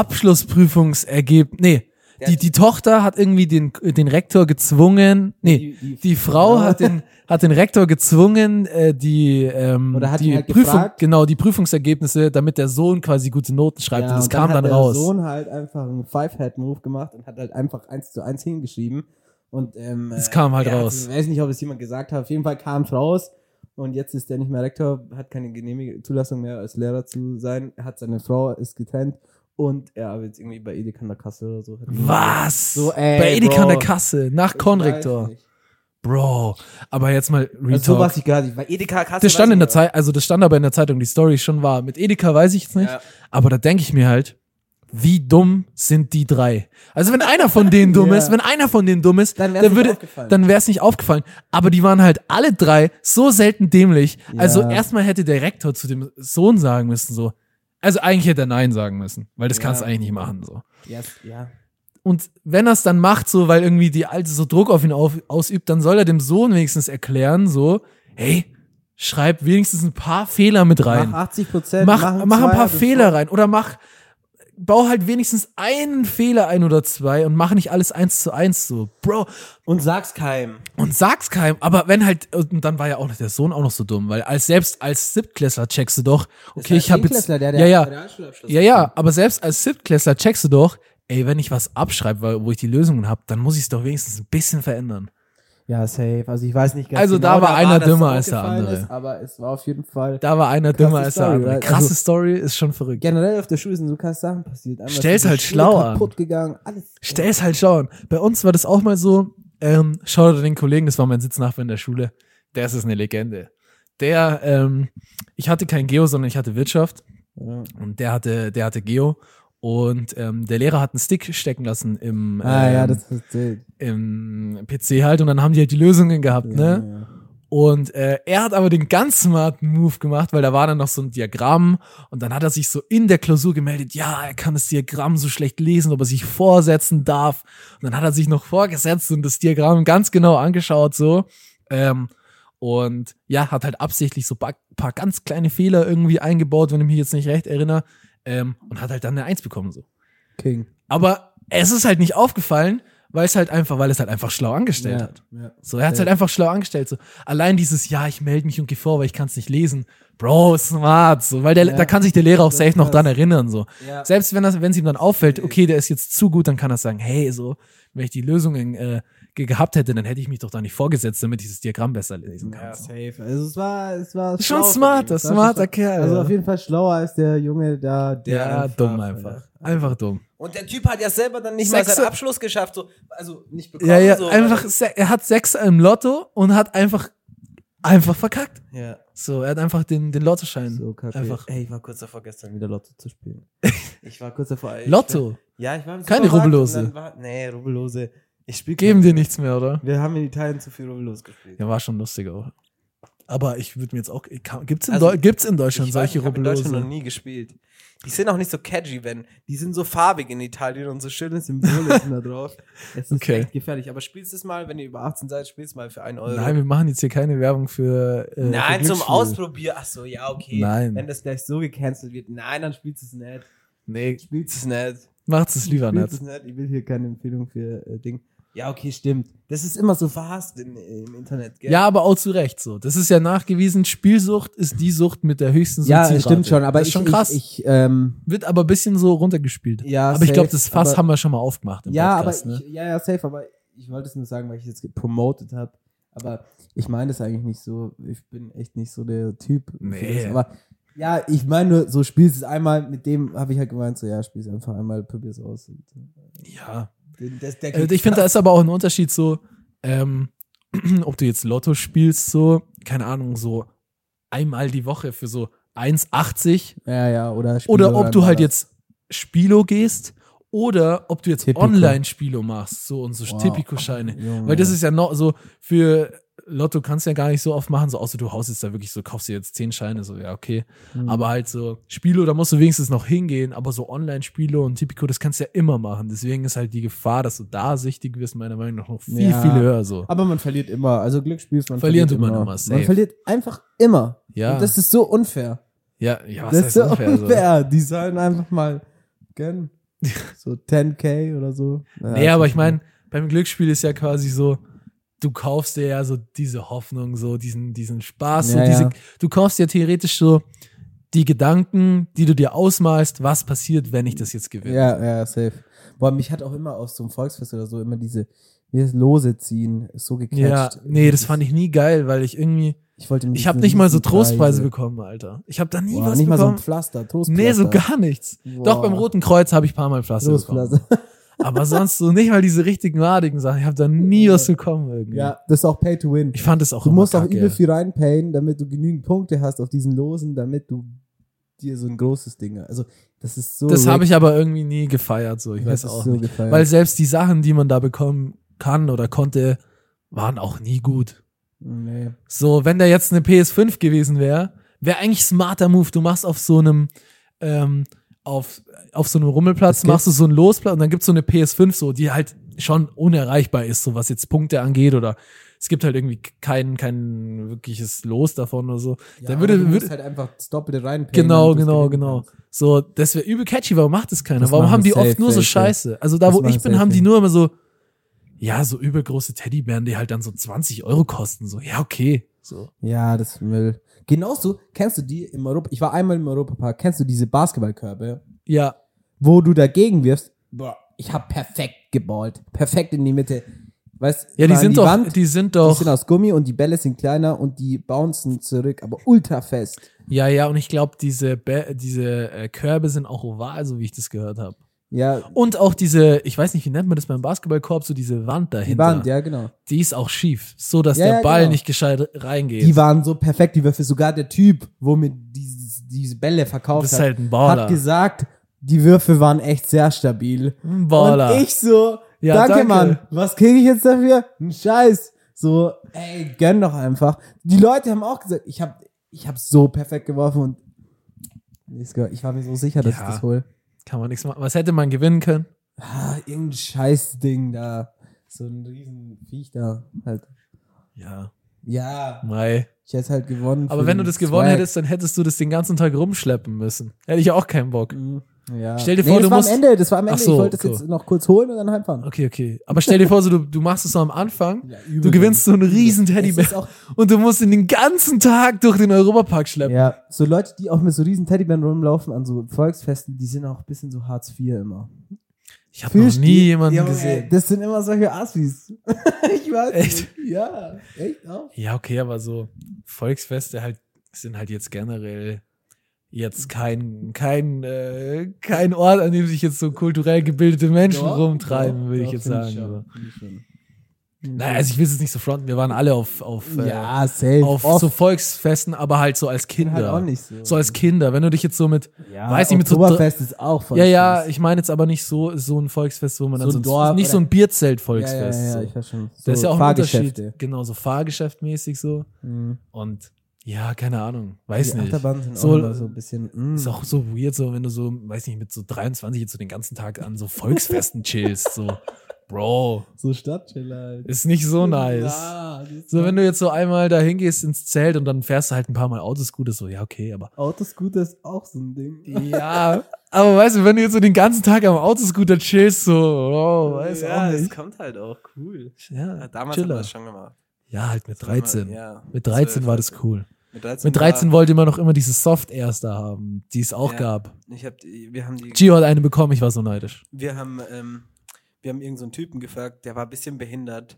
[SPEAKER 1] Abschlussprüfungsergebnisse. Nee,
[SPEAKER 3] Der-
[SPEAKER 1] die, die Tochter hat irgendwie den, den Rektor gezwungen. Nee,
[SPEAKER 2] Die- die-
[SPEAKER 1] die, Frau
[SPEAKER 2] Ja.
[SPEAKER 1] hat, den, hat den Rektor gezwungen, äh, die, ähm,
[SPEAKER 2] Oder hat
[SPEAKER 1] die
[SPEAKER 2] ihn halt
[SPEAKER 1] Prüfung,
[SPEAKER 2] gefragt.
[SPEAKER 1] genau, die Prüfungsergebnisse, damit der Sohn quasi gute Noten schreibt. und das
[SPEAKER 2] und
[SPEAKER 1] kam
[SPEAKER 2] hat
[SPEAKER 1] dann
[SPEAKER 2] der
[SPEAKER 1] raus.
[SPEAKER 2] Sohn halt einfach einen Five-Head-Move gemacht und hat halt einfach eins zu eins hingeschrieben. Und ähm,
[SPEAKER 1] Das kam halt
[SPEAKER 2] ja,
[SPEAKER 1] raus.
[SPEAKER 2] Ich weiß nicht, ob es jemand gesagt hat. Auf jeden Fall kam es raus. Und jetzt ist der nicht mehr Rektor, hat keine genehmige Zulassung mehr als Lehrer zu sein, hat seine Frau, ist getrennt und er arbeitet jetzt irgendwie bei Edeka in der Kasse oder so. Hat
[SPEAKER 1] Was?
[SPEAKER 2] So, ey,
[SPEAKER 1] Bei Edeka an der
[SPEAKER 2] Bro.
[SPEAKER 1] Kasse, nach
[SPEAKER 2] Ich weiß
[SPEAKER 1] Konrektor.
[SPEAKER 2] nicht.
[SPEAKER 1] Bro, aber jetzt mal Retalk.
[SPEAKER 2] Also, so was ich gehört habe.
[SPEAKER 3] Weil Edeka Kasse.
[SPEAKER 1] das stand in der Zeit, also das stand aber in der Zeitung, die Story schon war. Mit Edeka weiß ich jetzt nicht,
[SPEAKER 3] Ja.
[SPEAKER 1] aber da denke ich mir halt, wie dumm sind die drei? Also wenn einer von denen dumm
[SPEAKER 2] Ja.
[SPEAKER 1] ist, wenn einer von denen dumm ist,
[SPEAKER 2] Dann
[SPEAKER 1] dann,
[SPEAKER 2] wär's nicht
[SPEAKER 1] würde,
[SPEAKER 2] aufgefallen.
[SPEAKER 1] dann wäre es nicht aufgefallen. Aber die waren halt alle drei so selten dämlich. Also
[SPEAKER 2] Ja.
[SPEAKER 1] erstmal hätte der Rektor zu dem Sohn sagen müssen so. Also eigentlich hätte er Nein sagen müssen, weil das
[SPEAKER 2] Ja.
[SPEAKER 1] kannst du eigentlich nicht machen so.
[SPEAKER 2] Yes, ja.
[SPEAKER 1] Und wenn er es dann macht, so, weil irgendwie die Alte so Druck auf ihn auf, ausübt, dann soll er dem Sohn wenigstens erklären, so, hey, schreib wenigstens ein paar Fehler mit rein.
[SPEAKER 2] Mach 80 Prozent.
[SPEAKER 1] Mach, mach, ein paar Fehler rein oder mach, bau halt wenigstens einen Fehler ein oder zwei und mach nicht alles eins zu eins so. Bro,
[SPEAKER 3] Und sag's keinem.
[SPEAKER 1] und sag's keinem, aber wenn halt, und dann war ja auch noch der Sohn auch noch so dumm, weil als selbst als Siebtklässler checkst du doch, okay, ich habe jetzt,
[SPEAKER 2] Der, der
[SPEAKER 1] ja, ja,
[SPEAKER 2] Realschulabschluss
[SPEAKER 1] ja, ja, aber selbst als Siebtklässler checkst du doch, ey, wenn ich was abschreibe, weil- wo ich die Lösungen habe, dann muss ich es doch wenigstens ein bisschen verändern.
[SPEAKER 2] Ja, safe. Also ich weiß nicht ganz
[SPEAKER 1] Also
[SPEAKER 2] genau.
[SPEAKER 1] da war einer
[SPEAKER 2] dass
[SPEAKER 1] dümmer
[SPEAKER 2] es
[SPEAKER 1] als der
[SPEAKER 2] aufgefallen
[SPEAKER 1] andere.
[SPEAKER 2] Ist, aber es war auf jeden Fall.
[SPEAKER 1] Da war einer
[SPEAKER 2] Krasse
[SPEAKER 1] dümmer als der
[SPEAKER 2] Story,
[SPEAKER 1] andere.
[SPEAKER 2] right?
[SPEAKER 1] Krasse
[SPEAKER 2] Also-
[SPEAKER 1] Story ist schon verrückt.
[SPEAKER 2] Generell auf der Schule sind so krasse Sachen passiert. Einmal
[SPEAKER 1] Stell's
[SPEAKER 2] ist die
[SPEAKER 1] halt
[SPEAKER 2] Schule
[SPEAKER 1] schlau an.
[SPEAKER 2] kaputt gegangen, alles.
[SPEAKER 1] Stell's halt schauen. Bei uns war das auch mal so, ähm, schau dir den Kollegen, das war mein Sitznachbar in der Schule, der ist jetzt eine Legende. Der, ähm, ich hatte kein Geo, sondern ich hatte Wirtschaft.
[SPEAKER 2] Ja.
[SPEAKER 1] Und der hatte, der hatte Geo. Und ähm, der Lehrer hat einen Stick stecken lassen im,
[SPEAKER 2] Ah ja,
[SPEAKER 1] ähm,
[SPEAKER 2] das ist wild.
[SPEAKER 1] im PC halt. Und dann haben die halt die Lösungen gehabt, ne? Und äh, er hat aber den ganz smarten Move gemacht, weil da war dann noch so ein Diagramm und dann hat er sich so in der Klausur gemeldet, ja, er kann das Diagramm so schlecht lesen, ob er sich vorsetzen darf. Und dann hat er sich noch vorgesetzt und das Diagramm ganz genau angeschaut so. Ähm, und ja, hat halt absichtlich so ein paar ganz kleine Fehler irgendwie eingebaut, wenn ich mich jetzt nicht recht erinnere. Ähm, und hat halt dann eine Eins bekommen so.
[SPEAKER 2] King.
[SPEAKER 1] Aber es ist halt nicht aufgefallen, weil es halt einfach, weil es halt einfach schlau angestellt
[SPEAKER 2] Ja,
[SPEAKER 1] hat.
[SPEAKER 2] ja.
[SPEAKER 1] So, er hat's halt einfach schlau angestellt. So, allein dieses, ja, ich melde mich und gehe vor, weil ich kann's nicht lesen. Bro, smart. So, weil der,
[SPEAKER 2] Ja.
[SPEAKER 1] da kann sich der Lehrer auch
[SPEAKER 2] Das
[SPEAKER 1] safe noch
[SPEAKER 2] ist-
[SPEAKER 1] dran erinnern. So,
[SPEAKER 2] Ja.
[SPEAKER 1] selbst wenn das, wenn es ihm dann auffällt, okay, der ist jetzt zu gut, dann kann er sagen, hey, so, wenn ich die Lösungen äh, ge gehabt hätte, dann hätte ich mich doch da nicht vorgesetzt, damit ich das Diagramm besser lesen kann.
[SPEAKER 3] Ja,
[SPEAKER 1] so.
[SPEAKER 2] Safe. Also es war, es war
[SPEAKER 1] Schon
[SPEAKER 2] schlau
[SPEAKER 1] smarter,
[SPEAKER 2] von ihm. Es war
[SPEAKER 1] smarter
[SPEAKER 2] schon-
[SPEAKER 1] Kerl,
[SPEAKER 2] Also
[SPEAKER 1] ja.
[SPEAKER 2] auf jeden Fall schlauer als der Junge da, der.
[SPEAKER 1] Ja,
[SPEAKER 2] einfach-
[SPEAKER 1] dumm einfach. Einfach dumm.
[SPEAKER 3] Und der Typ hat ja selber dann nicht mal
[SPEAKER 1] Sechse-
[SPEAKER 3] seinen Abschluss geschafft. So. Also nicht bekommen.
[SPEAKER 1] Ja, ja,
[SPEAKER 3] so,
[SPEAKER 1] einfach, se- er hat sechs im Lotto und hat einfach, einfach verkackt.
[SPEAKER 3] Ja.
[SPEAKER 1] So, er hat einfach den, den Lottoschein.
[SPEAKER 2] So kacke.
[SPEAKER 1] Einfach.
[SPEAKER 3] Ey, ich war kurz davor, gestern wieder Lotto zu spielen. Ich war kurz davor. ey,
[SPEAKER 1] Lotto,
[SPEAKER 3] ich- Ja, ich war im
[SPEAKER 1] Keine
[SPEAKER 3] Supermarkt
[SPEAKER 1] Rubbellose.
[SPEAKER 3] und dann War, nee, Rubbellose. Ich spiele
[SPEAKER 1] geben dir nichts mehr, oder?
[SPEAKER 3] Wir haben in Italien zu viel Rubbellos gespielt.
[SPEAKER 1] Ja, war schon lustig auch. Aber ich würde mir jetzt auch. kann- Gibt's in,
[SPEAKER 3] Also,
[SPEAKER 1] Deu gibt's in Deutschland
[SPEAKER 3] ich weiß,
[SPEAKER 1] solche
[SPEAKER 3] ich habe in Deutschland noch
[SPEAKER 1] Rubbellose?
[SPEAKER 3] nie gespielt. Die sind auch nicht so catchy, wenn. Die sind so farbig in Italien und so schöne Symbole sind da drauf. Es ist
[SPEAKER 1] Okay.
[SPEAKER 3] echt gefährlich. Aber spielst es mal, wenn ihr über 18 seid, spielst mal für einen Euro.
[SPEAKER 1] Nein, wir machen jetzt hier keine Werbung für. Äh,
[SPEAKER 3] Nein,
[SPEAKER 1] für
[SPEAKER 3] zum
[SPEAKER 1] Glücksspiele.
[SPEAKER 3] Ausprobieren. Ach so, ja, okay.
[SPEAKER 1] Nein.
[SPEAKER 3] Wenn das gleich so gecancelt wird. Nein, dann spielst du es nicht.
[SPEAKER 1] Nee,
[SPEAKER 3] Spielst du es nicht.
[SPEAKER 1] macht's es lieber nicht.
[SPEAKER 2] Spielst es nicht. Ich will hier keine Empfehlung für äh, Ding.
[SPEAKER 3] Ja, okay, stimmt. Das ist immer so verhasst im,
[SPEAKER 2] äh,
[SPEAKER 3] im Internet, gell?
[SPEAKER 1] Ja, aber auch zu Recht so. Das ist ja nachgewiesen, Spielsucht ist die Sucht mit der höchsten
[SPEAKER 2] Ja,
[SPEAKER 1] Suizidrate.
[SPEAKER 2] es stimmt schon, aber
[SPEAKER 1] das
[SPEAKER 2] ich,
[SPEAKER 1] ist schon krass.
[SPEAKER 2] ich, ich ähm,
[SPEAKER 1] Wird aber ein bisschen so runtergespielt.
[SPEAKER 2] Ja,
[SPEAKER 1] aber ich glaube,
[SPEAKER 2] safe,
[SPEAKER 1] das Fass
[SPEAKER 2] aber-
[SPEAKER 1] haben wir schon mal aufgemacht im
[SPEAKER 2] ja,
[SPEAKER 1] Podcast.
[SPEAKER 2] aber
[SPEAKER 1] ne?
[SPEAKER 2] ich, ja, ja, safe, aber ich wollte es nur sagen, weil ich es jetzt gepromotet habe. Aber ich meine das eigentlich nicht so. Ich bin echt nicht so der Typ. für
[SPEAKER 1] Nee.
[SPEAKER 2] Das, aber ja, ich meine nur, so spielst es einmal, mit dem habe ich halt gemeint, so ja, spielst einfach einmal, probier's aus. Und,
[SPEAKER 1] ja.
[SPEAKER 2] äh, das, der
[SPEAKER 1] Äh, Ich finde, da ist aber auch ein Unterschied so, ähm, ob du jetzt Lotto spielst, so, keine Ahnung, so einmal die Woche für so 1,80
[SPEAKER 2] ja, ja, oder
[SPEAKER 1] oder
[SPEAKER 2] Spiele
[SPEAKER 1] ob du halt
[SPEAKER 2] anders.
[SPEAKER 1] jetzt Spilo gehst oder ob du jetzt
[SPEAKER 2] Tipico.
[SPEAKER 1] Online-Spilo machst, so und so
[SPEAKER 2] Wow.
[SPEAKER 1] Tipico-Scheine.
[SPEAKER 2] Junge.
[SPEAKER 1] Weil das ist ja noch so für Lotto kannst du ja gar nicht so oft machen, so außer du haust jetzt da wirklich so, kaufst dir jetzt 10 Scheine, so ja, okay.
[SPEAKER 2] Mhm.
[SPEAKER 1] Aber halt so Spilo, da musst du wenigstens noch hingehen, aber so Online-Spilo und Tipico, das kannst du ja immer machen. Deswegen ist halt die Gefahr, dass du da süchtig wirst, meiner Meinung nach noch viel,
[SPEAKER 2] Ja.
[SPEAKER 1] viel höher so.
[SPEAKER 2] Aber man verliert immer. Also Glücksspiel, man
[SPEAKER 1] Verlieren tut
[SPEAKER 2] verliert
[SPEAKER 1] man immer, safe.
[SPEAKER 2] Man verliert einfach immer.
[SPEAKER 1] Ja.
[SPEAKER 2] Und das ist so unfair.
[SPEAKER 1] Ja, ja, was
[SPEAKER 2] das ist
[SPEAKER 1] heißt
[SPEAKER 2] so
[SPEAKER 1] unfair, Also so?
[SPEAKER 2] unfair. Die sollen einfach mal gönnen. So 10k oder so. Ja,
[SPEAKER 1] Nee, aber ich meine, beim Glücksspiel ist ja quasi so, du kaufst dir ja so diese Hoffnung, so diesen, diesen Spaß, so
[SPEAKER 2] Ja,
[SPEAKER 1] diese,
[SPEAKER 2] ja.
[SPEAKER 1] du kaufst dir theoretisch so die Gedanken, die du dir ausmalst, was passiert, wenn ich das jetzt gewinne.
[SPEAKER 2] Ja, ja, safe. Boah, mich hat auch immer auf so einem Volksfest oder so immer diese, dieses Lose ziehen, ist so
[SPEAKER 1] Ja,
[SPEAKER 2] gecatcht.
[SPEAKER 1] nee, das fand ich nie geil, weil ich irgendwie,
[SPEAKER 2] Ich wollte mit
[SPEAKER 1] ich habe
[SPEAKER 2] diesen
[SPEAKER 1] nicht mal so
[SPEAKER 2] riesen
[SPEAKER 1] Trostpreise
[SPEAKER 2] Preise.
[SPEAKER 1] bekommen, Alter. Ich habe da nie
[SPEAKER 2] Boah,
[SPEAKER 1] was
[SPEAKER 2] nicht mal so ein
[SPEAKER 1] bekommen.
[SPEAKER 2] Pflaster,
[SPEAKER 1] nee, so
[SPEAKER 2] Trostpflaster.
[SPEAKER 1] gar nichts.
[SPEAKER 2] Boah.
[SPEAKER 1] Doch beim Roten Kreuz habe ich ein paar mal Pflaster bekommen.
[SPEAKER 2] Trostpflaster.
[SPEAKER 1] Aber sonst so nicht mal diese richtigen wadigen Sachen. Ich habe da nie was bekommen irgendwie.
[SPEAKER 2] Ja, das ist auch Pay to Win.
[SPEAKER 1] Ich fand das auch
[SPEAKER 2] Du
[SPEAKER 1] immer
[SPEAKER 2] musst auch
[SPEAKER 1] kacke.
[SPEAKER 2] übel viel reinpayen, damit du genügend Punkte hast auf diesen Losen, damit du dir so ein großes Ding. Also, das ist so.
[SPEAKER 1] Das habe ich aber irgendwie nie gefeiert, so ich
[SPEAKER 2] Das
[SPEAKER 1] weiß
[SPEAKER 2] ist
[SPEAKER 1] auch
[SPEAKER 2] so
[SPEAKER 1] nicht.
[SPEAKER 2] gefeiert.
[SPEAKER 1] Weil selbst die Sachen, die man da bekommen kann oder konnte, waren auch nie gut.
[SPEAKER 2] Nee.
[SPEAKER 1] So, wenn da jetzt eine PS5 gewesen wäre, wäre eigentlich smarter Move. Du machst auf so einem ähm, auf, auf so einem Rummelplatz,
[SPEAKER 2] Es gibt-
[SPEAKER 1] machst du so einen Losplatz und dann gibt's so eine PS5 so, die halt schon unerreichbar ist, so was jetzt Punkte angeht oder es gibt halt irgendwie kein, kein wirkliches Los davon oder so. dann würde,
[SPEAKER 2] aber du musst
[SPEAKER 1] würde,
[SPEAKER 2] halt einfach das Doppelte reinpayen.
[SPEAKER 1] Genau,
[SPEAKER 2] damit du's
[SPEAKER 1] genau,
[SPEAKER 2] gewinnen
[SPEAKER 1] genau.
[SPEAKER 2] kannst.
[SPEAKER 1] So, das wäre übel catchy, warum macht das keiner?
[SPEAKER 2] Das
[SPEAKER 1] warum
[SPEAKER 2] machen
[SPEAKER 1] haben die
[SPEAKER 2] safe
[SPEAKER 1] oft nur so
[SPEAKER 2] welche.
[SPEAKER 1] Scheiße? Also da,
[SPEAKER 2] Das
[SPEAKER 1] wo ich
[SPEAKER 2] machen
[SPEAKER 1] bin,
[SPEAKER 2] safe
[SPEAKER 1] haben die
[SPEAKER 2] welche.
[SPEAKER 1] nur immer so, ja, so übergroße Teddybären, die halt dann so 20 Euro kosten. So, ja, okay. So.
[SPEAKER 2] Ja, das ist Müll. Genauso, kennst du die im Europa, ich war einmal im Europapark, kennst du diese Basketballkörbe,
[SPEAKER 1] Ja,
[SPEAKER 2] wo du dagegen wirfst? Boah, ich habe perfekt geballt. Perfekt in die Mitte. Weißt,
[SPEAKER 1] ja,
[SPEAKER 2] immer
[SPEAKER 1] die
[SPEAKER 2] an
[SPEAKER 1] sind, doch,
[SPEAKER 2] Wand,
[SPEAKER 1] die sind
[SPEAKER 2] die
[SPEAKER 1] doch,
[SPEAKER 2] sind aus Gummi und die Bälle sind kleiner und die bouncen zurück, aber ultra fest.
[SPEAKER 1] ja, ja, und ich glaube, diese, Bä- diese äh, Körbe sind auch oval, so wie ich das gehört habe.
[SPEAKER 2] Ja,
[SPEAKER 1] Und auch diese, ich weiß nicht, wie nennt man das beim Basketballkorb, so diese Wand dahinter.
[SPEAKER 2] die Wand, ja, genau.
[SPEAKER 1] Die ist auch schief, so dass
[SPEAKER 2] Ja,
[SPEAKER 1] der
[SPEAKER 2] ja,
[SPEAKER 1] Ball
[SPEAKER 2] genau.
[SPEAKER 1] nicht gescheit reingeht.
[SPEAKER 2] Die waren so perfekt, die Würfe. Sogar der Typ, womit dieses, diese Bälle verkauft
[SPEAKER 1] Das ist
[SPEAKER 2] hat,
[SPEAKER 1] halt ein Baller.
[SPEAKER 2] hat gesagt, die Würfe waren echt sehr stabil.
[SPEAKER 1] Ein Baller.
[SPEAKER 2] Und ich so,
[SPEAKER 1] Ja,
[SPEAKER 2] danke,
[SPEAKER 1] danke.
[SPEAKER 2] Mann. Was kriege ich jetzt dafür? Ein Scheiß. So, ey, gönn doch einfach. Die Leute haben auch gesagt, ich habe ich hab so perfekt geworfen und nichts gehört. ich war mir so sicher, dass
[SPEAKER 1] Ja.
[SPEAKER 2] ich das hole.
[SPEAKER 1] Kann man nichts machen. Was hätte man gewinnen können?
[SPEAKER 2] Ah, irgendein Scheißding da. So ein riesen Viech da halt.
[SPEAKER 1] Ja,
[SPEAKER 2] Ja,
[SPEAKER 1] mei.
[SPEAKER 2] ich hätte halt gewonnen.
[SPEAKER 1] Aber
[SPEAKER 2] für
[SPEAKER 1] wenn du
[SPEAKER 2] den
[SPEAKER 1] das gewonnen
[SPEAKER 2] Swag.
[SPEAKER 1] hättest, dann hättest du das den ganzen Tag rumschleppen müssen. Hätte ich auch keinen Bock.
[SPEAKER 4] Mhm.
[SPEAKER 2] Ja.
[SPEAKER 1] Stell dir vor,
[SPEAKER 2] das
[SPEAKER 1] du
[SPEAKER 2] war
[SPEAKER 1] musst-
[SPEAKER 2] Am Ende, das war am
[SPEAKER 1] Ach
[SPEAKER 2] Ende.
[SPEAKER 1] so,
[SPEAKER 2] ich wollte das
[SPEAKER 1] cool.
[SPEAKER 2] jetzt noch kurz holen und dann heimfahren.
[SPEAKER 1] Okay, okay. Aber stell dir vor, so, du, du machst es so am Anfang,
[SPEAKER 2] Ja, übel.
[SPEAKER 1] du gewinnst so einen riesen
[SPEAKER 2] Es ist
[SPEAKER 1] Teddybär
[SPEAKER 2] auch-
[SPEAKER 1] und du musst ihn den ganzen Tag durch den Europapark schleppen.
[SPEAKER 2] Ja, so Leute, die auch mit so riesen Teddybären rumlaufen an so Volksfesten, die sind auch ein bisschen so Hartz IV immer.
[SPEAKER 1] Ich habe noch nie jemanden
[SPEAKER 4] Junge,
[SPEAKER 1] gesehen.
[SPEAKER 4] Das sind immer solche Assis. ich weiß
[SPEAKER 1] Echt?
[SPEAKER 4] Nicht. Ja, echt auch.
[SPEAKER 1] Ja, okay, aber so Volksfeste halt sind halt jetzt generell jetzt kein kein äh, kein Ort, an dem sich jetzt so kulturell gebildete Menschen
[SPEAKER 4] Doch,
[SPEAKER 1] rumtreiben,
[SPEAKER 4] doch,
[SPEAKER 1] würde ich
[SPEAKER 4] doch,
[SPEAKER 1] jetzt
[SPEAKER 4] find
[SPEAKER 1] sagen.
[SPEAKER 4] schon,
[SPEAKER 1] so.
[SPEAKER 4] find ich schon.
[SPEAKER 1] Naja, also ich will es jetzt nicht so fronten. Wir waren alle auf auf äh,
[SPEAKER 4] ja, safe.
[SPEAKER 1] auf
[SPEAKER 4] Oft
[SPEAKER 1] so Volksfesten, aber halt so als
[SPEAKER 4] sind
[SPEAKER 1] Kinder.
[SPEAKER 4] halt auch nicht so.
[SPEAKER 1] So als Kinder, wenn du dich jetzt so mit
[SPEAKER 4] ja,
[SPEAKER 1] weiß ich, mit so
[SPEAKER 4] Oktoberfest ist auch voll
[SPEAKER 1] Ja, ja,
[SPEAKER 4] krass.
[SPEAKER 1] ich meine jetzt aber nicht so so ein Volksfest, wo man
[SPEAKER 4] So
[SPEAKER 1] dann
[SPEAKER 4] ein
[SPEAKER 1] so ein
[SPEAKER 4] Dorf
[SPEAKER 1] nicht
[SPEAKER 4] oder-
[SPEAKER 1] so ein Bierzelt
[SPEAKER 4] ja, ja,
[SPEAKER 1] Volksfest.
[SPEAKER 4] ja,
[SPEAKER 1] so.
[SPEAKER 4] ich weiß schon. So
[SPEAKER 1] das ist ja auch ein
[SPEAKER 4] Fahrgeschäfte.
[SPEAKER 1] Unterschied. Genau, so Fahrgeschäftmäßig so.
[SPEAKER 4] Mhm.
[SPEAKER 1] Und ja, keine Ahnung. Weiß
[SPEAKER 4] Die
[SPEAKER 1] nicht.
[SPEAKER 4] Achterbahnen sind
[SPEAKER 1] So-
[SPEAKER 4] auch immer so ein bisschen. mm.
[SPEAKER 2] Hm.
[SPEAKER 1] Ist auch so weird, so wenn du so, weiß nicht, mit so 23 jetzt so den ganzen Tag an so Volksfesten chillst. So, Bro,
[SPEAKER 4] so Stadtchiller halt.
[SPEAKER 1] ist nicht so nice.
[SPEAKER 4] Ja, das ist
[SPEAKER 1] So, wenn du jetzt so einmal da hingehst ins Zelt und dann fährst du halt ein paar Mal Autoscooter, so, ja, okay, aber.
[SPEAKER 4] Autoscooter ist auch so ein Ding.
[SPEAKER 1] Ja, aber weißt du, wenn du jetzt so den ganzen Tag am Autoscooter chillst, so, wow, oh, weiß
[SPEAKER 2] ja,
[SPEAKER 1] auch
[SPEAKER 2] das
[SPEAKER 1] nicht.
[SPEAKER 2] kommt halt auch cool.
[SPEAKER 1] Ja,
[SPEAKER 2] Ja, damals haben wir
[SPEAKER 1] chiller.
[SPEAKER 2] das schon gemacht.
[SPEAKER 1] Ja, halt mit
[SPEAKER 2] Das haben wir-
[SPEAKER 1] 13.
[SPEAKER 2] Ja, also
[SPEAKER 1] Mit 13
[SPEAKER 2] 12,
[SPEAKER 1] war das
[SPEAKER 2] 13.
[SPEAKER 1] cool.
[SPEAKER 2] Mit 13,
[SPEAKER 1] Mit 13 wollte man noch immer diese Soft Airs da haben, die es auch
[SPEAKER 2] Ja.
[SPEAKER 1] gab.
[SPEAKER 2] War, ich hab, die- wir haben die.
[SPEAKER 1] Gio hat eine bekommen, ich war so neidisch.
[SPEAKER 2] wir haben, ähm, wir haben irgendeinen so einen Typen gefragt, der war ein bisschen behindert.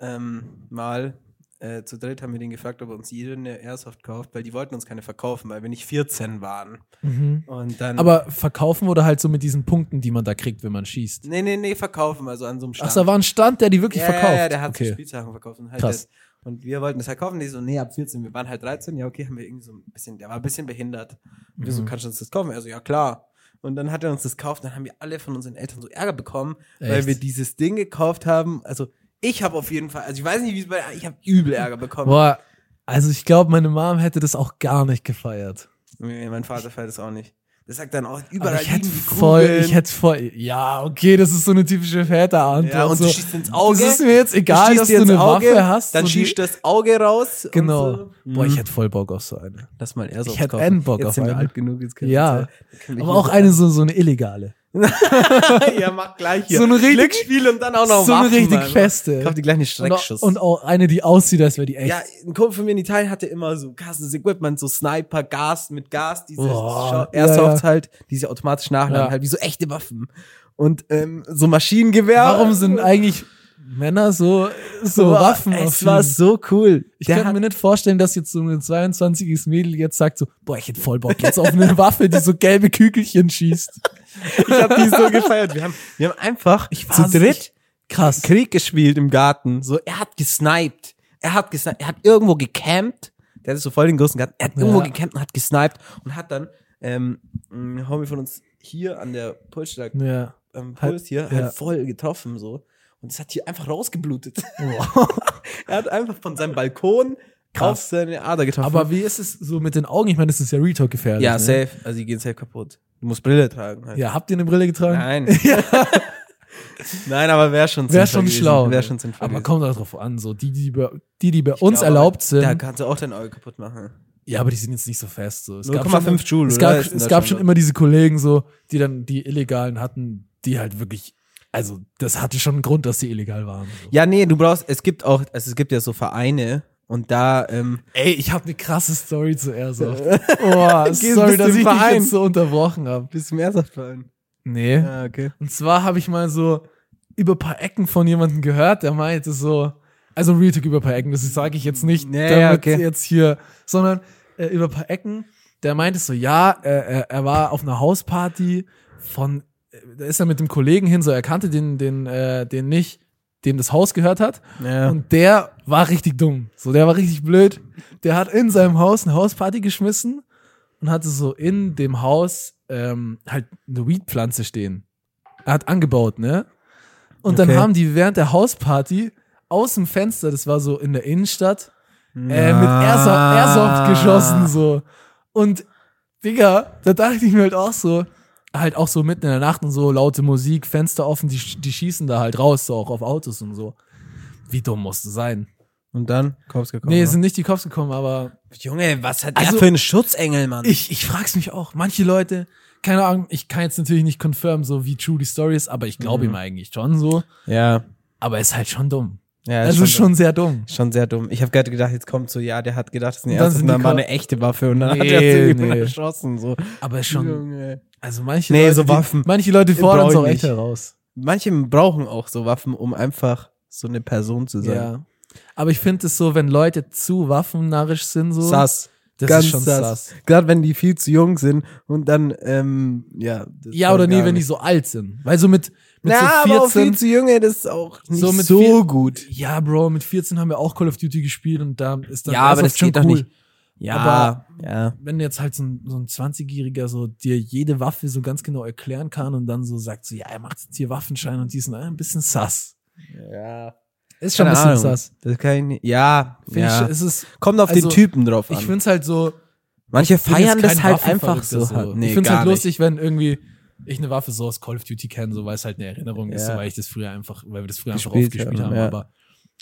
[SPEAKER 2] Ähm, mal äh, zu dritt haben wir den gefragt, ob er uns jeder eine Airsoft kauft, weil die wollten uns keine verkaufen, weil wir nicht 14 waren.
[SPEAKER 1] Mhm.
[SPEAKER 2] Und dann.
[SPEAKER 1] Aber verkaufen oder halt so mit diesen Punkten, die man da kriegt, wenn man schießt.
[SPEAKER 2] Nee, nee, nee, verkaufen, also an so einem Stand.
[SPEAKER 1] Ach, da war ein Stand, der die wirklich
[SPEAKER 2] ja,
[SPEAKER 1] verkauft.
[SPEAKER 2] Ja, ja, der hat so
[SPEAKER 1] okay.
[SPEAKER 2] Spielsachen verkauft. Und, halt
[SPEAKER 1] Krass.
[SPEAKER 2] Das, und wir wollten das verkaufen. Die so, nee, ab 14, wir waren halt 13. Ja, okay, haben wir irgendwie so ein bisschen, der war ein bisschen behindert. Und wir so,
[SPEAKER 1] Mhm.
[SPEAKER 2] kannst du uns das kaufen? Er so, ja, klar. Und dann hat er uns das gekauft. Dann haben wir alle von unseren Eltern so Ärger bekommen, weil
[SPEAKER 1] Echt?
[SPEAKER 2] wir dieses Ding gekauft haben. Also, ich habe auf jeden Fall, also ich weiß nicht, wie es bei, ich habe übel Ärger bekommen.
[SPEAKER 1] Boah, also ich glaube, meine Mom hätte das auch gar nicht gefeiert.
[SPEAKER 2] Nee, mein Vater fällt es auch nicht. Das sagt dann auch,
[SPEAKER 1] Aber
[SPEAKER 2] überall
[SPEAKER 1] ich hätte
[SPEAKER 2] liegen die
[SPEAKER 1] voll,
[SPEAKER 2] Kugeln.
[SPEAKER 1] ich hätte voll, ja, okay, das ist so eine typische Väterantwort.
[SPEAKER 2] ja, und
[SPEAKER 1] so.
[SPEAKER 2] du schießt ins Auge.
[SPEAKER 1] Es ist mir jetzt
[SPEAKER 2] du
[SPEAKER 1] egal,
[SPEAKER 2] schießt
[SPEAKER 1] dass du
[SPEAKER 2] dir ins
[SPEAKER 1] eine
[SPEAKER 2] Auge,
[SPEAKER 1] Waffe hast.
[SPEAKER 2] Dann
[SPEAKER 1] so die-
[SPEAKER 2] schießt das Auge raus. und
[SPEAKER 1] Genau.
[SPEAKER 2] So.
[SPEAKER 1] Boah, ich hätte voll Bock auf so eine.
[SPEAKER 2] Lass mal Airsoft
[SPEAKER 1] Ich hätte
[SPEAKER 2] kaufen.
[SPEAKER 1] einen Bock
[SPEAKER 2] jetzt
[SPEAKER 1] auf
[SPEAKER 2] sind wir
[SPEAKER 1] einen.
[SPEAKER 2] alt genug, jetzt können
[SPEAKER 1] Ja.
[SPEAKER 2] wir uns- jetzt können wir
[SPEAKER 1] halt- Aber
[SPEAKER 2] hier
[SPEAKER 1] auch eine so, so eine illegale.
[SPEAKER 2] so- ja, mach gleich hier.
[SPEAKER 1] So eine richtig-
[SPEAKER 2] Glücksspiel und dann auch noch
[SPEAKER 1] so eine
[SPEAKER 2] Waffen,
[SPEAKER 1] richtig
[SPEAKER 2] Mann.
[SPEAKER 1] feste.
[SPEAKER 2] Kauf die gleichen
[SPEAKER 1] Und
[SPEAKER 2] Streckschuss.
[SPEAKER 1] auch, und auch eine, die aussieht, als wäre die echt.
[SPEAKER 2] ja, ein Kumpel von mir in Italien hatte immer so krasses Equipment, so Sniper, Gas mit Gas, diese
[SPEAKER 1] Boah,
[SPEAKER 2] Scha-
[SPEAKER 1] ja,
[SPEAKER 2] Airsofts
[SPEAKER 1] ja.
[SPEAKER 2] halt, diese automatisch nachladen,
[SPEAKER 1] Ja.
[SPEAKER 2] halt wie so echte Waffen. Und ähm, so Maschinengewehr.
[SPEAKER 1] Warum sind eigentlich Männer so, so
[SPEAKER 2] Boah,
[SPEAKER 1] Waffen
[SPEAKER 2] Es war so cool.
[SPEAKER 1] Ich
[SPEAKER 2] Der
[SPEAKER 1] kann
[SPEAKER 2] hat-
[SPEAKER 1] mir nicht vorstellen, dass jetzt so ein 22-jähriges Mädel jetzt sagt so, boah, ich hätte voll Bock jetzt auf eine Waffe, die so gelbe Kügelchen schießt.
[SPEAKER 2] ich hab die so gefeiert. Wir haben, wir haben einfach
[SPEAKER 1] Ich
[SPEAKER 2] zu
[SPEAKER 1] weiß
[SPEAKER 2] dritt
[SPEAKER 1] nicht. Krass.
[SPEAKER 2] Krieg gespielt im Garten. So, er hat gesniped. Er hat gesniped. Er hat irgendwo gecampt. Der hatte so voll den großen Garten. Er hat
[SPEAKER 1] Ja.
[SPEAKER 2] irgendwo gecampt und hat gesniped und hat dann ähm, ein Homie von uns hier an der Pulsschlag,
[SPEAKER 1] Ja.
[SPEAKER 2] ähm, Puls
[SPEAKER 1] Ne, Halt,
[SPEAKER 2] hier,
[SPEAKER 1] ja.
[SPEAKER 2] halt voll getroffen so. Und es hat hier einfach rausgeblutet.
[SPEAKER 1] Wow.
[SPEAKER 2] er hat einfach von seinem Balkon auf
[SPEAKER 1] Krass.
[SPEAKER 2] seine Ader getroffen.
[SPEAKER 1] Aber wie ist es so mit den Augen? Ich meine, das ist ja Retalk gefährlich.
[SPEAKER 2] ja,
[SPEAKER 1] ne?
[SPEAKER 2] safe. Also die gehen safe kaputt. Du musst Brille tragen. Halt.
[SPEAKER 1] Ja, habt ihr eine Brille getragen?
[SPEAKER 2] Nein. Nein, aber wäre schon
[SPEAKER 1] Wäre
[SPEAKER 2] sinnvoll
[SPEAKER 1] schon
[SPEAKER 2] gewesen.
[SPEAKER 1] schlau.
[SPEAKER 2] Wäre schon sinnvoll
[SPEAKER 1] Aber
[SPEAKER 2] gewesen.
[SPEAKER 1] kommt auch drauf an, so die, die bei, die, die bei
[SPEAKER 2] Ich
[SPEAKER 1] uns
[SPEAKER 2] glaube,
[SPEAKER 1] erlaubt sind.
[SPEAKER 2] Da kannst du auch dein Auge kaputt machen.
[SPEAKER 1] Ja, aber die sind jetzt nicht so fest. So. Es gab
[SPEAKER 2] 0,5
[SPEAKER 1] schon-
[SPEAKER 2] Joule,
[SPEAKER 1] Es
[SPEAKER 2] oder?
[SPEAKER 1] gab,
[SPEAKER 2] Ist in
[SPEAKER 1] es gab schon
[SPEAKER 2] Deutschland.
[SPEAKER 1] immer diese Kollegen, so, die dann die Illegalen hatten, die halt wirklich, also das hatte schon einen Grund, dass die illegal waren. So.
[SPEAKER 2] Ja, nee, du brauchst, es gibt auch, also es gibt ja so Vereine und da, ähm,
[SPEAKER 1] Ey, ich habe eine krasse Story zu Airsoft. Boah,
[SPEAKER 2] Gehst
[SPEAKER 1] sorry,
[SPEAKER 2] bist
[SPEAKER 1] dass
[SPEAKER 2] im
[SPEAKER 1] ich
[SPEAKER 2] Verein.
[SPEAKER 1] dich jetzt so unterbrochen habe.
[SPEAKER 2] bist du im Airsoft-Verein?
[SPEAKER 1] Nee.
[SPEAKER 2] Ja, okay.
[SPEAKER 1] Und zwar habe ich mal so über ein paar Ecken von jemandem gehört, der meinte so, also Real Talk über ein paar Ecken, das sage ich jetzt nicht
[SPEAKER 2] Ja, ja, okay.
[SPEAKER 1] jetzt hier, sondern äh, über ein paar Ecken, der meinte so, ja, äh, äh, er war auf einer Hausparty von, äh, da ist er mit dem Kollegen hin, so er kannte den, den, äh, den nicht, dem das Haus gehört hat.
[SPEAKER 2] Ja.
[SPEAKER 1] Und der war richtig dumm. So, der war richtig blöd. Der hat in seinem Haus eine Hausparty geschmissen und hatte so in dem Haus ähm, halt eine Weedpflanze stehen. Er hat angebaut, ne? Und dann
[SPEAKER 2] Okay.
[SPEAKER 1] haben die während der Hausparty aus dem Fenster, das war so in der Innenstadt,
[SPEAKER 2] Hm.
[SPEAKER 1] äh, mit Airsoft,
[SPEAKER 2] Ah.
[SPEAKER 1] Airsoft geschossen so. Und Digga, da dachte ich mir halt auch so, halt auch so mitten in der Nacht und so laute Musik, Fenster offen, die, die schießen da halt raus, so auch auf Autos und so. Wie dumm musst du sein?
[SPEAKER 2] Und dann Kops gekommen.
[SPEAKER 1] nee,
[SPEAKER 2] oder?
[SPEAKER 1] es sind nicht die Cops gekommen, aber
[SPEAKER 2] Junge, was hat
[SPEAKER 1] Also-
[SPEAKER 2] der für einen Schutzengel, Mann?
[SPEAKER 1] ich, ich frag's mich auch. Manche Leute, keine Ahnung, ich kann jetzt natürlich nicht confirm, so wie true die Story ist, aber ich glaube
[SPEAKER 2] Mhm.
[SPEAKER 1] ihm eigentlich schon so.
[SPEAKER 2] ja.
[SPEAKER 1] Aber ist halt schon dumm.
[SPEAKER 2] Ja,
[SPEAKER 1] also schon, schon sehr dumm.
[SPEAKER 2] schon sehr dumm. Ich habe gerade gedacht, jetzt kommt so, ja, der hat gedacht, das ist eine
[SPEAKER 1] Und dann
[SPEAKER 2] Airsoft,
[SPEAKER 1] sind
[SPEAKER 2] und
[SPEAKER 1] die
[SPEAKER 2] dann war
[SPEAKER 1] Ko-
[SPEAKER 2] eine echte Waffe und dann
[SPEAKER 1] Nee,
[SPEAKER 2] hat er zu jemanden
[SPEAKER 1] nee.
[SPEAKER 2] geschossen, so.
[SPEAKER 1] Aber ist schon,
[SPEAKER 2] Junge.
[SPEAKER 1] also manche
[SPEAKER 2] Nee,
[SPEAKER 1] Leute,
[SPEAKER 2] so
[SPEAKER 1] die-
[SPEAKER 2] Waffen
[SPEAKER 1] manche Leute
[SPEAKER 2] brauch
[SPEAKER 1] fordern es
[SPEAKER 2] ich
[SPEAKER 1] auch echt
[SPEAKER 2] nicht.
[SPEAKER 1] heraus.
[SPEAKER 2] manche brauchen auch so Waffen, um einfach so eine Person zu sein.
[SPEAKER 1] Ja. Aber ich finde es so, wenn Leute zu waffennarrisch sind, so.
[SPEAKER 2] Sass.
[SPEAKER 1] Das
[SPEAKER 2] ganz
[SPEAKER 1] ist schon
[SPEAKER 2] sass.
[SPEAKER 1] sass.
[SPEAKER 2] Gerade wenn die viel zu jung sind und dann, ähm, ja. das
[SPEAKER 1] Ja,
[SPEAKER 2] geht
[SPEAKER 1] oder nee,
[SPEAKER 2] gar
[SPEAKER 1] wenn die
[SPEAKER 2] nicht.
[SPEAKER 1] so alt sind. Weil so mit, mit
[SPEAKER 2] Na, aber
[SPEAKER 1] so
[SPEAKER 2] auch viel
[SPEAKER 1] 14.
[SPEAKER 2] zu jung, ey, das ist auch nicht
[SPEAKER 1] So
[SPEAKER 2] so,
[SPEAKER 1] mit viel-
[SPEAKER 2] gut.
[SPEAKER 1] Ja, Bro, mit 14 haben wir auch Call of Duty gespielt und da ist dann
[SPEAKER 2] Ja, aber
[SPEAKER 1] Airsoft
[SPEAKER 2] das geht doch nicht. Ja,
[SPEAKER 1] Aber-
[SPEAKER 2] ja.
[SPEAKER 1] Wenn jetzt halt so ein, so ein 20-Jähriger so dir jede Waffe so ganz genau erklären kann und dann so sagt, so, ja, er macht jetzt hier Waffenschein und die sind äh, ein bisschen sass.
[SPEAKER 2] Ja.
[SPEAKER 1] Ist schon
[SPEAKER 2] Keine
[SPEAKER 1] ein bisschen
[SPEAKER 2] Ahnung.
[SPEAKER 1] sass.
[SPEAKER 2] Das kann ich nicht. Ja,
[SPEAKER 1] Finde
[SPEAKER 2] ja.
[SPEAKER 1] ich, es ist,
[SPEAKER 2] kommt auf
[SPEAKER 1] also,
[SPEAKER 2] den Typen drauf
[SPEAKER 1] ich
[SPEAKER 2] an.
[SPEAKER 1] finde es halt so,
[SPEAKER 2] Manche
[SPEAKER 1] bin
[SPEAKER 2] feiern
[SPEAKER 1] jetzt
[SPEAKER 2] das
[SPEAKER 1] kein
[SPEAKER 2] halt einfach
[SPEAKER 1] Waffenverrückter
[SPEAKER 2] so. hart. Nee,
[SPEAKER 1] ich finde es
[SPEAKER 2] gar
[SPEAKER 1] halt
[SPEAKER 2] nicht.
[SPEAKER 1] lustig, wenn irgendwie ich eine Waffe so aus Call of Duty kenne, so weil es halt eine Erinnerung ist,
[SPEAKER 2] Ja.
[SPEAKER 1] so, weil ich das früher einfach, weil wir das früher
[SPEAKER 2] Gespielt
[SPEAKER 1] einfach aufgespielt haben.
[SPEAKER 2] haben, ja.
[SPEAKER 1] Aber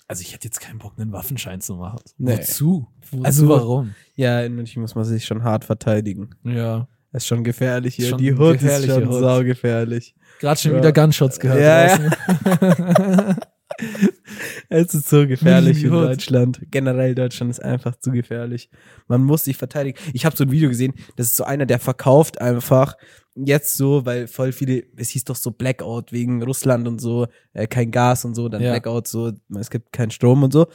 [SPEAKER 1] also ich hätte jetzt keinen Bock, einen Waffenschein zu machen.
[SPEAKER 2] Nee.
[SPEAKER 1] Wozu?
[SPEAKER 2] Wozu?
[SPEAKER 1] Also warum?
[SPEAKER 2] Ja, in München muss man sich schon hart verteidigen.
[SPEAKER 1] Ja.
[SPEAKER 2] Das ist schon gefährlich hier.
[SPEAKER 1] Schon
[SPEAKER 2] die Hood ist
[SPEAKER 1] gefährliche
[SPEAKER 2] schon
[SPEAKER 1] Hood.
[SPEAKER 2] saugefährlich.
[SPEAKER 1] Gerade schon
[SPEAKER 2] Ja.
[SPEAKER 1] wieder Gunshots gehört.
[SPEAKER 2] Ja, ja.
[SPEAKER 1] draußen.
[SPEAKER 2] Es ist so gefährlich
[SPEAKER 1] die
[SPEAKER 2] in
[SPEAKER 1] Hood.
[SPEAKER 2] Deutschland. Generell Deutschland ist einfach zu gefährlich. Man muss sich verteidigen. Ich habe so ein Video gesehen, das ist so einer, der verkauft einfach jetzt so, weil voll viele, es hieß doch so Blackout wegen Russland und so, äh, kein Gas und so, dann
[SPEAKER 1] Ja.
[SPEAKER 2] Blackout so, es gibt keinen Strom und so.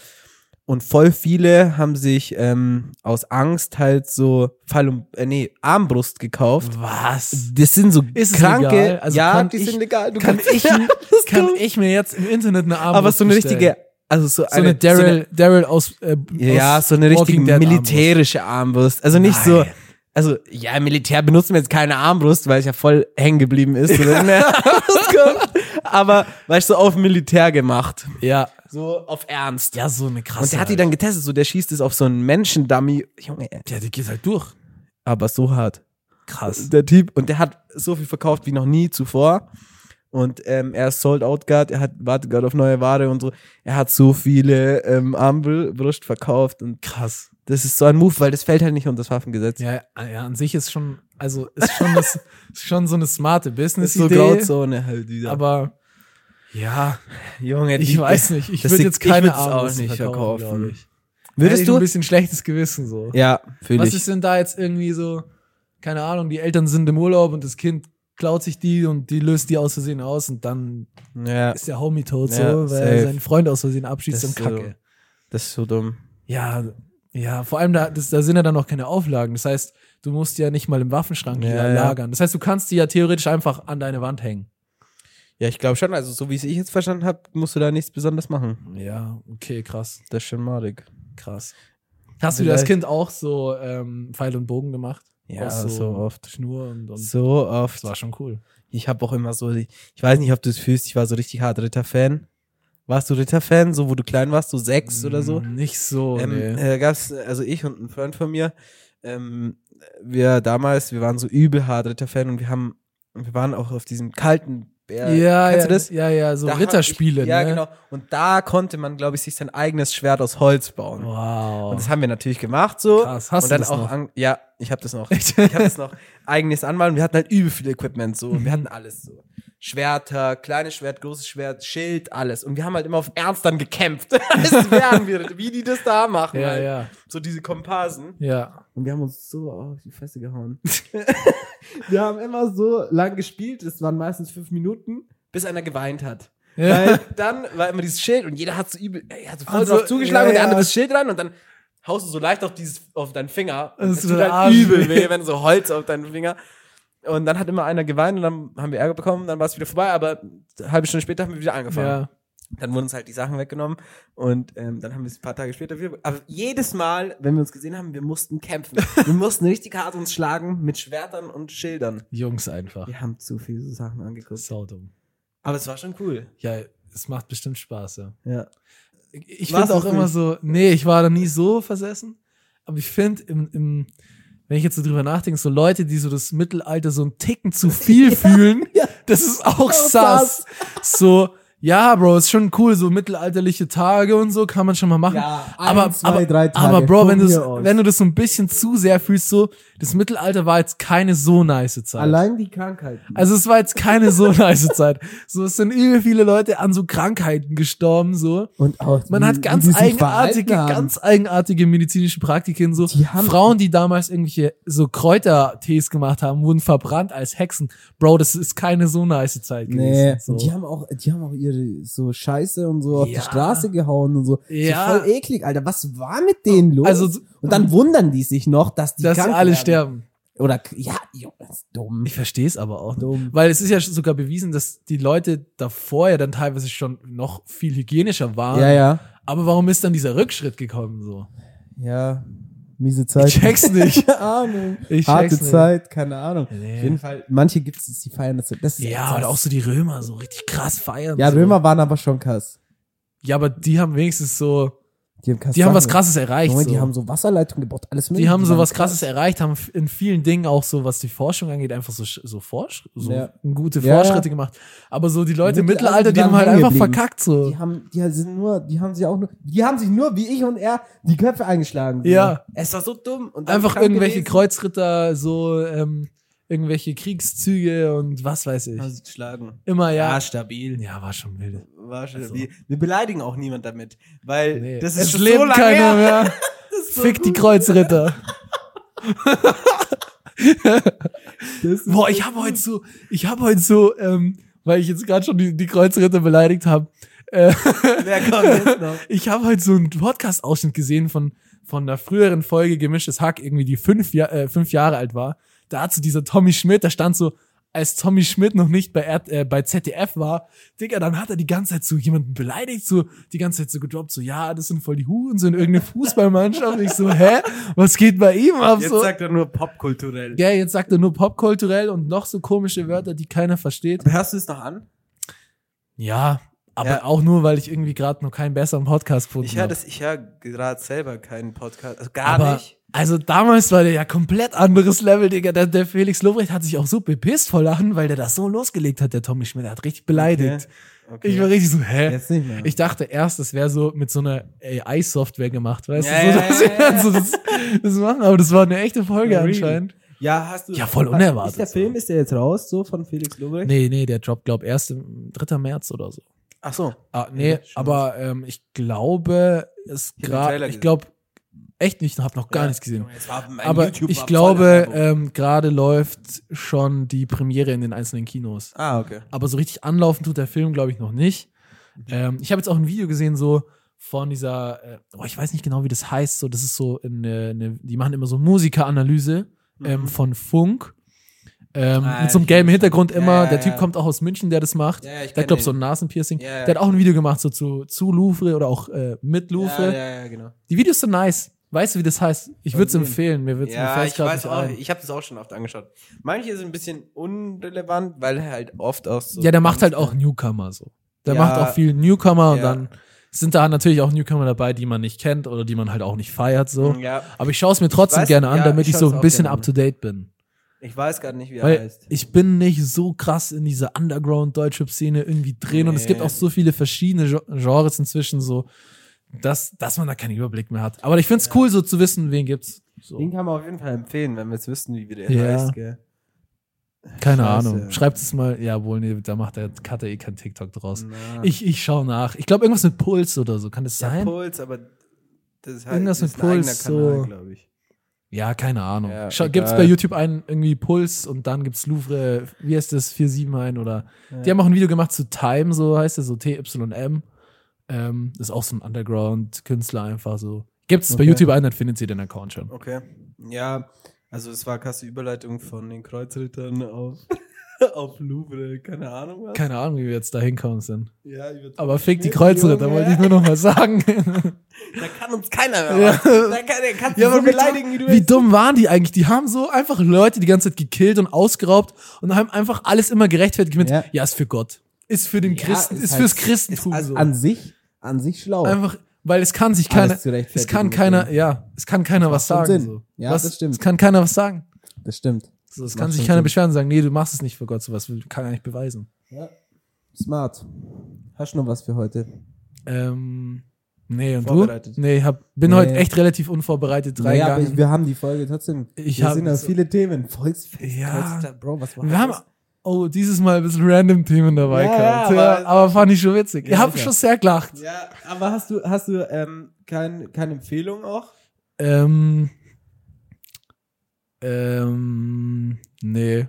[SPEAKER 2] Und voll viele haben sich ähm, aus Angst halt so Fall und, äh, nee, Armbrust gekauft.
[SPEAKER 1] Was?
[SPEAKER 2] Das sind so
[SPEAKER 1] Ist es
[SPEAKER 2] kranke,
[SPEAKER 1] legal? Also
[SPEAKER 2] ja,
[SPEAKER 1] kann
[SPEAKER 2] die
[SPEAKER 1] ich-
[SPEAKER 2] sind legal. Du
[SPEAKER 1] Kann
[SPEAKER 2] kannst-
[SPEAKER 1] ich,
[SPEAKER 2] Ja, das ist
[SPEAKER 1] kann
[SPEAKER 2] dumm.
[SPEAKER 1] ich mir jetzt im Internet eine Armbrust
[SPEAKER 2] aber so eine
[SPEAKER 1] bestellen?
[SPEAKER 2] richtige, also so
[SPEAKER 1] so eine Daryl, Daryl aus, äh,
[SPEAKER 2] ja,
[SPEAKER 1] aus
[SPEAKER 2] so eine richtige
[SPEAKER 1] Walking Dead Armbrust.
[SPEAKER 2] militärische Armbrust. Also nicht so,
[SPEAKER 1] Nein.
[SPEAKER 2] also ja, im Militär benutzen wir jetzt keine Armbrust, weil ich ja voll hängen geblieben ist. oder in der Armbrust kommt. Aber weißt du, so auf Militär gemacht.
[SPEAKER 1] Ja.
[SPEAKER 2] So auf Ernst.
[SPEAKER 1] Ja, so eine krasse.
[SPEAKER 2] Und der hat die dann getestet, so der schießt es auf so einen Menschendummy. Junge,
[SPEAKER 1] Alter. Ja, die geht halt durch.
[SPEAKER 2] aber so hart.
[SPEAKER 1] Krass.
[SPEAKER 2] Der Typ, und der hat so viel verkauft wie noch nie zuvor. Und ähm, er ist sold out gerade, er hat wartet gerade auf neue Ware und so. Er hat so viele ähm, Armbrust verkauft und
[SPEAKER 1] Krass.
[SPEAKER 2] Das ist so ein Move, weil das fällt halt nicht unter das Waffengesetz.
[SPEAKER 1] Ja, ja, an sich ist schon, also ist schon, das, ist schon so eine smarte
[SPEAKER 2] Das ist so
[SPEAKER 1] Business-Idee.
[SPEAKER 2] Grauzone halt wieder.
[SPEAKER 1] aber ja,
[SPEAKER 2] Junge,
[SPEAKER 1] ich
[SPEAKER 2] die-
[SPEAKER 1] weiß nicht. Ich
[SPEAKER 2] das
[SPEAKER 1] würde
[SPEAKER 2] liegt-
[SPEAKER 1] jetzt keine
[SPEAKER 2] ich würd's
[SPEAKER 1] Armbrust
[SPEAKER 2] auch nicht
[SPEAKER 1] verkaufen.
[SPEAKER 2] verkaufen.
[SPEAKER 1] glaub ich. Hätte
[SPEAKER 2] Würdest
[SPEAKER 1] ich ein
[SPEAKER 2] du?
[SPEAKER 1] bisschen schlechtes Gewissen so.
[SPEAKER 2] Ja, fühle
[SPEAKER 1] Was
[SPEAKER 2] ich.
[SPEAKER 1] ist denn da jetzt irgendwie so, keine Ahnung, die Eltern sind im Urlaub und das Kind klaut sich die und die löst die aus Versehen aus und dann
[SPEAKER 2] Ja,
[SPEAKER 1] ist der Homie tot
[SPEAKER 2] Ja,
[SPEAKER 1] so, weil er
[SPEAKER 2] safe.
[SPEAKER 1] seinen Freund aus Versehen abschießt
[SPEAKER 2] Das
[SPEAKER 1] und
[SPEAKER 2] ist so-
[SPEAKER 1] kacke.
[SPEAKER 2] das ist so dumm.
[SPEAKER 1] Ja, ja, vor allem da, das, da sind ja dann noch keine Auflagen. Das heißt, du musst die ja nicht mal im Waffenschrank
[SPEAKER 2] Ja,
[SPEAKER 1] la-
[SPEAKER 2] ja.
[SPEAKER 1] lagern. Das heißt, du kannst die ja theoretisch einfach an deine Wand hängen.
[SPEAKER 2] Ja, ich glaube schon. Also so wie es ich jetzt verstanden habe, musst du da nichts Besonderes machen.
[SPEAKER 1] Ja, okay, krass,
[SPEAKER 2] Das ist schon madig.
[SPEAKER 1] krass. Hast du dir als
[SPEAKER 2] Vielleicht-
[SPEAKER 1] Kind auch so ähm, Pfeil und Bogen gemacht?
[SPEAKER 2] Ja,
[SPEAKER 1] Aus
[SPEAKER 2] so oft.
[SPEAKER 1] Schnur und, und
[SPEAKER 2] So
[SPEAKER 1] das
[SPEAKER 2] oft.
[SPEAKER 1] war schon cool.
[SPEAKER 2] Ich habe auch immer so, die- ich weiß nicht, ob du es fühlst, ich war so richtig hart Ritter-Fan. Warst du Ritter-Fan, so wo du klein warst, so sechs oder so?
[SPEAKER 1] Mm, Nicht so,
[SPEAKER 2] ähm,
[SPEAKER 1] nee.
[SPEAKER 2] äh, gab's, also ich und ein Freund von mir, ähm, wir damals, wir waren so übel hart Ritter-Fan und wir haben, wir waren auch auf diesem kalten Berg.
[SPEAKER 1] ja,
[SPEAKER 2] Kennst
[SPEAKER 1] ja,
[SPEAKER 2] du das?
[SPEAKER 1] ja, ja, so
[SPEAKER 2] Da hab
[SPEAKER 1] Ritterspiele,
[SPEAKER 2] ich- Ja,
[SPEAKER 1] ne?
[SPEAKER 2] genau. Und da konnte man, glaube ich, sich sein eigenes Schwert aus Holz bauen. Und
[SPEAKER 1] Wow.
[SPEAKER 2] das haben wir natürlich gemacht so.
[SPEAKER 1] Oh. Krass, hast
[SPEAKER 2] und
[SPEAKER 1] du
[SPEAKER 2] dann
[SPEAKER 1] das
[SPEAKER 2] auch
[SPEAKER 1] noch?
[SPEAKER 2] An, ja, ich habe das noch. Ich habe das noch eigenes anmalen. Wir hatten halt übel viel Equipment so. Und wir hatten alles so. Schwerter, kleines Schwert, großes Schwert, Schild, alles. Und wir haben halt immer auf Ernst dann gekämpft. das wären wir, wie die das da machen.
[SPEAKER 1] Ja,
[SPEAKER 2] halt.
[SPEAKER 1] ja,
[SPEAKER 2] So diese Komparsen.
[SPEAKER 1] ja.
[SPEAKER 2] Und wir haben uns so auf die Fresse gehauen.
[SPEAKER 5] Wir haben immer so lang gespielt, es waren meistens fünf Minuten.
[SPEAKER 2] Bis einer geweint hat.
[SPEAKER 1] ja.
[SPEAKER 2] Weil dann war immer dieses Schild und jeder hat so übel, ey, hat so voll
[SPEAKER 1] Also,
[SPEAKER 2] drauf zugeschlagen
[SPEAKER 1] ja,
[SPEAKER 2] und der
[SPEAKER 1] ja.
[SPEAKER 2] andere das Schild ran und dann haust du so leicht auf dieses, auf deinen Finger. Und
[SPEAKER 1] Das
[SPEAKER 2] das
[SPEAKER 1] tut
[SPEAKER 2] tut
[SPEAKER 1] der
[SPEAKER 2] halt
[SPEAKER 1] Arsch
[SPEAKER 2] übel
[SPEAKER 1] weh.
[SPEAKER 2] weh, wenn so Holz auf deinen Finger. Und dann hat immer einer geweint und dann haben wir Ärger bekommen, dann war es wieder vorbei, aber eine halbe Stunde später haben wir wieder angefangen.
[SPEAKER 1] ja.
[SPEAKER 2] Dann wurden uns halt die Sachen weggenommen und ähm, dann haben wir es ein paar Tage später wieder. Aber jedes Mal, wenn wir uns gesehen haben, wir mussten kämpfen. wir mussten richtig hart uns schlagen mit Schwertern und Schildern.
[SPEAKER 1] Jungs einfach.
[SPEAKER 2] Wir haben zu viele so Sachen angeguckt.
[SPEAKER 1] Saudum.
[SPEAKER 2] Aber es war schon cool.
[SPEAKER 1] Ja, es macht bestimmt Spaß, ja.
[SPEAKER 2] Ja.
[SPEAKER 1] ich
[SPEAKER 2] Warst
[SPEAKER 1] finde auch
[SPEAKER 2] du's
[SPEAKER 1] immer
[SPEAKER 2] nicht?
[SPEAKER 1] so, nee, ich war da nie so versessen, aber ich finde, im, im, wenn ich jetzt so drüber nachdenke, so Leute, die so das
[SPEAKER 2] Oh,
[SPEAKER 1] Mittelalter so einen Ticken zu viel fühlen, das ist auch
[SPEAKER 5] Auch
[SPEAKER 1] sass. So, Ja, Bro, ist schon cool. So mittelalterliche Tage und so kann man schon mal machen.
[SPEAKER 2] Ja, ein,
[SPEAKER 1] aber,
[SPEAKER 2] zwei,
[SPEAKER 1] aber,
[SPEAKER 2] drei Tage.
[SPEAKER 1] aber Bro,
[SPEAKER 2] Von
[SPEAKER 1] wenn, du's-
[SPEAKER 2] mir aus.
[SPEAKER 1] wenn du das so ein bisschen zu sehr fühlst, so, das Mittelalter war jetzt keine so nice Zeit.
[SPEAKER 2] Allein die Krankheit.
[SPEAKER 1] Also es war jetzt keine so nice Zeit. So, es sind übel viele Leute an so Krankheiten gestorben, so.
[SPEAKER 2] Und auch
[SPEAKER 1] Man
[SPEAKER 2] wie-
[SPEAKER 1] hat
[SPEAKER 2] wie die
[SPEAKER 1] ganz
[SPEAKER 2] sich
[SPEAKER 1] eigenartige,
[SPEAKER 2] verhalten haben.
[SPEAKER 1] ganz eigenartige medizinische Praktiken, so.
[SPEAKER 2] Die haben-
[SPEAKER 1] Frauen, die damals irgendwelche so Kräutertees gemacht haben, wurden verbrannt als Hexen. Bro, das ist keine so nice Zeit
[SPEAKER 2] Nee,
[SPEAKER 1] gewesen. So.
[SPEAKER 2] und die haben auch, die haben auch ihre so Scheiße und so auf
[SPEAKER 1] Ja.
[SPEAKER 2] die Straße gehauen und so.
[SPEAKER 1] Ja.
[SPEAKER 2] So voll eklig, Alter. Was war mit denen los?
[SPEAKER 1] Also,
[SPEAKER 2] und dann wundern die sich noch, dass die
[SPEAKER 1] dass sie
[SPEAKER 2] krank
[SPEAKER 1] alle
[SPEAKER 2] werden.
[SPEAKER 1] sterben.
[SPEAKER 2] Oder k- ja, jo, das ist dumm.
[SPEAKER 1] Ich verstehe es aber auch.
[SPEAKER 2] dumm.
[SPEAKER 1] Weil es ist ja schon sogar bewiesen, dass die Leute davor ja dann teilweise schon noch viel hygienischer waren.
[SPEAKER 2] Ja, ja.
[SPEAKER 1] Aber warum ist dann dieser Rückschritt gekommen so?
[SPEAKER 2] Ja. Miese Zeit.
[SPEAKER 1] Ich check's nicht.
[SPEAKER 2] Keine Ahnung.
[SPEAKER 1] Ich
[SPEAKER 2] Harte
[SPEAKER 1] check's nicht.
[SPEAKER 2] Zeit, keine Ahnung.
[SPEAKER 1] Nee.
[SPEAKER 2] Auf jeden Fall, manche gibt es, die feiern das. das ist
[SPEAKER 1] Ja,
[SPEAKER 2] krass.
[SPEAKER 1] oder auch so die Römer, so richtig krass feiern.
[SPEAKER 2] Ja,
[SPEAKER 1] so.
[SPEAKER 2] Römer waren aber schon krass.
[SPEAKER 1] Ja, aber die haben wenigstens so,
[SPEAKER 2] Die haben, krass
[SPEAKER 1] die haben was
[SPEAKER 2] Sachen-
[SPEAKER 1] krasses erreicht.
[SPEAKER 2] Junge,
[SPEAKER 1] so.
[SPEAKER 2] Die haben so Wasserleitungen gebaut, alles
[SPEAKER 1] die haben so
[SPEAKER 2] waren
[SPEAKER 1] was
[SPEAKER 2] krass.
[SPEAKER 1] krasses erreicht, haben f- in vielen Dingen auch so, was die Forschung angeht, einfach so, sch- so, Forsch so
[SPEAKER 2] Ja.
[SPEAKER 1] gute
[SPEAKER 2] Ja, ja.
[SPEAKER 1] Fortschritte gemacht. Aber so die Leute im Mittelalter,
[SPEAKER 2] Mittelalter, die
[SPEAKER 1] die haben
[SPEAKER 2] waren
[SPEAKER 1] halt
[SPEAKER 2] hängen
[SPEAKER 1] einfach
[SPEAKER 2] geblieben.
[SPEAKER 1] verkackt so.
[SPEAKER 2] Die haben, die sind nur, die haben sich auch nur, die haben sich nur wie ich und er die Köpfe eingeschlagen.
[SPEAKER 1] Ja.
[SPEAKER 3] Es war so dumm. Und dann
[SPEAKER 1] einfach
[SPEAKER 3] krank
[SPEAKER 1] irgendwelche
[SPEAKER 3] gewesen.
[SPEAKER 1] Kreuzritter, so ähm, irgendwelche Kriegszüge und was weiß ich.
[SPEAKER 3] Haben sie geschlagen.
[SPEAKER 1] Immer ja.
[SPEAKER 3] Also, Ja, stabil.
[SPEAKER 1] Ja, war schon wild.
[SPEAKER 3] War stabil. Wir beleidigen auch niemand damit, weil
[SPEAKER 1] Nee.
[SPEAKER 3] das
[SPEAKER 1] es
[SPEAKER 3] ist schon
[SPEAKER 1] lebt
[SPEAKER 3] so lange her.
[SPEAKER 1] keiner mehr.
[SPEAKER 3] so
[SPEAKER 1] Fick die Kreuzritter. Boah, ich habe heute so, ich habe heute so, ähm, weil ich jetzt gerade schon die, die Kreuzritter beleidigt habe, äh,
[SPEAKER 3] Wer kommt jetzt noch?
[SPEAKER 1] ich habe heute so einen Podcast-Ausschnitt gesehen von, von einer früheren Folge Gemischtes Hack, irgendwie die fünf, ja äh, fünf Jahre alt war. Da hat so dieser Tommy Schmidt, da stand so, als Tommy Schmidt noch nicht bei, RT äh, bei ZDF war, Digga, dann hat er die ganze Zeit so jemanden beleidigt, so die ganze Zeit so gedroppt, so, ja, das sind voll die Huren, so in irgendeine Fußballmannschaft. Ich so, hä? Was geht bei ihm ab?
[SPEAKER 3] Jetzt
[SPEAKER 1] so,
[SPEAKER 3] sagt er nur popkulturell.
[SPEAKER 1] gell, jetzt sagt er nur popkulturell und noch so komische Wörter, die keiner versteht.
[SPEAKER 3] Hörst du es noch an?
[SPEAKER 1] Ja, aber
[SPEAKER 3] Ja.
[SPEAKER 1] auch nur, weil ich irgendwie gerade noch keinen besseren Podcast gefunden
[SPEAKER 3] Ich höre
[SPEAKER 1] hab.
[SPEAKER 3] das, ich höre gerade selber keinen Podcast, also gar
[SPEAKER 1] Aber,
[SPEAKER 3] nicht.
[SPEAKER 1] also damals war der ja komplett anderes Level, Digga. Der, der Felix Lobrecht hat sich auch so bepisst vor Lachen, weil der das so losgelegt hat, der Tommy Schmidt. Der hat richtig beleidigt.
[SPEAKER 3] Okay. Okay.
[SPEAKER 1] Ich war richtig so, hä?
[SPEAKER 2] Jetzt nicht mehr.
[SPEAKER 1] Ich dachte erst, das wäre so mit so einer AI-Software gemacht, weißt
[SPEAKER 3] Ja,
[SPEAKER 1] du? So,
[SPEAKER 3] ja,
[SPEAKER 1] dass
[SPEAKER 3] ja,
[SPEAKER 1] wir
[SPEAKER 3] ja,
[SPEAKER 1] dann so das, das machen, aber das war eine echte Folge
[SPEAKER 2] Really?
[SPEAKER 1] anscheinend.
[SPEAKER 3] ja, hast du.
[SPEAKER 1] Ja, voll
[SPEAKER 2] Ist der
[SPEAKER 1] unerwartet.
[SPEAKER 2] Film, ist der jetzt raus, so von Felix Lobrecht?
[SPEAKER 1] Nee, nee, der Job, glaub, erst im 3. März oder so.
[SPEAKER 3] Ach so.
[SPEAKER 1] Ah, nee,
[SPEAKER 3] schon.
[SPEAKER 1] aber ähm, ich glaube, es
[SPEAKER 3] hab den
[SPEAKER 1] gerade,
[SPEAKER 3] Trailer
[SPEAKER 1] ich
[SPEAKER 3] gesehen.
[SPEAKER 1] glaube, echt nicht, hab noch gar
[SPEAKER 3] Ja.
[SPEAKER 1] nichts gesehen.
[SPEAKER 3] Es war ein
[SPEAKER 1] Aber
[SPEAKER 3] YouTube
[SPEAKER 1] ich
[SPEAKER 3] war
[SPEAKER 1] glaube,
[SPEAKER 3] voller Werbung.
[SPEAKER 1] ähm, gerade läuft schon die Premiere in den einzelnen Kinos.
[SPEAKER 3] ah, okay.
[SPEAKER 1] Aber so richtig anlaufen tut der Film, glaube ich, noch nicht. Ähm, ich habe jetzt auch ein Video gesehen, so von dieser, äh, oh, ich weiß nicht genau, wie das heißt, so, das ist so eine, eine die machen immer so Musikeranalyse ähm, von Funk. Ähm,
[SPEAKER 3] Mhm. Ah,
[SPEAKER 1] mit so einem
[SPEAKER 3] ich
[SPEAKER 1] gelben
[SPEAKER 3] weiß.
[SPEAKER 1] Hintergrund
[SPEAKER 3] Ja,
[SPEAKER 1] immer.
[SPEAKER 3] ja,
[SPEAKER 1] der Typ
[SPEAKER 3] ja.
[SPEAKER 1] kommt auch aus München, der das macht.
[SPEAKER 3] Ja, ja, ich
[SPEAKER 1] der
[SPEAKER 3] kenn
[SPEAKER 1] hat, glaube
[SPEAKER 3] den.
[SPEAKER 1] so ein Nasenpiercing.
[SPEAKER 3] Ja, ja.
[SPEAKER 1] Der hat auch ein Video gemacht, so zu, zu Louvre oder auch äh, mit Louvre.
[SPEAKER 3] Ja, ja, ja, genau.
[SPEAKER 1] Die Videos sind nice. Weißt du, wie das heißt? Ich würde es
[SPEAKER 3] sehen.
[SPEAKER 1] empfehlen. Mir wird's mir
[SPEAKER 3] Ja,
[SPEAKER 1] fällt
[SPEAKER 3] ich
[SPEAKER 1] gerade
[SPEAKER 3] weiß
[SPEAKER 1] nicht
[SPEAKER 3] auch,
[SPEAKER 1] ein.
[SPEAKER 3] ich habe das auch schon oft angeschaut. Manche sind ein bisschen unrelevant, weil er halt oft aus so
[SPEAKER 1] ja, der macht halt auch Newcomer so. Der
[SPEAKER 3] Ja.
[SPEAKER 1] macht auch viel Newcomer und
[SPEAKER 3] Ja.
[SPEAKER 1] dann sind da natürlich auch Newcomer dabei, die man nicht kennt oder die man halt auch nicht feiert so.
[SPEAKER 3] Ja,
[SPEAKER 1] Aber ich schaue es mir trotzdem
[SPEAKER 3] weiß-
[SPEAKER 1] gerne an,
[SPEAKER 3] ja,
[SPEAKER 1] damit
[SPEAKER 3] Mhm. ich
[SPEAKER 1] ich
[SPEAKER 3] schau's
[SPEAKER 1] so ein
[SPEAKER 3] auch
[SPEAKER 1] bisschen
[SPEAKER 3] gerne an.
[SPEAKER 1] up to date bin.
[SPEAKER 3] ich weiß gerade nicht, wie er
[SPEAKER 1] Weil
[SPEAKER 3] heißt.
[SPEAKER 1] ich bin nicht so krass in dieser Underground deutsche Szene irgendwie drin und es gibt
[SPEAKER 3] Nee.
[SPEAKER 1] auch so viele verschiedene Gen- Genres inzwischen so, dass, dass man da keinen Überblick mehr hat. Aber ich find's cool so zu wissen, wen gibt's. So.
[SPEAKER 3] Den kann man auf jeden Fall empfehlen, wenn wir jetzt wissen, wie der
[SPEAKER 1] Ja.
[SPEAKER 3] heißt, gell?
[SPEAKER 1] Keine
[SPEAKER 3] Scheiße.
[SPEAKER 1] Ahnung. Schreibt es mal. Ja, wohl, nee, da macht der Cutter eh kein TikTok draus.
[SPEAKER 3] Na.
[SPEAKER 1] Ich, ich schaue nach. Ich glaube, irgendwas mit Puls oder so. Kann das
[SPEAKER 3] Ja,
[SPEAKER 1] sein?
[SPEAKER 3] Puls, aber das ist halt
[SPEAKER 1] Irgendwas
[SPEAKER 3] das ist
[SPEAKER 1] mit
[SPEAKER 3] ein eigener
[SPEAKER 1] Puls, so.
[SPEAKER 3] Kanal, glaube ich.
[SPEAKER 1] Ja, keine Ahnung.
[SPEAKER 3] Ja,
[SPEAKER 1] Schau,
[SPEAKER 3] egal.
[SPEAKER 1] gibt's bei YouTube einen irgendwie Puls und dann gibt's Louvre, wie heißt das, 47 ein oder. Die haben auch ein Video gemacht zu Time, so heißt das, so TYM. Ähm, das ist auch so ein Underground-Künstler einfach so. Gibt's bei
[SPEAKER 2] Okay.
[SPEAKER 1] YouTube einen, dann findet ihr den Account schon.
[SPEAKER 3] Okay. Ja, also es war krasse Überleitung von den Kreuzrittern auf, auf Louvre, keine Ahnung was.
[SPEAKER 1] Keine Ahnung, wie wir jetzt da hinkommen sind.
[SPEAKER 3] Ja, ich würd-
[SPEAKER 1] Aber fick die
[SPEAKER 3] Junge.
[SPEAKER 1] Kreuzritter, wollte ich nur noch mal sagen.
[SPEAKER 3] Da kann uns keiner mehr.
[SPEAKER 1] Ja.
[SPEAKER 3] machen. Da, kann, da kannst du
[SPEAKER 1] Ja,
[SPEAKER 3] so
[SPEAKER 1] aber wie,
[SPEAKER 3] beleidigen, wie du
[SPEAKER 1] wie dumm waren die eigentlich? Die haben so einfach Leute die ganze Zeit gekillt und ausgeraubt und haben einfach alles immer gerechtfertigt mit, ja,
[SPEAKER 2] Ja.
[SPEAKER 1] ist für Gott. Ist für den
[SPEAKER 2] Ja,
[SPEAKER 1] Christen, ist,
[SPEAKER 2] ist halt-
[SPEAKER 1] fürs Christentum
[SPEAKER 2] Also
[SPEAKER 1] so.
[SPEAKER 2] an sich, an sich schlau.
[SPEAKER 1] Einfach, weil es kann sich
[SPEAKER 2] Alles
[SPEAKER 1] keiner,
[SPEAKER 2] zu rechtfertigen
[SPEAKER 1] es kann
[SPEAKER 2] mit
[SPEAKER 1] keiner,
[SPEAKER 2] denen.
[SPEAKER 1] ja, es kann keiner was sagen.
[SPEAKER 2] macht schon Sinn.
[SPEAKER 1] So.
[SPEAKER 2] Ja,
[SPEAKER 1] was,
[SPEAKER 2] das stimmt.
[SPEAKER 1] Es kann keiner was sagen.
[SPEAKER 2] Das stimmt.
[SPEAKER 1] So, es
[SPEAKER 2] Macht
[SPEAKER 1] kann sich
[SPEAKER 2] schon
[SPEAKER 1] keiner
[SPEAKER 2] Sinn.
[SPEAKER 1] beschweren und sagen, nee, du machst es nicht für Gott, sowas will- kann er nicht beweisen.
[SPEAKER 2] Smart. Hast du noch was für heute?
[SPEAKER 1] Ähm, nee, und du?
[SPEAKER 3] Vorbereitet.
[SPEAKER 1] Nee, ich hab, bin
[SPEAKER 2] Nee.
[SPEAKER 1] heute echt relativ unvorbereitet
[SPEAKER 2] Naja, aber ich,
[SPEAKER 1] reingegangen.
[SPEAKER 2] wir haben die Folge trotzdem.
[SPEAKER 1] Ich
[SPEAKER 2] wir
[SPEAKER 1] hab-
[SPEAKER 2] sind ja viele Themen. Volksfest.
[SPEAKER 1] Ja.
[SPEAKER 2] Volksfest, Bro, was war
[SPEAKER 1] wir haben oh, dieses Mal ein bisschen random Themen dabei
[SPEAKER 2] Ja,
[SPEAKER 1] gehabt.
[SPEAKER 2] ja,
[SPEAKER 1] Ja, aber,
[SPEAKER 2] aber-
[SPEAKER 1] fand ich schon witzig.
[SPEAKER 2] Ja,
[SPEAKER 1] ich habe
[SPEAKER 2] sicher.
[SPEAKER 1] schon sehr gelacht.
[SPEAKER 2] Ja, aber hast du, hast du ähm, kein, keine Empfehlung auch?
[SPEAKER 1] Ähm, ähm, nee.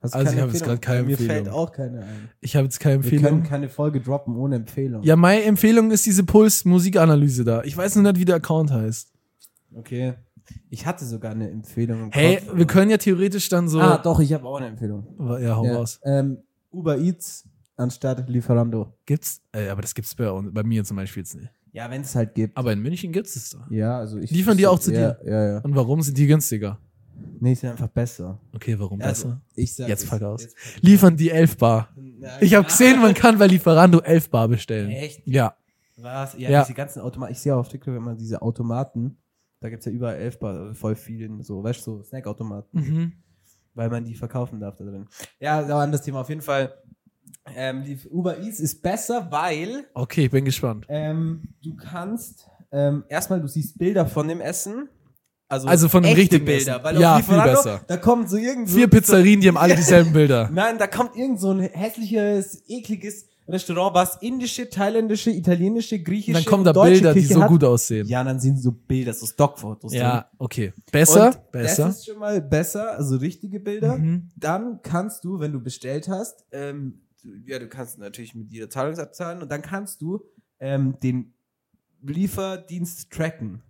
[SPEAKER 2] Hast du
[SPEAKER 1] Also
[SPEAKER 2] keine
[SPEAKER 1] ich hab jetzt
[SPEAKER 2] Empfehlung?
[SPEAKER 1] grad keine
[SPEAKER 2] Mir fällt
[SPEAKER 1] Empfehlung.
[SPEAKER 2] auch keine ein.
[SPEAKER 1] Ich habe jetzt keine
[SPEAKER 2] Wir können
[SPEAKER 1] Empfehlung.
[SPEAKER 2] keine Folge droppen ohne Empfehlung.
[SPEAKER 1] Ja, meine Empfehlung ist diese Puls-Musikanalyse da. Ich weiß nur nicht, wie der Account heißt.
[SPEAKER 2] Okay. Ich hatte sogar eine Empfehlung. im
[SPEAKER 1] Hey,
[SPEAKER 2] Kopf,
[SPEAKER 1] wir
[SPEAKER 2] aber-
[SPEAKER 1] können ja theoretisch dann so.
[SPEAKER 2] Ah, doch, ich habe auch eine Empfehlung.
[SPEAKER 1] ja, hau
[SPEAKER 2] Ja,
[SPEAKER 1] raus.
[SPEAKER 2] ähm, Uber Eats anstatt Lieferando.
[SPEAKER 1] Gibt's? Äh, aber das gibt's bei, uns- bei mir zum Beispiel jetzt nicht.
[SPEAKER 2] Ja, wenn es halt gibt.
[SPEAKER 1] Aber in München gibt's es da.
[SPEAKER 2] ja, also ich.
[SPEAKER 1] Liefern die auch zu
[SPEAKER 2] ja,
[SPEAKER 1] dir?
[SPEAKER 2] Ja, ja.
[SPEAKER 1] Und warum sind die günstiger?
[SPEAKER 2] Nee, sind einfach besser. Also,
[SPEAKER 1] Okay, warum besser?
[SPEAKER 2] ich sag
[SPEAKER 1] Jetzt
[SPEAKER 2] es.
[SPEAKER 1] fuck aus.
[SPEAKER 2] Jetzt fuck
[SPEAKER 1] Liefern die 11 Bar.
[SPEAKER 2] Na,
[SPEAKER 1] Ich habe
[SPEAKER 2] ja.
[SPEAKER 1] gesehen, man kann bei Lieferando 11 Bar bestellen.
[SPEAKER 2] Echt?
[SPEAKER 1] Ja.
[SPEAKER 2] Was? Ja,
[SPEAKER 1] Ja.
[SPEAKER 2] diese ganzen Automaten. Ich sehe auf TikTok immer diese Automaten. Da gibt's ja überall Elfbar, also voll vielen, so, weißt du, so Snackautomaten,
[SPEAKER 1] Mhm.
[SPEAKER 2] weil man die verkaufen darf da drin. Ja, ist aber ein anderes Thema. Auf jeden Fall, ähm, die Uber Eats ist besser, weil
[SPEAKER 1] Okay, ich bin gespannt.
[SPEAKER 2] ähm, du kannst ähm, erstmal, du siehst Bilder von dem Essen. Also,
[SPEAKER 1] Also von dem
[SPEAKER 2] echte
[SPEAKER 1] richtigen
[SPEAKER 2] Bilder,
[SPEAKER 1] Essen.
[SPEAKER 2] weil auf
[SPEAKER 1] Ja,
[SPEAKER 2] Lieferando,
[SPEAKER 1] viel besser.
[SPEAKER 2] Da kommt so irgend so
[SPEAKER 1] Vier Pizzerien, die haben alle dieselben Bilder.
[SPEAKER 2] Nein, da kommt irgend so ein hässliches, ekliges Restaurant, was indische, thailändische, italienische, griechische,
[SPEAKER 1] Und dann kommen da
[SPEAKER 2] deutsche
[SPEAKER 1] Bilder, die
[SPEAKER 2] Küche
[SPEAKER 1] so
[SPEAKER 2] hat.
[SPEAKER 1] gut aussehen.
[SPEAKER 2] Ja, und dann sind so Bilder, so Stockfotos. drin.
[SPEAKER 1] Ja, okay. Besser?
[SPEAKER 2] Und
[SPEAKER 1] besser.
[SPEAKER 2] Das ist schon mal besser, also richtige Bilder.
[SPEAKER 1] Mhm.
[SPEAKER 2] Dann kannst du, wenn du bestellt hast, ähm, du- ja, du kannst natürlich mit jeder Zahlungsart zahlen und dann kannst du ähm, den Lieferdienst tracken.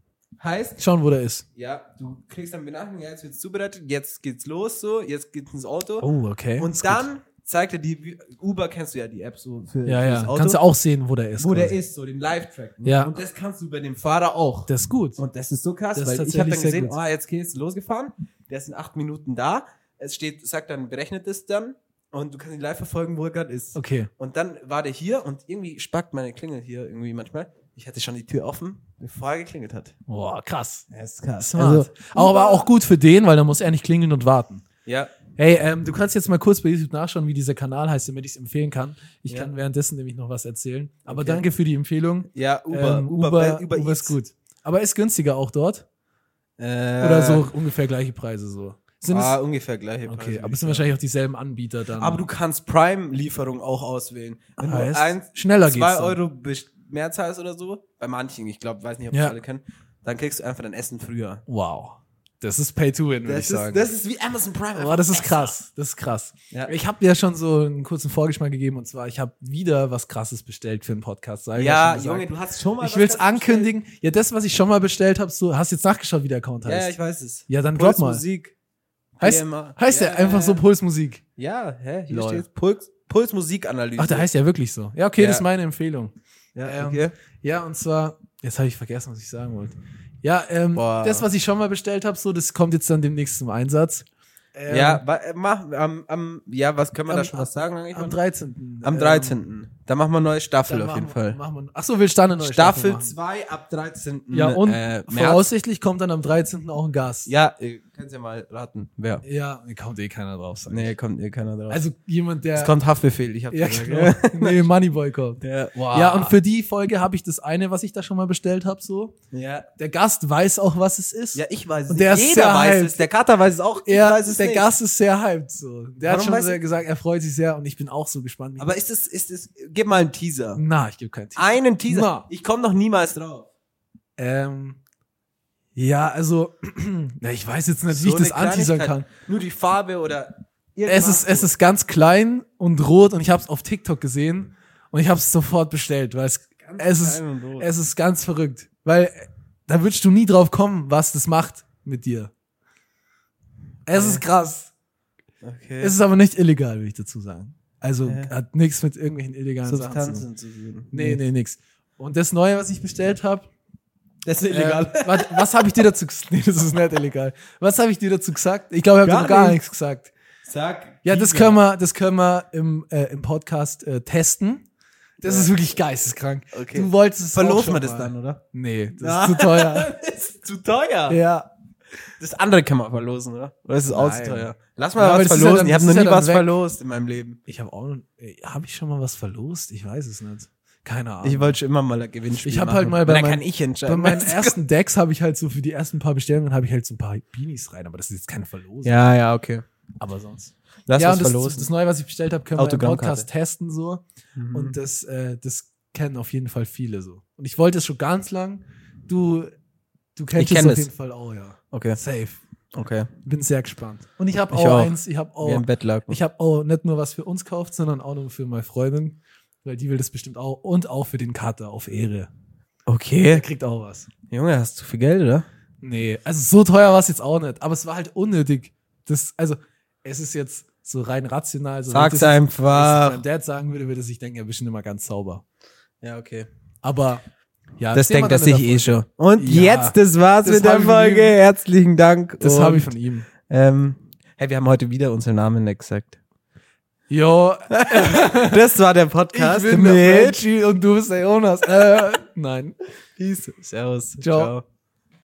[SPEAKER 2] Heißt,
[SPEAKER 1] Schauen, wo der ist.
[SPEAKER 2] ja, du kriegst dann Benachrichtigung, ja, jetzt wird's zubereitet, jetzt geht's los, so, jetzt geht's ins Auto.
[SPEAKER 1] Oh, okay.
[SPEAKER 2] Und
[SPEAKER 1] Ist gut.
[SPEAKER 2] dann zeigt er die Uber, kennst du ja die App so für,
[SPEAKER 1] Ja,
[SPEAKER 2] fürs
[SPEAKER 1] ja.
[SPEAKER 2] Auto,
[SPEAKER 1] Kannst du auch sehen, wo der ist.
[SPEAKER 2] wo der
[SPEAKER 1] quasi.
[SPEAKER 2] ist, so den Live-Track. ne?
[SPEAKER 1] Ja.
[SPEAKER 2] Und das kannst du bei dem Fahrer auch.
[SPEAKER 1] Das ist gut.
[SPEAKER 2] und das ist so krass,
[SPEAKER 1] Das ist
[SPEAKER 2] weil ich
[SPEAKER 1] tatsächlich
[SPEAKER 2] habe dann
[SPEAKER 1] sehr
[SPEAKER 2] gesehen,
[SPEAKER 1] gut.
[SPEAKER 2] oh, jetzt geht's losgefahren, der ist in acht Minuten da, es steht, sagt dann, berechnet es dann und du kannst ihn live verfolgen, wo er gerade ist.
[SPEAKER 1] Okay.
[SPEAKER 2] Und dann war der hier und irgendwie spackt meine Klingel hier irgendwie manchmal. Ich hatte schon die Tür offen, bevor er geklingelt hat.
[SPEAKER 1] Boah, krass.
[SPEAKER 2] Das ist krass.
[SPEAKER 1] Smart. Also, auch, aber auch gut für den, weil dann muss er nicht klingeln und warten.
[SPEAKER 2] ja,
[SPEAKER 1] Hey, ähm, du kannst jetzt mal kurz bei YouTube nachschauen, wie dieser Kanal heißt, damit ich es empfehlen kann. Ich
[SPEAKER 2] Ja.
[SPEAKER 1] kann währenddessen nämlich noch was erzählen. Aber
[SPEAKER 2] Okay.
[SPEAKER 1] danke für die Empfehlung.
[SPEAKER 2] ja, Uber,
[SPEAKER 1] Ähm, Uber,
[SPEAKER 2] Uber, Uber, Uber,
[SPEAKER 1] Uber ist
[SPEAKER 2] Eats.
[SPEAKER 1] gut. Aber ist günstiger auch dort?
[SPEAKER 2] Äh,
[SPEAKER 1] Oder so ungefähr gleiche Preise so? Sind
[SPEAKER 2] ah,
[SPEAKER 1] es,
[SPEAKER 2] ungefähr gleiche
[SPEAKER 1] okay,
[SPEAKER 2] Preise,
[SPEAKER 1] aber es
[SPEAKER 2] würd
[SPEAKER 1] sind
[SPEAKER 2] ich sagen.
[SPEAKER 1] wahrscheinlich auch dieselben Anbieter dann.
[SPEAKER 2] Aber du kannst Prime-Lieferung auch auswählen. Wenn
[SPEAKER 1] Heißt,
[SPEAKER 2] du eins,
[SPEAKER 1] schneller geht's
[SPEAKER 2] zwei
[SPEAKER 1] dann.
[SPEAKER 2] Euro best- mehr zahlst oder so, bei manchen, ich glaube, weiß nicht, ob
[SPEAKER 1] Ja.
[SPEAKER 2] das alle kennen, dann kriegst du einfach dein Essen früher.
[SPEAKER 1] wow. Das ist Pay to Win, würde ich
[SPEAKER 2] Das
[SPEAKER 1] sagen.
[SPEAKER 2] ist, das ist wie Amazon Prime.
[SPEAKER 1] Boah, das ist krass. Das ist krass.
[SPEAKER 2] Ja.
[SPEAKER 1] Äh, Ich habe dir schon so einen kurzen Vorgeschmack gegeben und zwar, ich habe wieder was Krasses bestellt für einen Podcast. sag ich schon
[SPEAKER 2] ja,
[SPEAKER 1] gesagt.
[SPEAKER 2] Junge, du hast schon mal.
[SPEAKER 1] Ich
[SPEAKER 2] was
[SPEAKER 1] will's
[SPEAKER 2] dazu bestellt.
[SPEAKER 1] ankündigen. Ja, das, was ich schon mal bestellt habe, so, hast jetzt nachgeschaut, wie der Account heißt.
[SPEAKER 2] Ja, ja, ich weiß es.
[SPEAKER 1] Ja, dann glaub
[SPEAKER 2] Puls
[SPEAKER 1] mal.
[SPEAKER 2] Musik.
[SPEAKER 1] heißt
[SPEAKER 2] PMA.
[SPEAKER 1] heißt
[SPEAKER 2] Ja,
[SPEAKER 1] der einfach
[SPEAKER 2] ja,
[SPEAKER 1] so
[SPEAKER 2] ja.
[SPEAKER 1] Pulsmusik?
[SPEAKER 2] Ja, hä? Hier
[SPEAKER 1] Lol.
[SPEAKER 2] steht Puls, Puls Musikanalyse.
[SPEAKER 1] Ach, der heißt ja wirklich so. Ja, okay,
[SPEAKER 2] Ja.
[SPEAKER 1] das ist meine Empfehlung.
[SPEAKER 2] Ja,
[SPEAKER 1] ähm,
[SPEAKER 2] okay.
[SPEAKER 1] Ja, und zwar, jetzt habe ich vergessen, was ich sagen wollte. Ja, ähm,
[SPEAKER 2] Boah.
[SPEAKER 1] das, was ich schon mal bestellt habe, so, das kommt jetzt dann demnächst zum Einsatz. Ähm,
[SPEAKER 2] ja, wa- äh, mach, am, am, ja, was können wir da
[SPEAKER 1] Am-
[SPEAKER 2] schon was sagen? eigentlich?
[SPEAKER 1] Ähm, am ähm, 13.
[SPEAKER 3] Am 13. da machen wir eine neue Staffel auf jeden Fall.
[SPEAKER 1] Achso, willst du dann eine neue Staffel,
[SPEAKER 3] Staffel
[SPEAKER 1] machen?
[SPEAKER 3] 2 ab 13.
[SPEAKER 1] Ja, und
[SPEAKER 3] äh, März.
[SPEAKER 1] voraussichtlich kommt dann am 13. auch ein Gast.
[SPEAKER 3] Ja, ihr könnt ja mal raten. Wer?
[SPEAKER 1] Ja, kommt eh keiner drauf. Sag ich.
[SPEAKER 3] Nee, kommt ihr keiner drauf.
[SPEAKER 1] Also jemand, der.
[SPEAKER 3] es kommt Haftbefehl, ich hab's
[SPEAKER 1] ja,
[SPEAKER 3] gesagt.
[SPEAKER 1] genau. nee, Moneyboy kommt.
[SPEAKER 3] Ja,
[SPEAKER 1] Ja, und für die Folge habe ich das eine, was ich da schon mal bestellt habe, so.
[SPEAKER 3] ja.
[SPEAKER 1] Der Gast weiß auch, was es ist.
[SPEAKER 3] ja, ich weiß es.
[SPEAKER 1] Und der ist
[SPEAKER 3] nicht.
[SPEAKER 1] sehr
[SPEAKER 3] Jeder weiß
[SPEAKER 1] hyped.
[SPEAKER 3] es. Der Kater weiß es auch. Ich
[SPEAKER 1] Er-
[SPEAKER 3] weiß es
[SPEAKER 1] der
[SPEAKER 3] nicht.
[SPEAKER 1] Gast ist sehr hyped, so. Der
[SPEAKER 3] Warum
[SPEAKER 1] hat schon
[SPEAKER 3] weiß
[SPEAKER 1] sehr gesagt, er freut sich sehr und ich bin auch so gespannt. wie-
[SPEAKER 3] Aber Ah. ist es, ist es, gib mal einen Teaser.
[SPEAKER 1] na, ich gebe keinen Tipp.
[SPEAKER 3] Einen Teaser.
[SPEAKER 1] Na.
[SPEAKER 3] Ich komme noch niemals drauf.
[SPEAKER 1] Ähm, ja, also, na, ich weiß jetzt nicht, wie ich
[SPEAKER 3] So
[SPEAKER 1] das
[SPEAKER 3] eine
[SPEAKER 1] anteasern kann.
[SPEAKER 3] Kleinigkeit. Nur die Farbe oder
[SPEAKER 1] Es ist, es ist ganz klein und rot und ich habe es auf TikTok gesehen und ich habe es sofort bestellt, weil es, es ist,
[SPEAKER 3] klein und rot.
[SPEAKER 1] es ist ganz verrückt, weil äh, da würdest du nie drauf kommen, was das macht mit dir. Es ist krass.
[SPEAKER 3] okay.
[SPEAKER 1] Es ist aber nicht illegal, will ich dazu sagen. Also
[SPEAKER 3] Ja.
[SPEAKER 1] hat nichts mit irgendwelchen illegalen Sachen zu tun.
[SPEAKER 3] Substanzen zu sehen.
[SPEAKER 1] Nee, nee, nix. Und das Neue, was ich bestellt habe,
[SPEAKER 3] Das ist
[SPEAKER 1] äh, was, was habe ich dir dazu gesagt? Nee, das ist nicht illegal. Was habe ich dir dazu gesagt? Ich glaube, ich
[SPEAKER 3] Gar
[SPEAKER 1] habe dir gar
[SPEAKER 3] nichts.
[SPEAKER 1] nichts gesagt.
[SPEAKER 3] Sag.
[SPEAKER 1] Ja, das
[SPEAKER 3] Teaser.
[SPEAKER 1] können wir, das können wir im, äh, im Podcast äh, testen. Das ist wirklich geisteskrank.
[SPEAKER 3] Okay.
[SPEAKER 1] Du wolltest es auch
[SPEAKER 3] Verlosen
[SPEAKER 1] schon
[SPEAKER 3] wir das
[SPEAKER 1] mal.
[SPEAKER 3] dann, oder?
[SPEAKER 1] Nee, das
[SPEAKER 3] Ah.
[SPEAKER 1] ist zu teuer.
[SPEAKER 3] Das ist zu teuer.
[SPEAKER 1] ja.
[SPEAKER 2] Das andere kann man verlosen, oder? Oder ist es auch zu
[SPEAKER 1] Nein.
[SPEAKER 2] teuer? Lass
[SPEAKER 1] Ja,
[SPEAKER 2] mal
[SPEAKER 1] aber
[SPEAKER 2] was
[SPEAKER 1] das ist ja
[SPEAKER 2] verlosen.
[SPEAKER 1] dann-
[SPEAKER 2] ich habe
[SPEAKER 1] das
[SPEAKER 2] noch
[SPEAKER 1] ist ja
[SPEAKER 2] nie
[SPEAKER 1] dann
[SPEAKER 2] was
[SPEAKER 1] weg.
[SPEAKER 2] verloren in meinem Leben.
[SPEAKER 1] Ich habe auch, habe ich schon mal was verlost? Ich weiß es nicht. Keine Ahnung.
[SPEAKER 2] Ich wollte schon immer mal ein Gewinnspiel
[SPEAKER 1] Ich hab
[SPEAKER 2] machen.
[SPEAKER 1] halt mal bei
[SPEAKER 2] Dann
[SPEAKER 1] meinem-
[SPEAKER 2] kann ich entscheiden.
[SPEAKER 1] bei meinen ersten Decks habe ich halt so für die ersten paar Bestellungen habe ich halt so ein paar Beanies rein, aber das ist jetzt keine Verlosung.
[SPEAKER 2] ja, ja, okay.
[SPEAKER 1] Aber sonst.
[SPEAKER 2] Lass
[SPEAKER 1] ja,
[SPEAKER 2] was
[SPEAKER 1] und das,
[SPEAKER 2] verlosen.
[SPEAKER 1] das Neue, was ich bestellt habe, können wir im
[SPEAKER 2] Autogrammkarte.
[SPEAKER 1] Podcast testen so.
[SPEAKER 2] Mhm.
[SPEAKER 1] Und das, äh, das kennen auf jeden Fall viele so. Und ich wollte es schon ganz lang. Du, du kennst
[SPEAKER 2] Ich
[SPEAKER 1] es
[SPEAKER 2] kenn
[SPEAKER 1] auf
[SPEAKER 2] es.
[SPEAKER 1] jeden Fall auch, ja.
[SPEAKER 2] okay,
[SPEAKER 1] Safe.
[SPEAKER 2] okay.
[SPEAKER 1] Bin sehr gespannt. Und ich habe
[SPEAKER 2] Ich
[SPEAKER 1] auch,
[SPEAKER 2] auch.
[SPEAKER 1] eins, ich habe
[SPEAKER 2] Wir
[SPEAKER 1] auch,
[SPEAKER 2] im Bett lagen.
[SPEAKER 1] oh. ich habe auch nicht nur was für uns gekauft, sondern auch noch für meine Freundin, weil die will das bestimmt auch und auch für den Kater auf Ehre. Der
[SPEAKER 2] Okay.
[SPEAKER 1] kriegt auch was.
[SPEAKER 2] Junge, hast du viel Geld, oder?
[SPEAKER 1] Nee, also so teuer war es jetzt auch nicht, aber es war halt unnötig. Das, also, es ist jetzt so rein rational. So
[SPEAKER 2] Sag's
[SPEAKER 1] wenn ich das jetzt- wenn ich das
[SPEAKER 2] einfach.
[SPEAKER 1] meinem Dad sagen würde, würde sich denken, er ist bestimmt immer ganz sauber.
[SPEAKER 2] Ja, okay.
[SPEAKER 1] Aber, ja.
[SPEAKER 2] Das
[SPEAKER 1] erzähl mal
[SPEAKER 2] denkt er
[SPEAKER 1] deine
[SPEAKER 2] sich eh schon. Und
[SPEAKER 1] Ja.
[SPEAKER 2] jetzt, das war's
[SPEAKER 1] Das
[SPEAKER 2] mit der
[SPEAKER 1] hab ich von
[SPEAKER 2] Folge.
[SPEAKER 1] ihm.
[SPEAKER 2] Herzlichen Dank.
[SPEAKER 1] davon. Das habe ich
[SPEAKER 2] Und,
[SPEAKER 1] von ihm.
[SPEAKER 2] Ähm, hey, wir haben heute wieder unseren Namen nicht gesagt.
[SPEAKER 1] Jo,
[SPEAKER 2] Das war der Podcast
[SPEAKER 1] ich bin der Frenchie und du bist der Jonas. äh, nein.
[SPEAKER 2] Peace. Servus.
[SPEAKER 1] Ciao.
[SPEAKER 2] Ciao.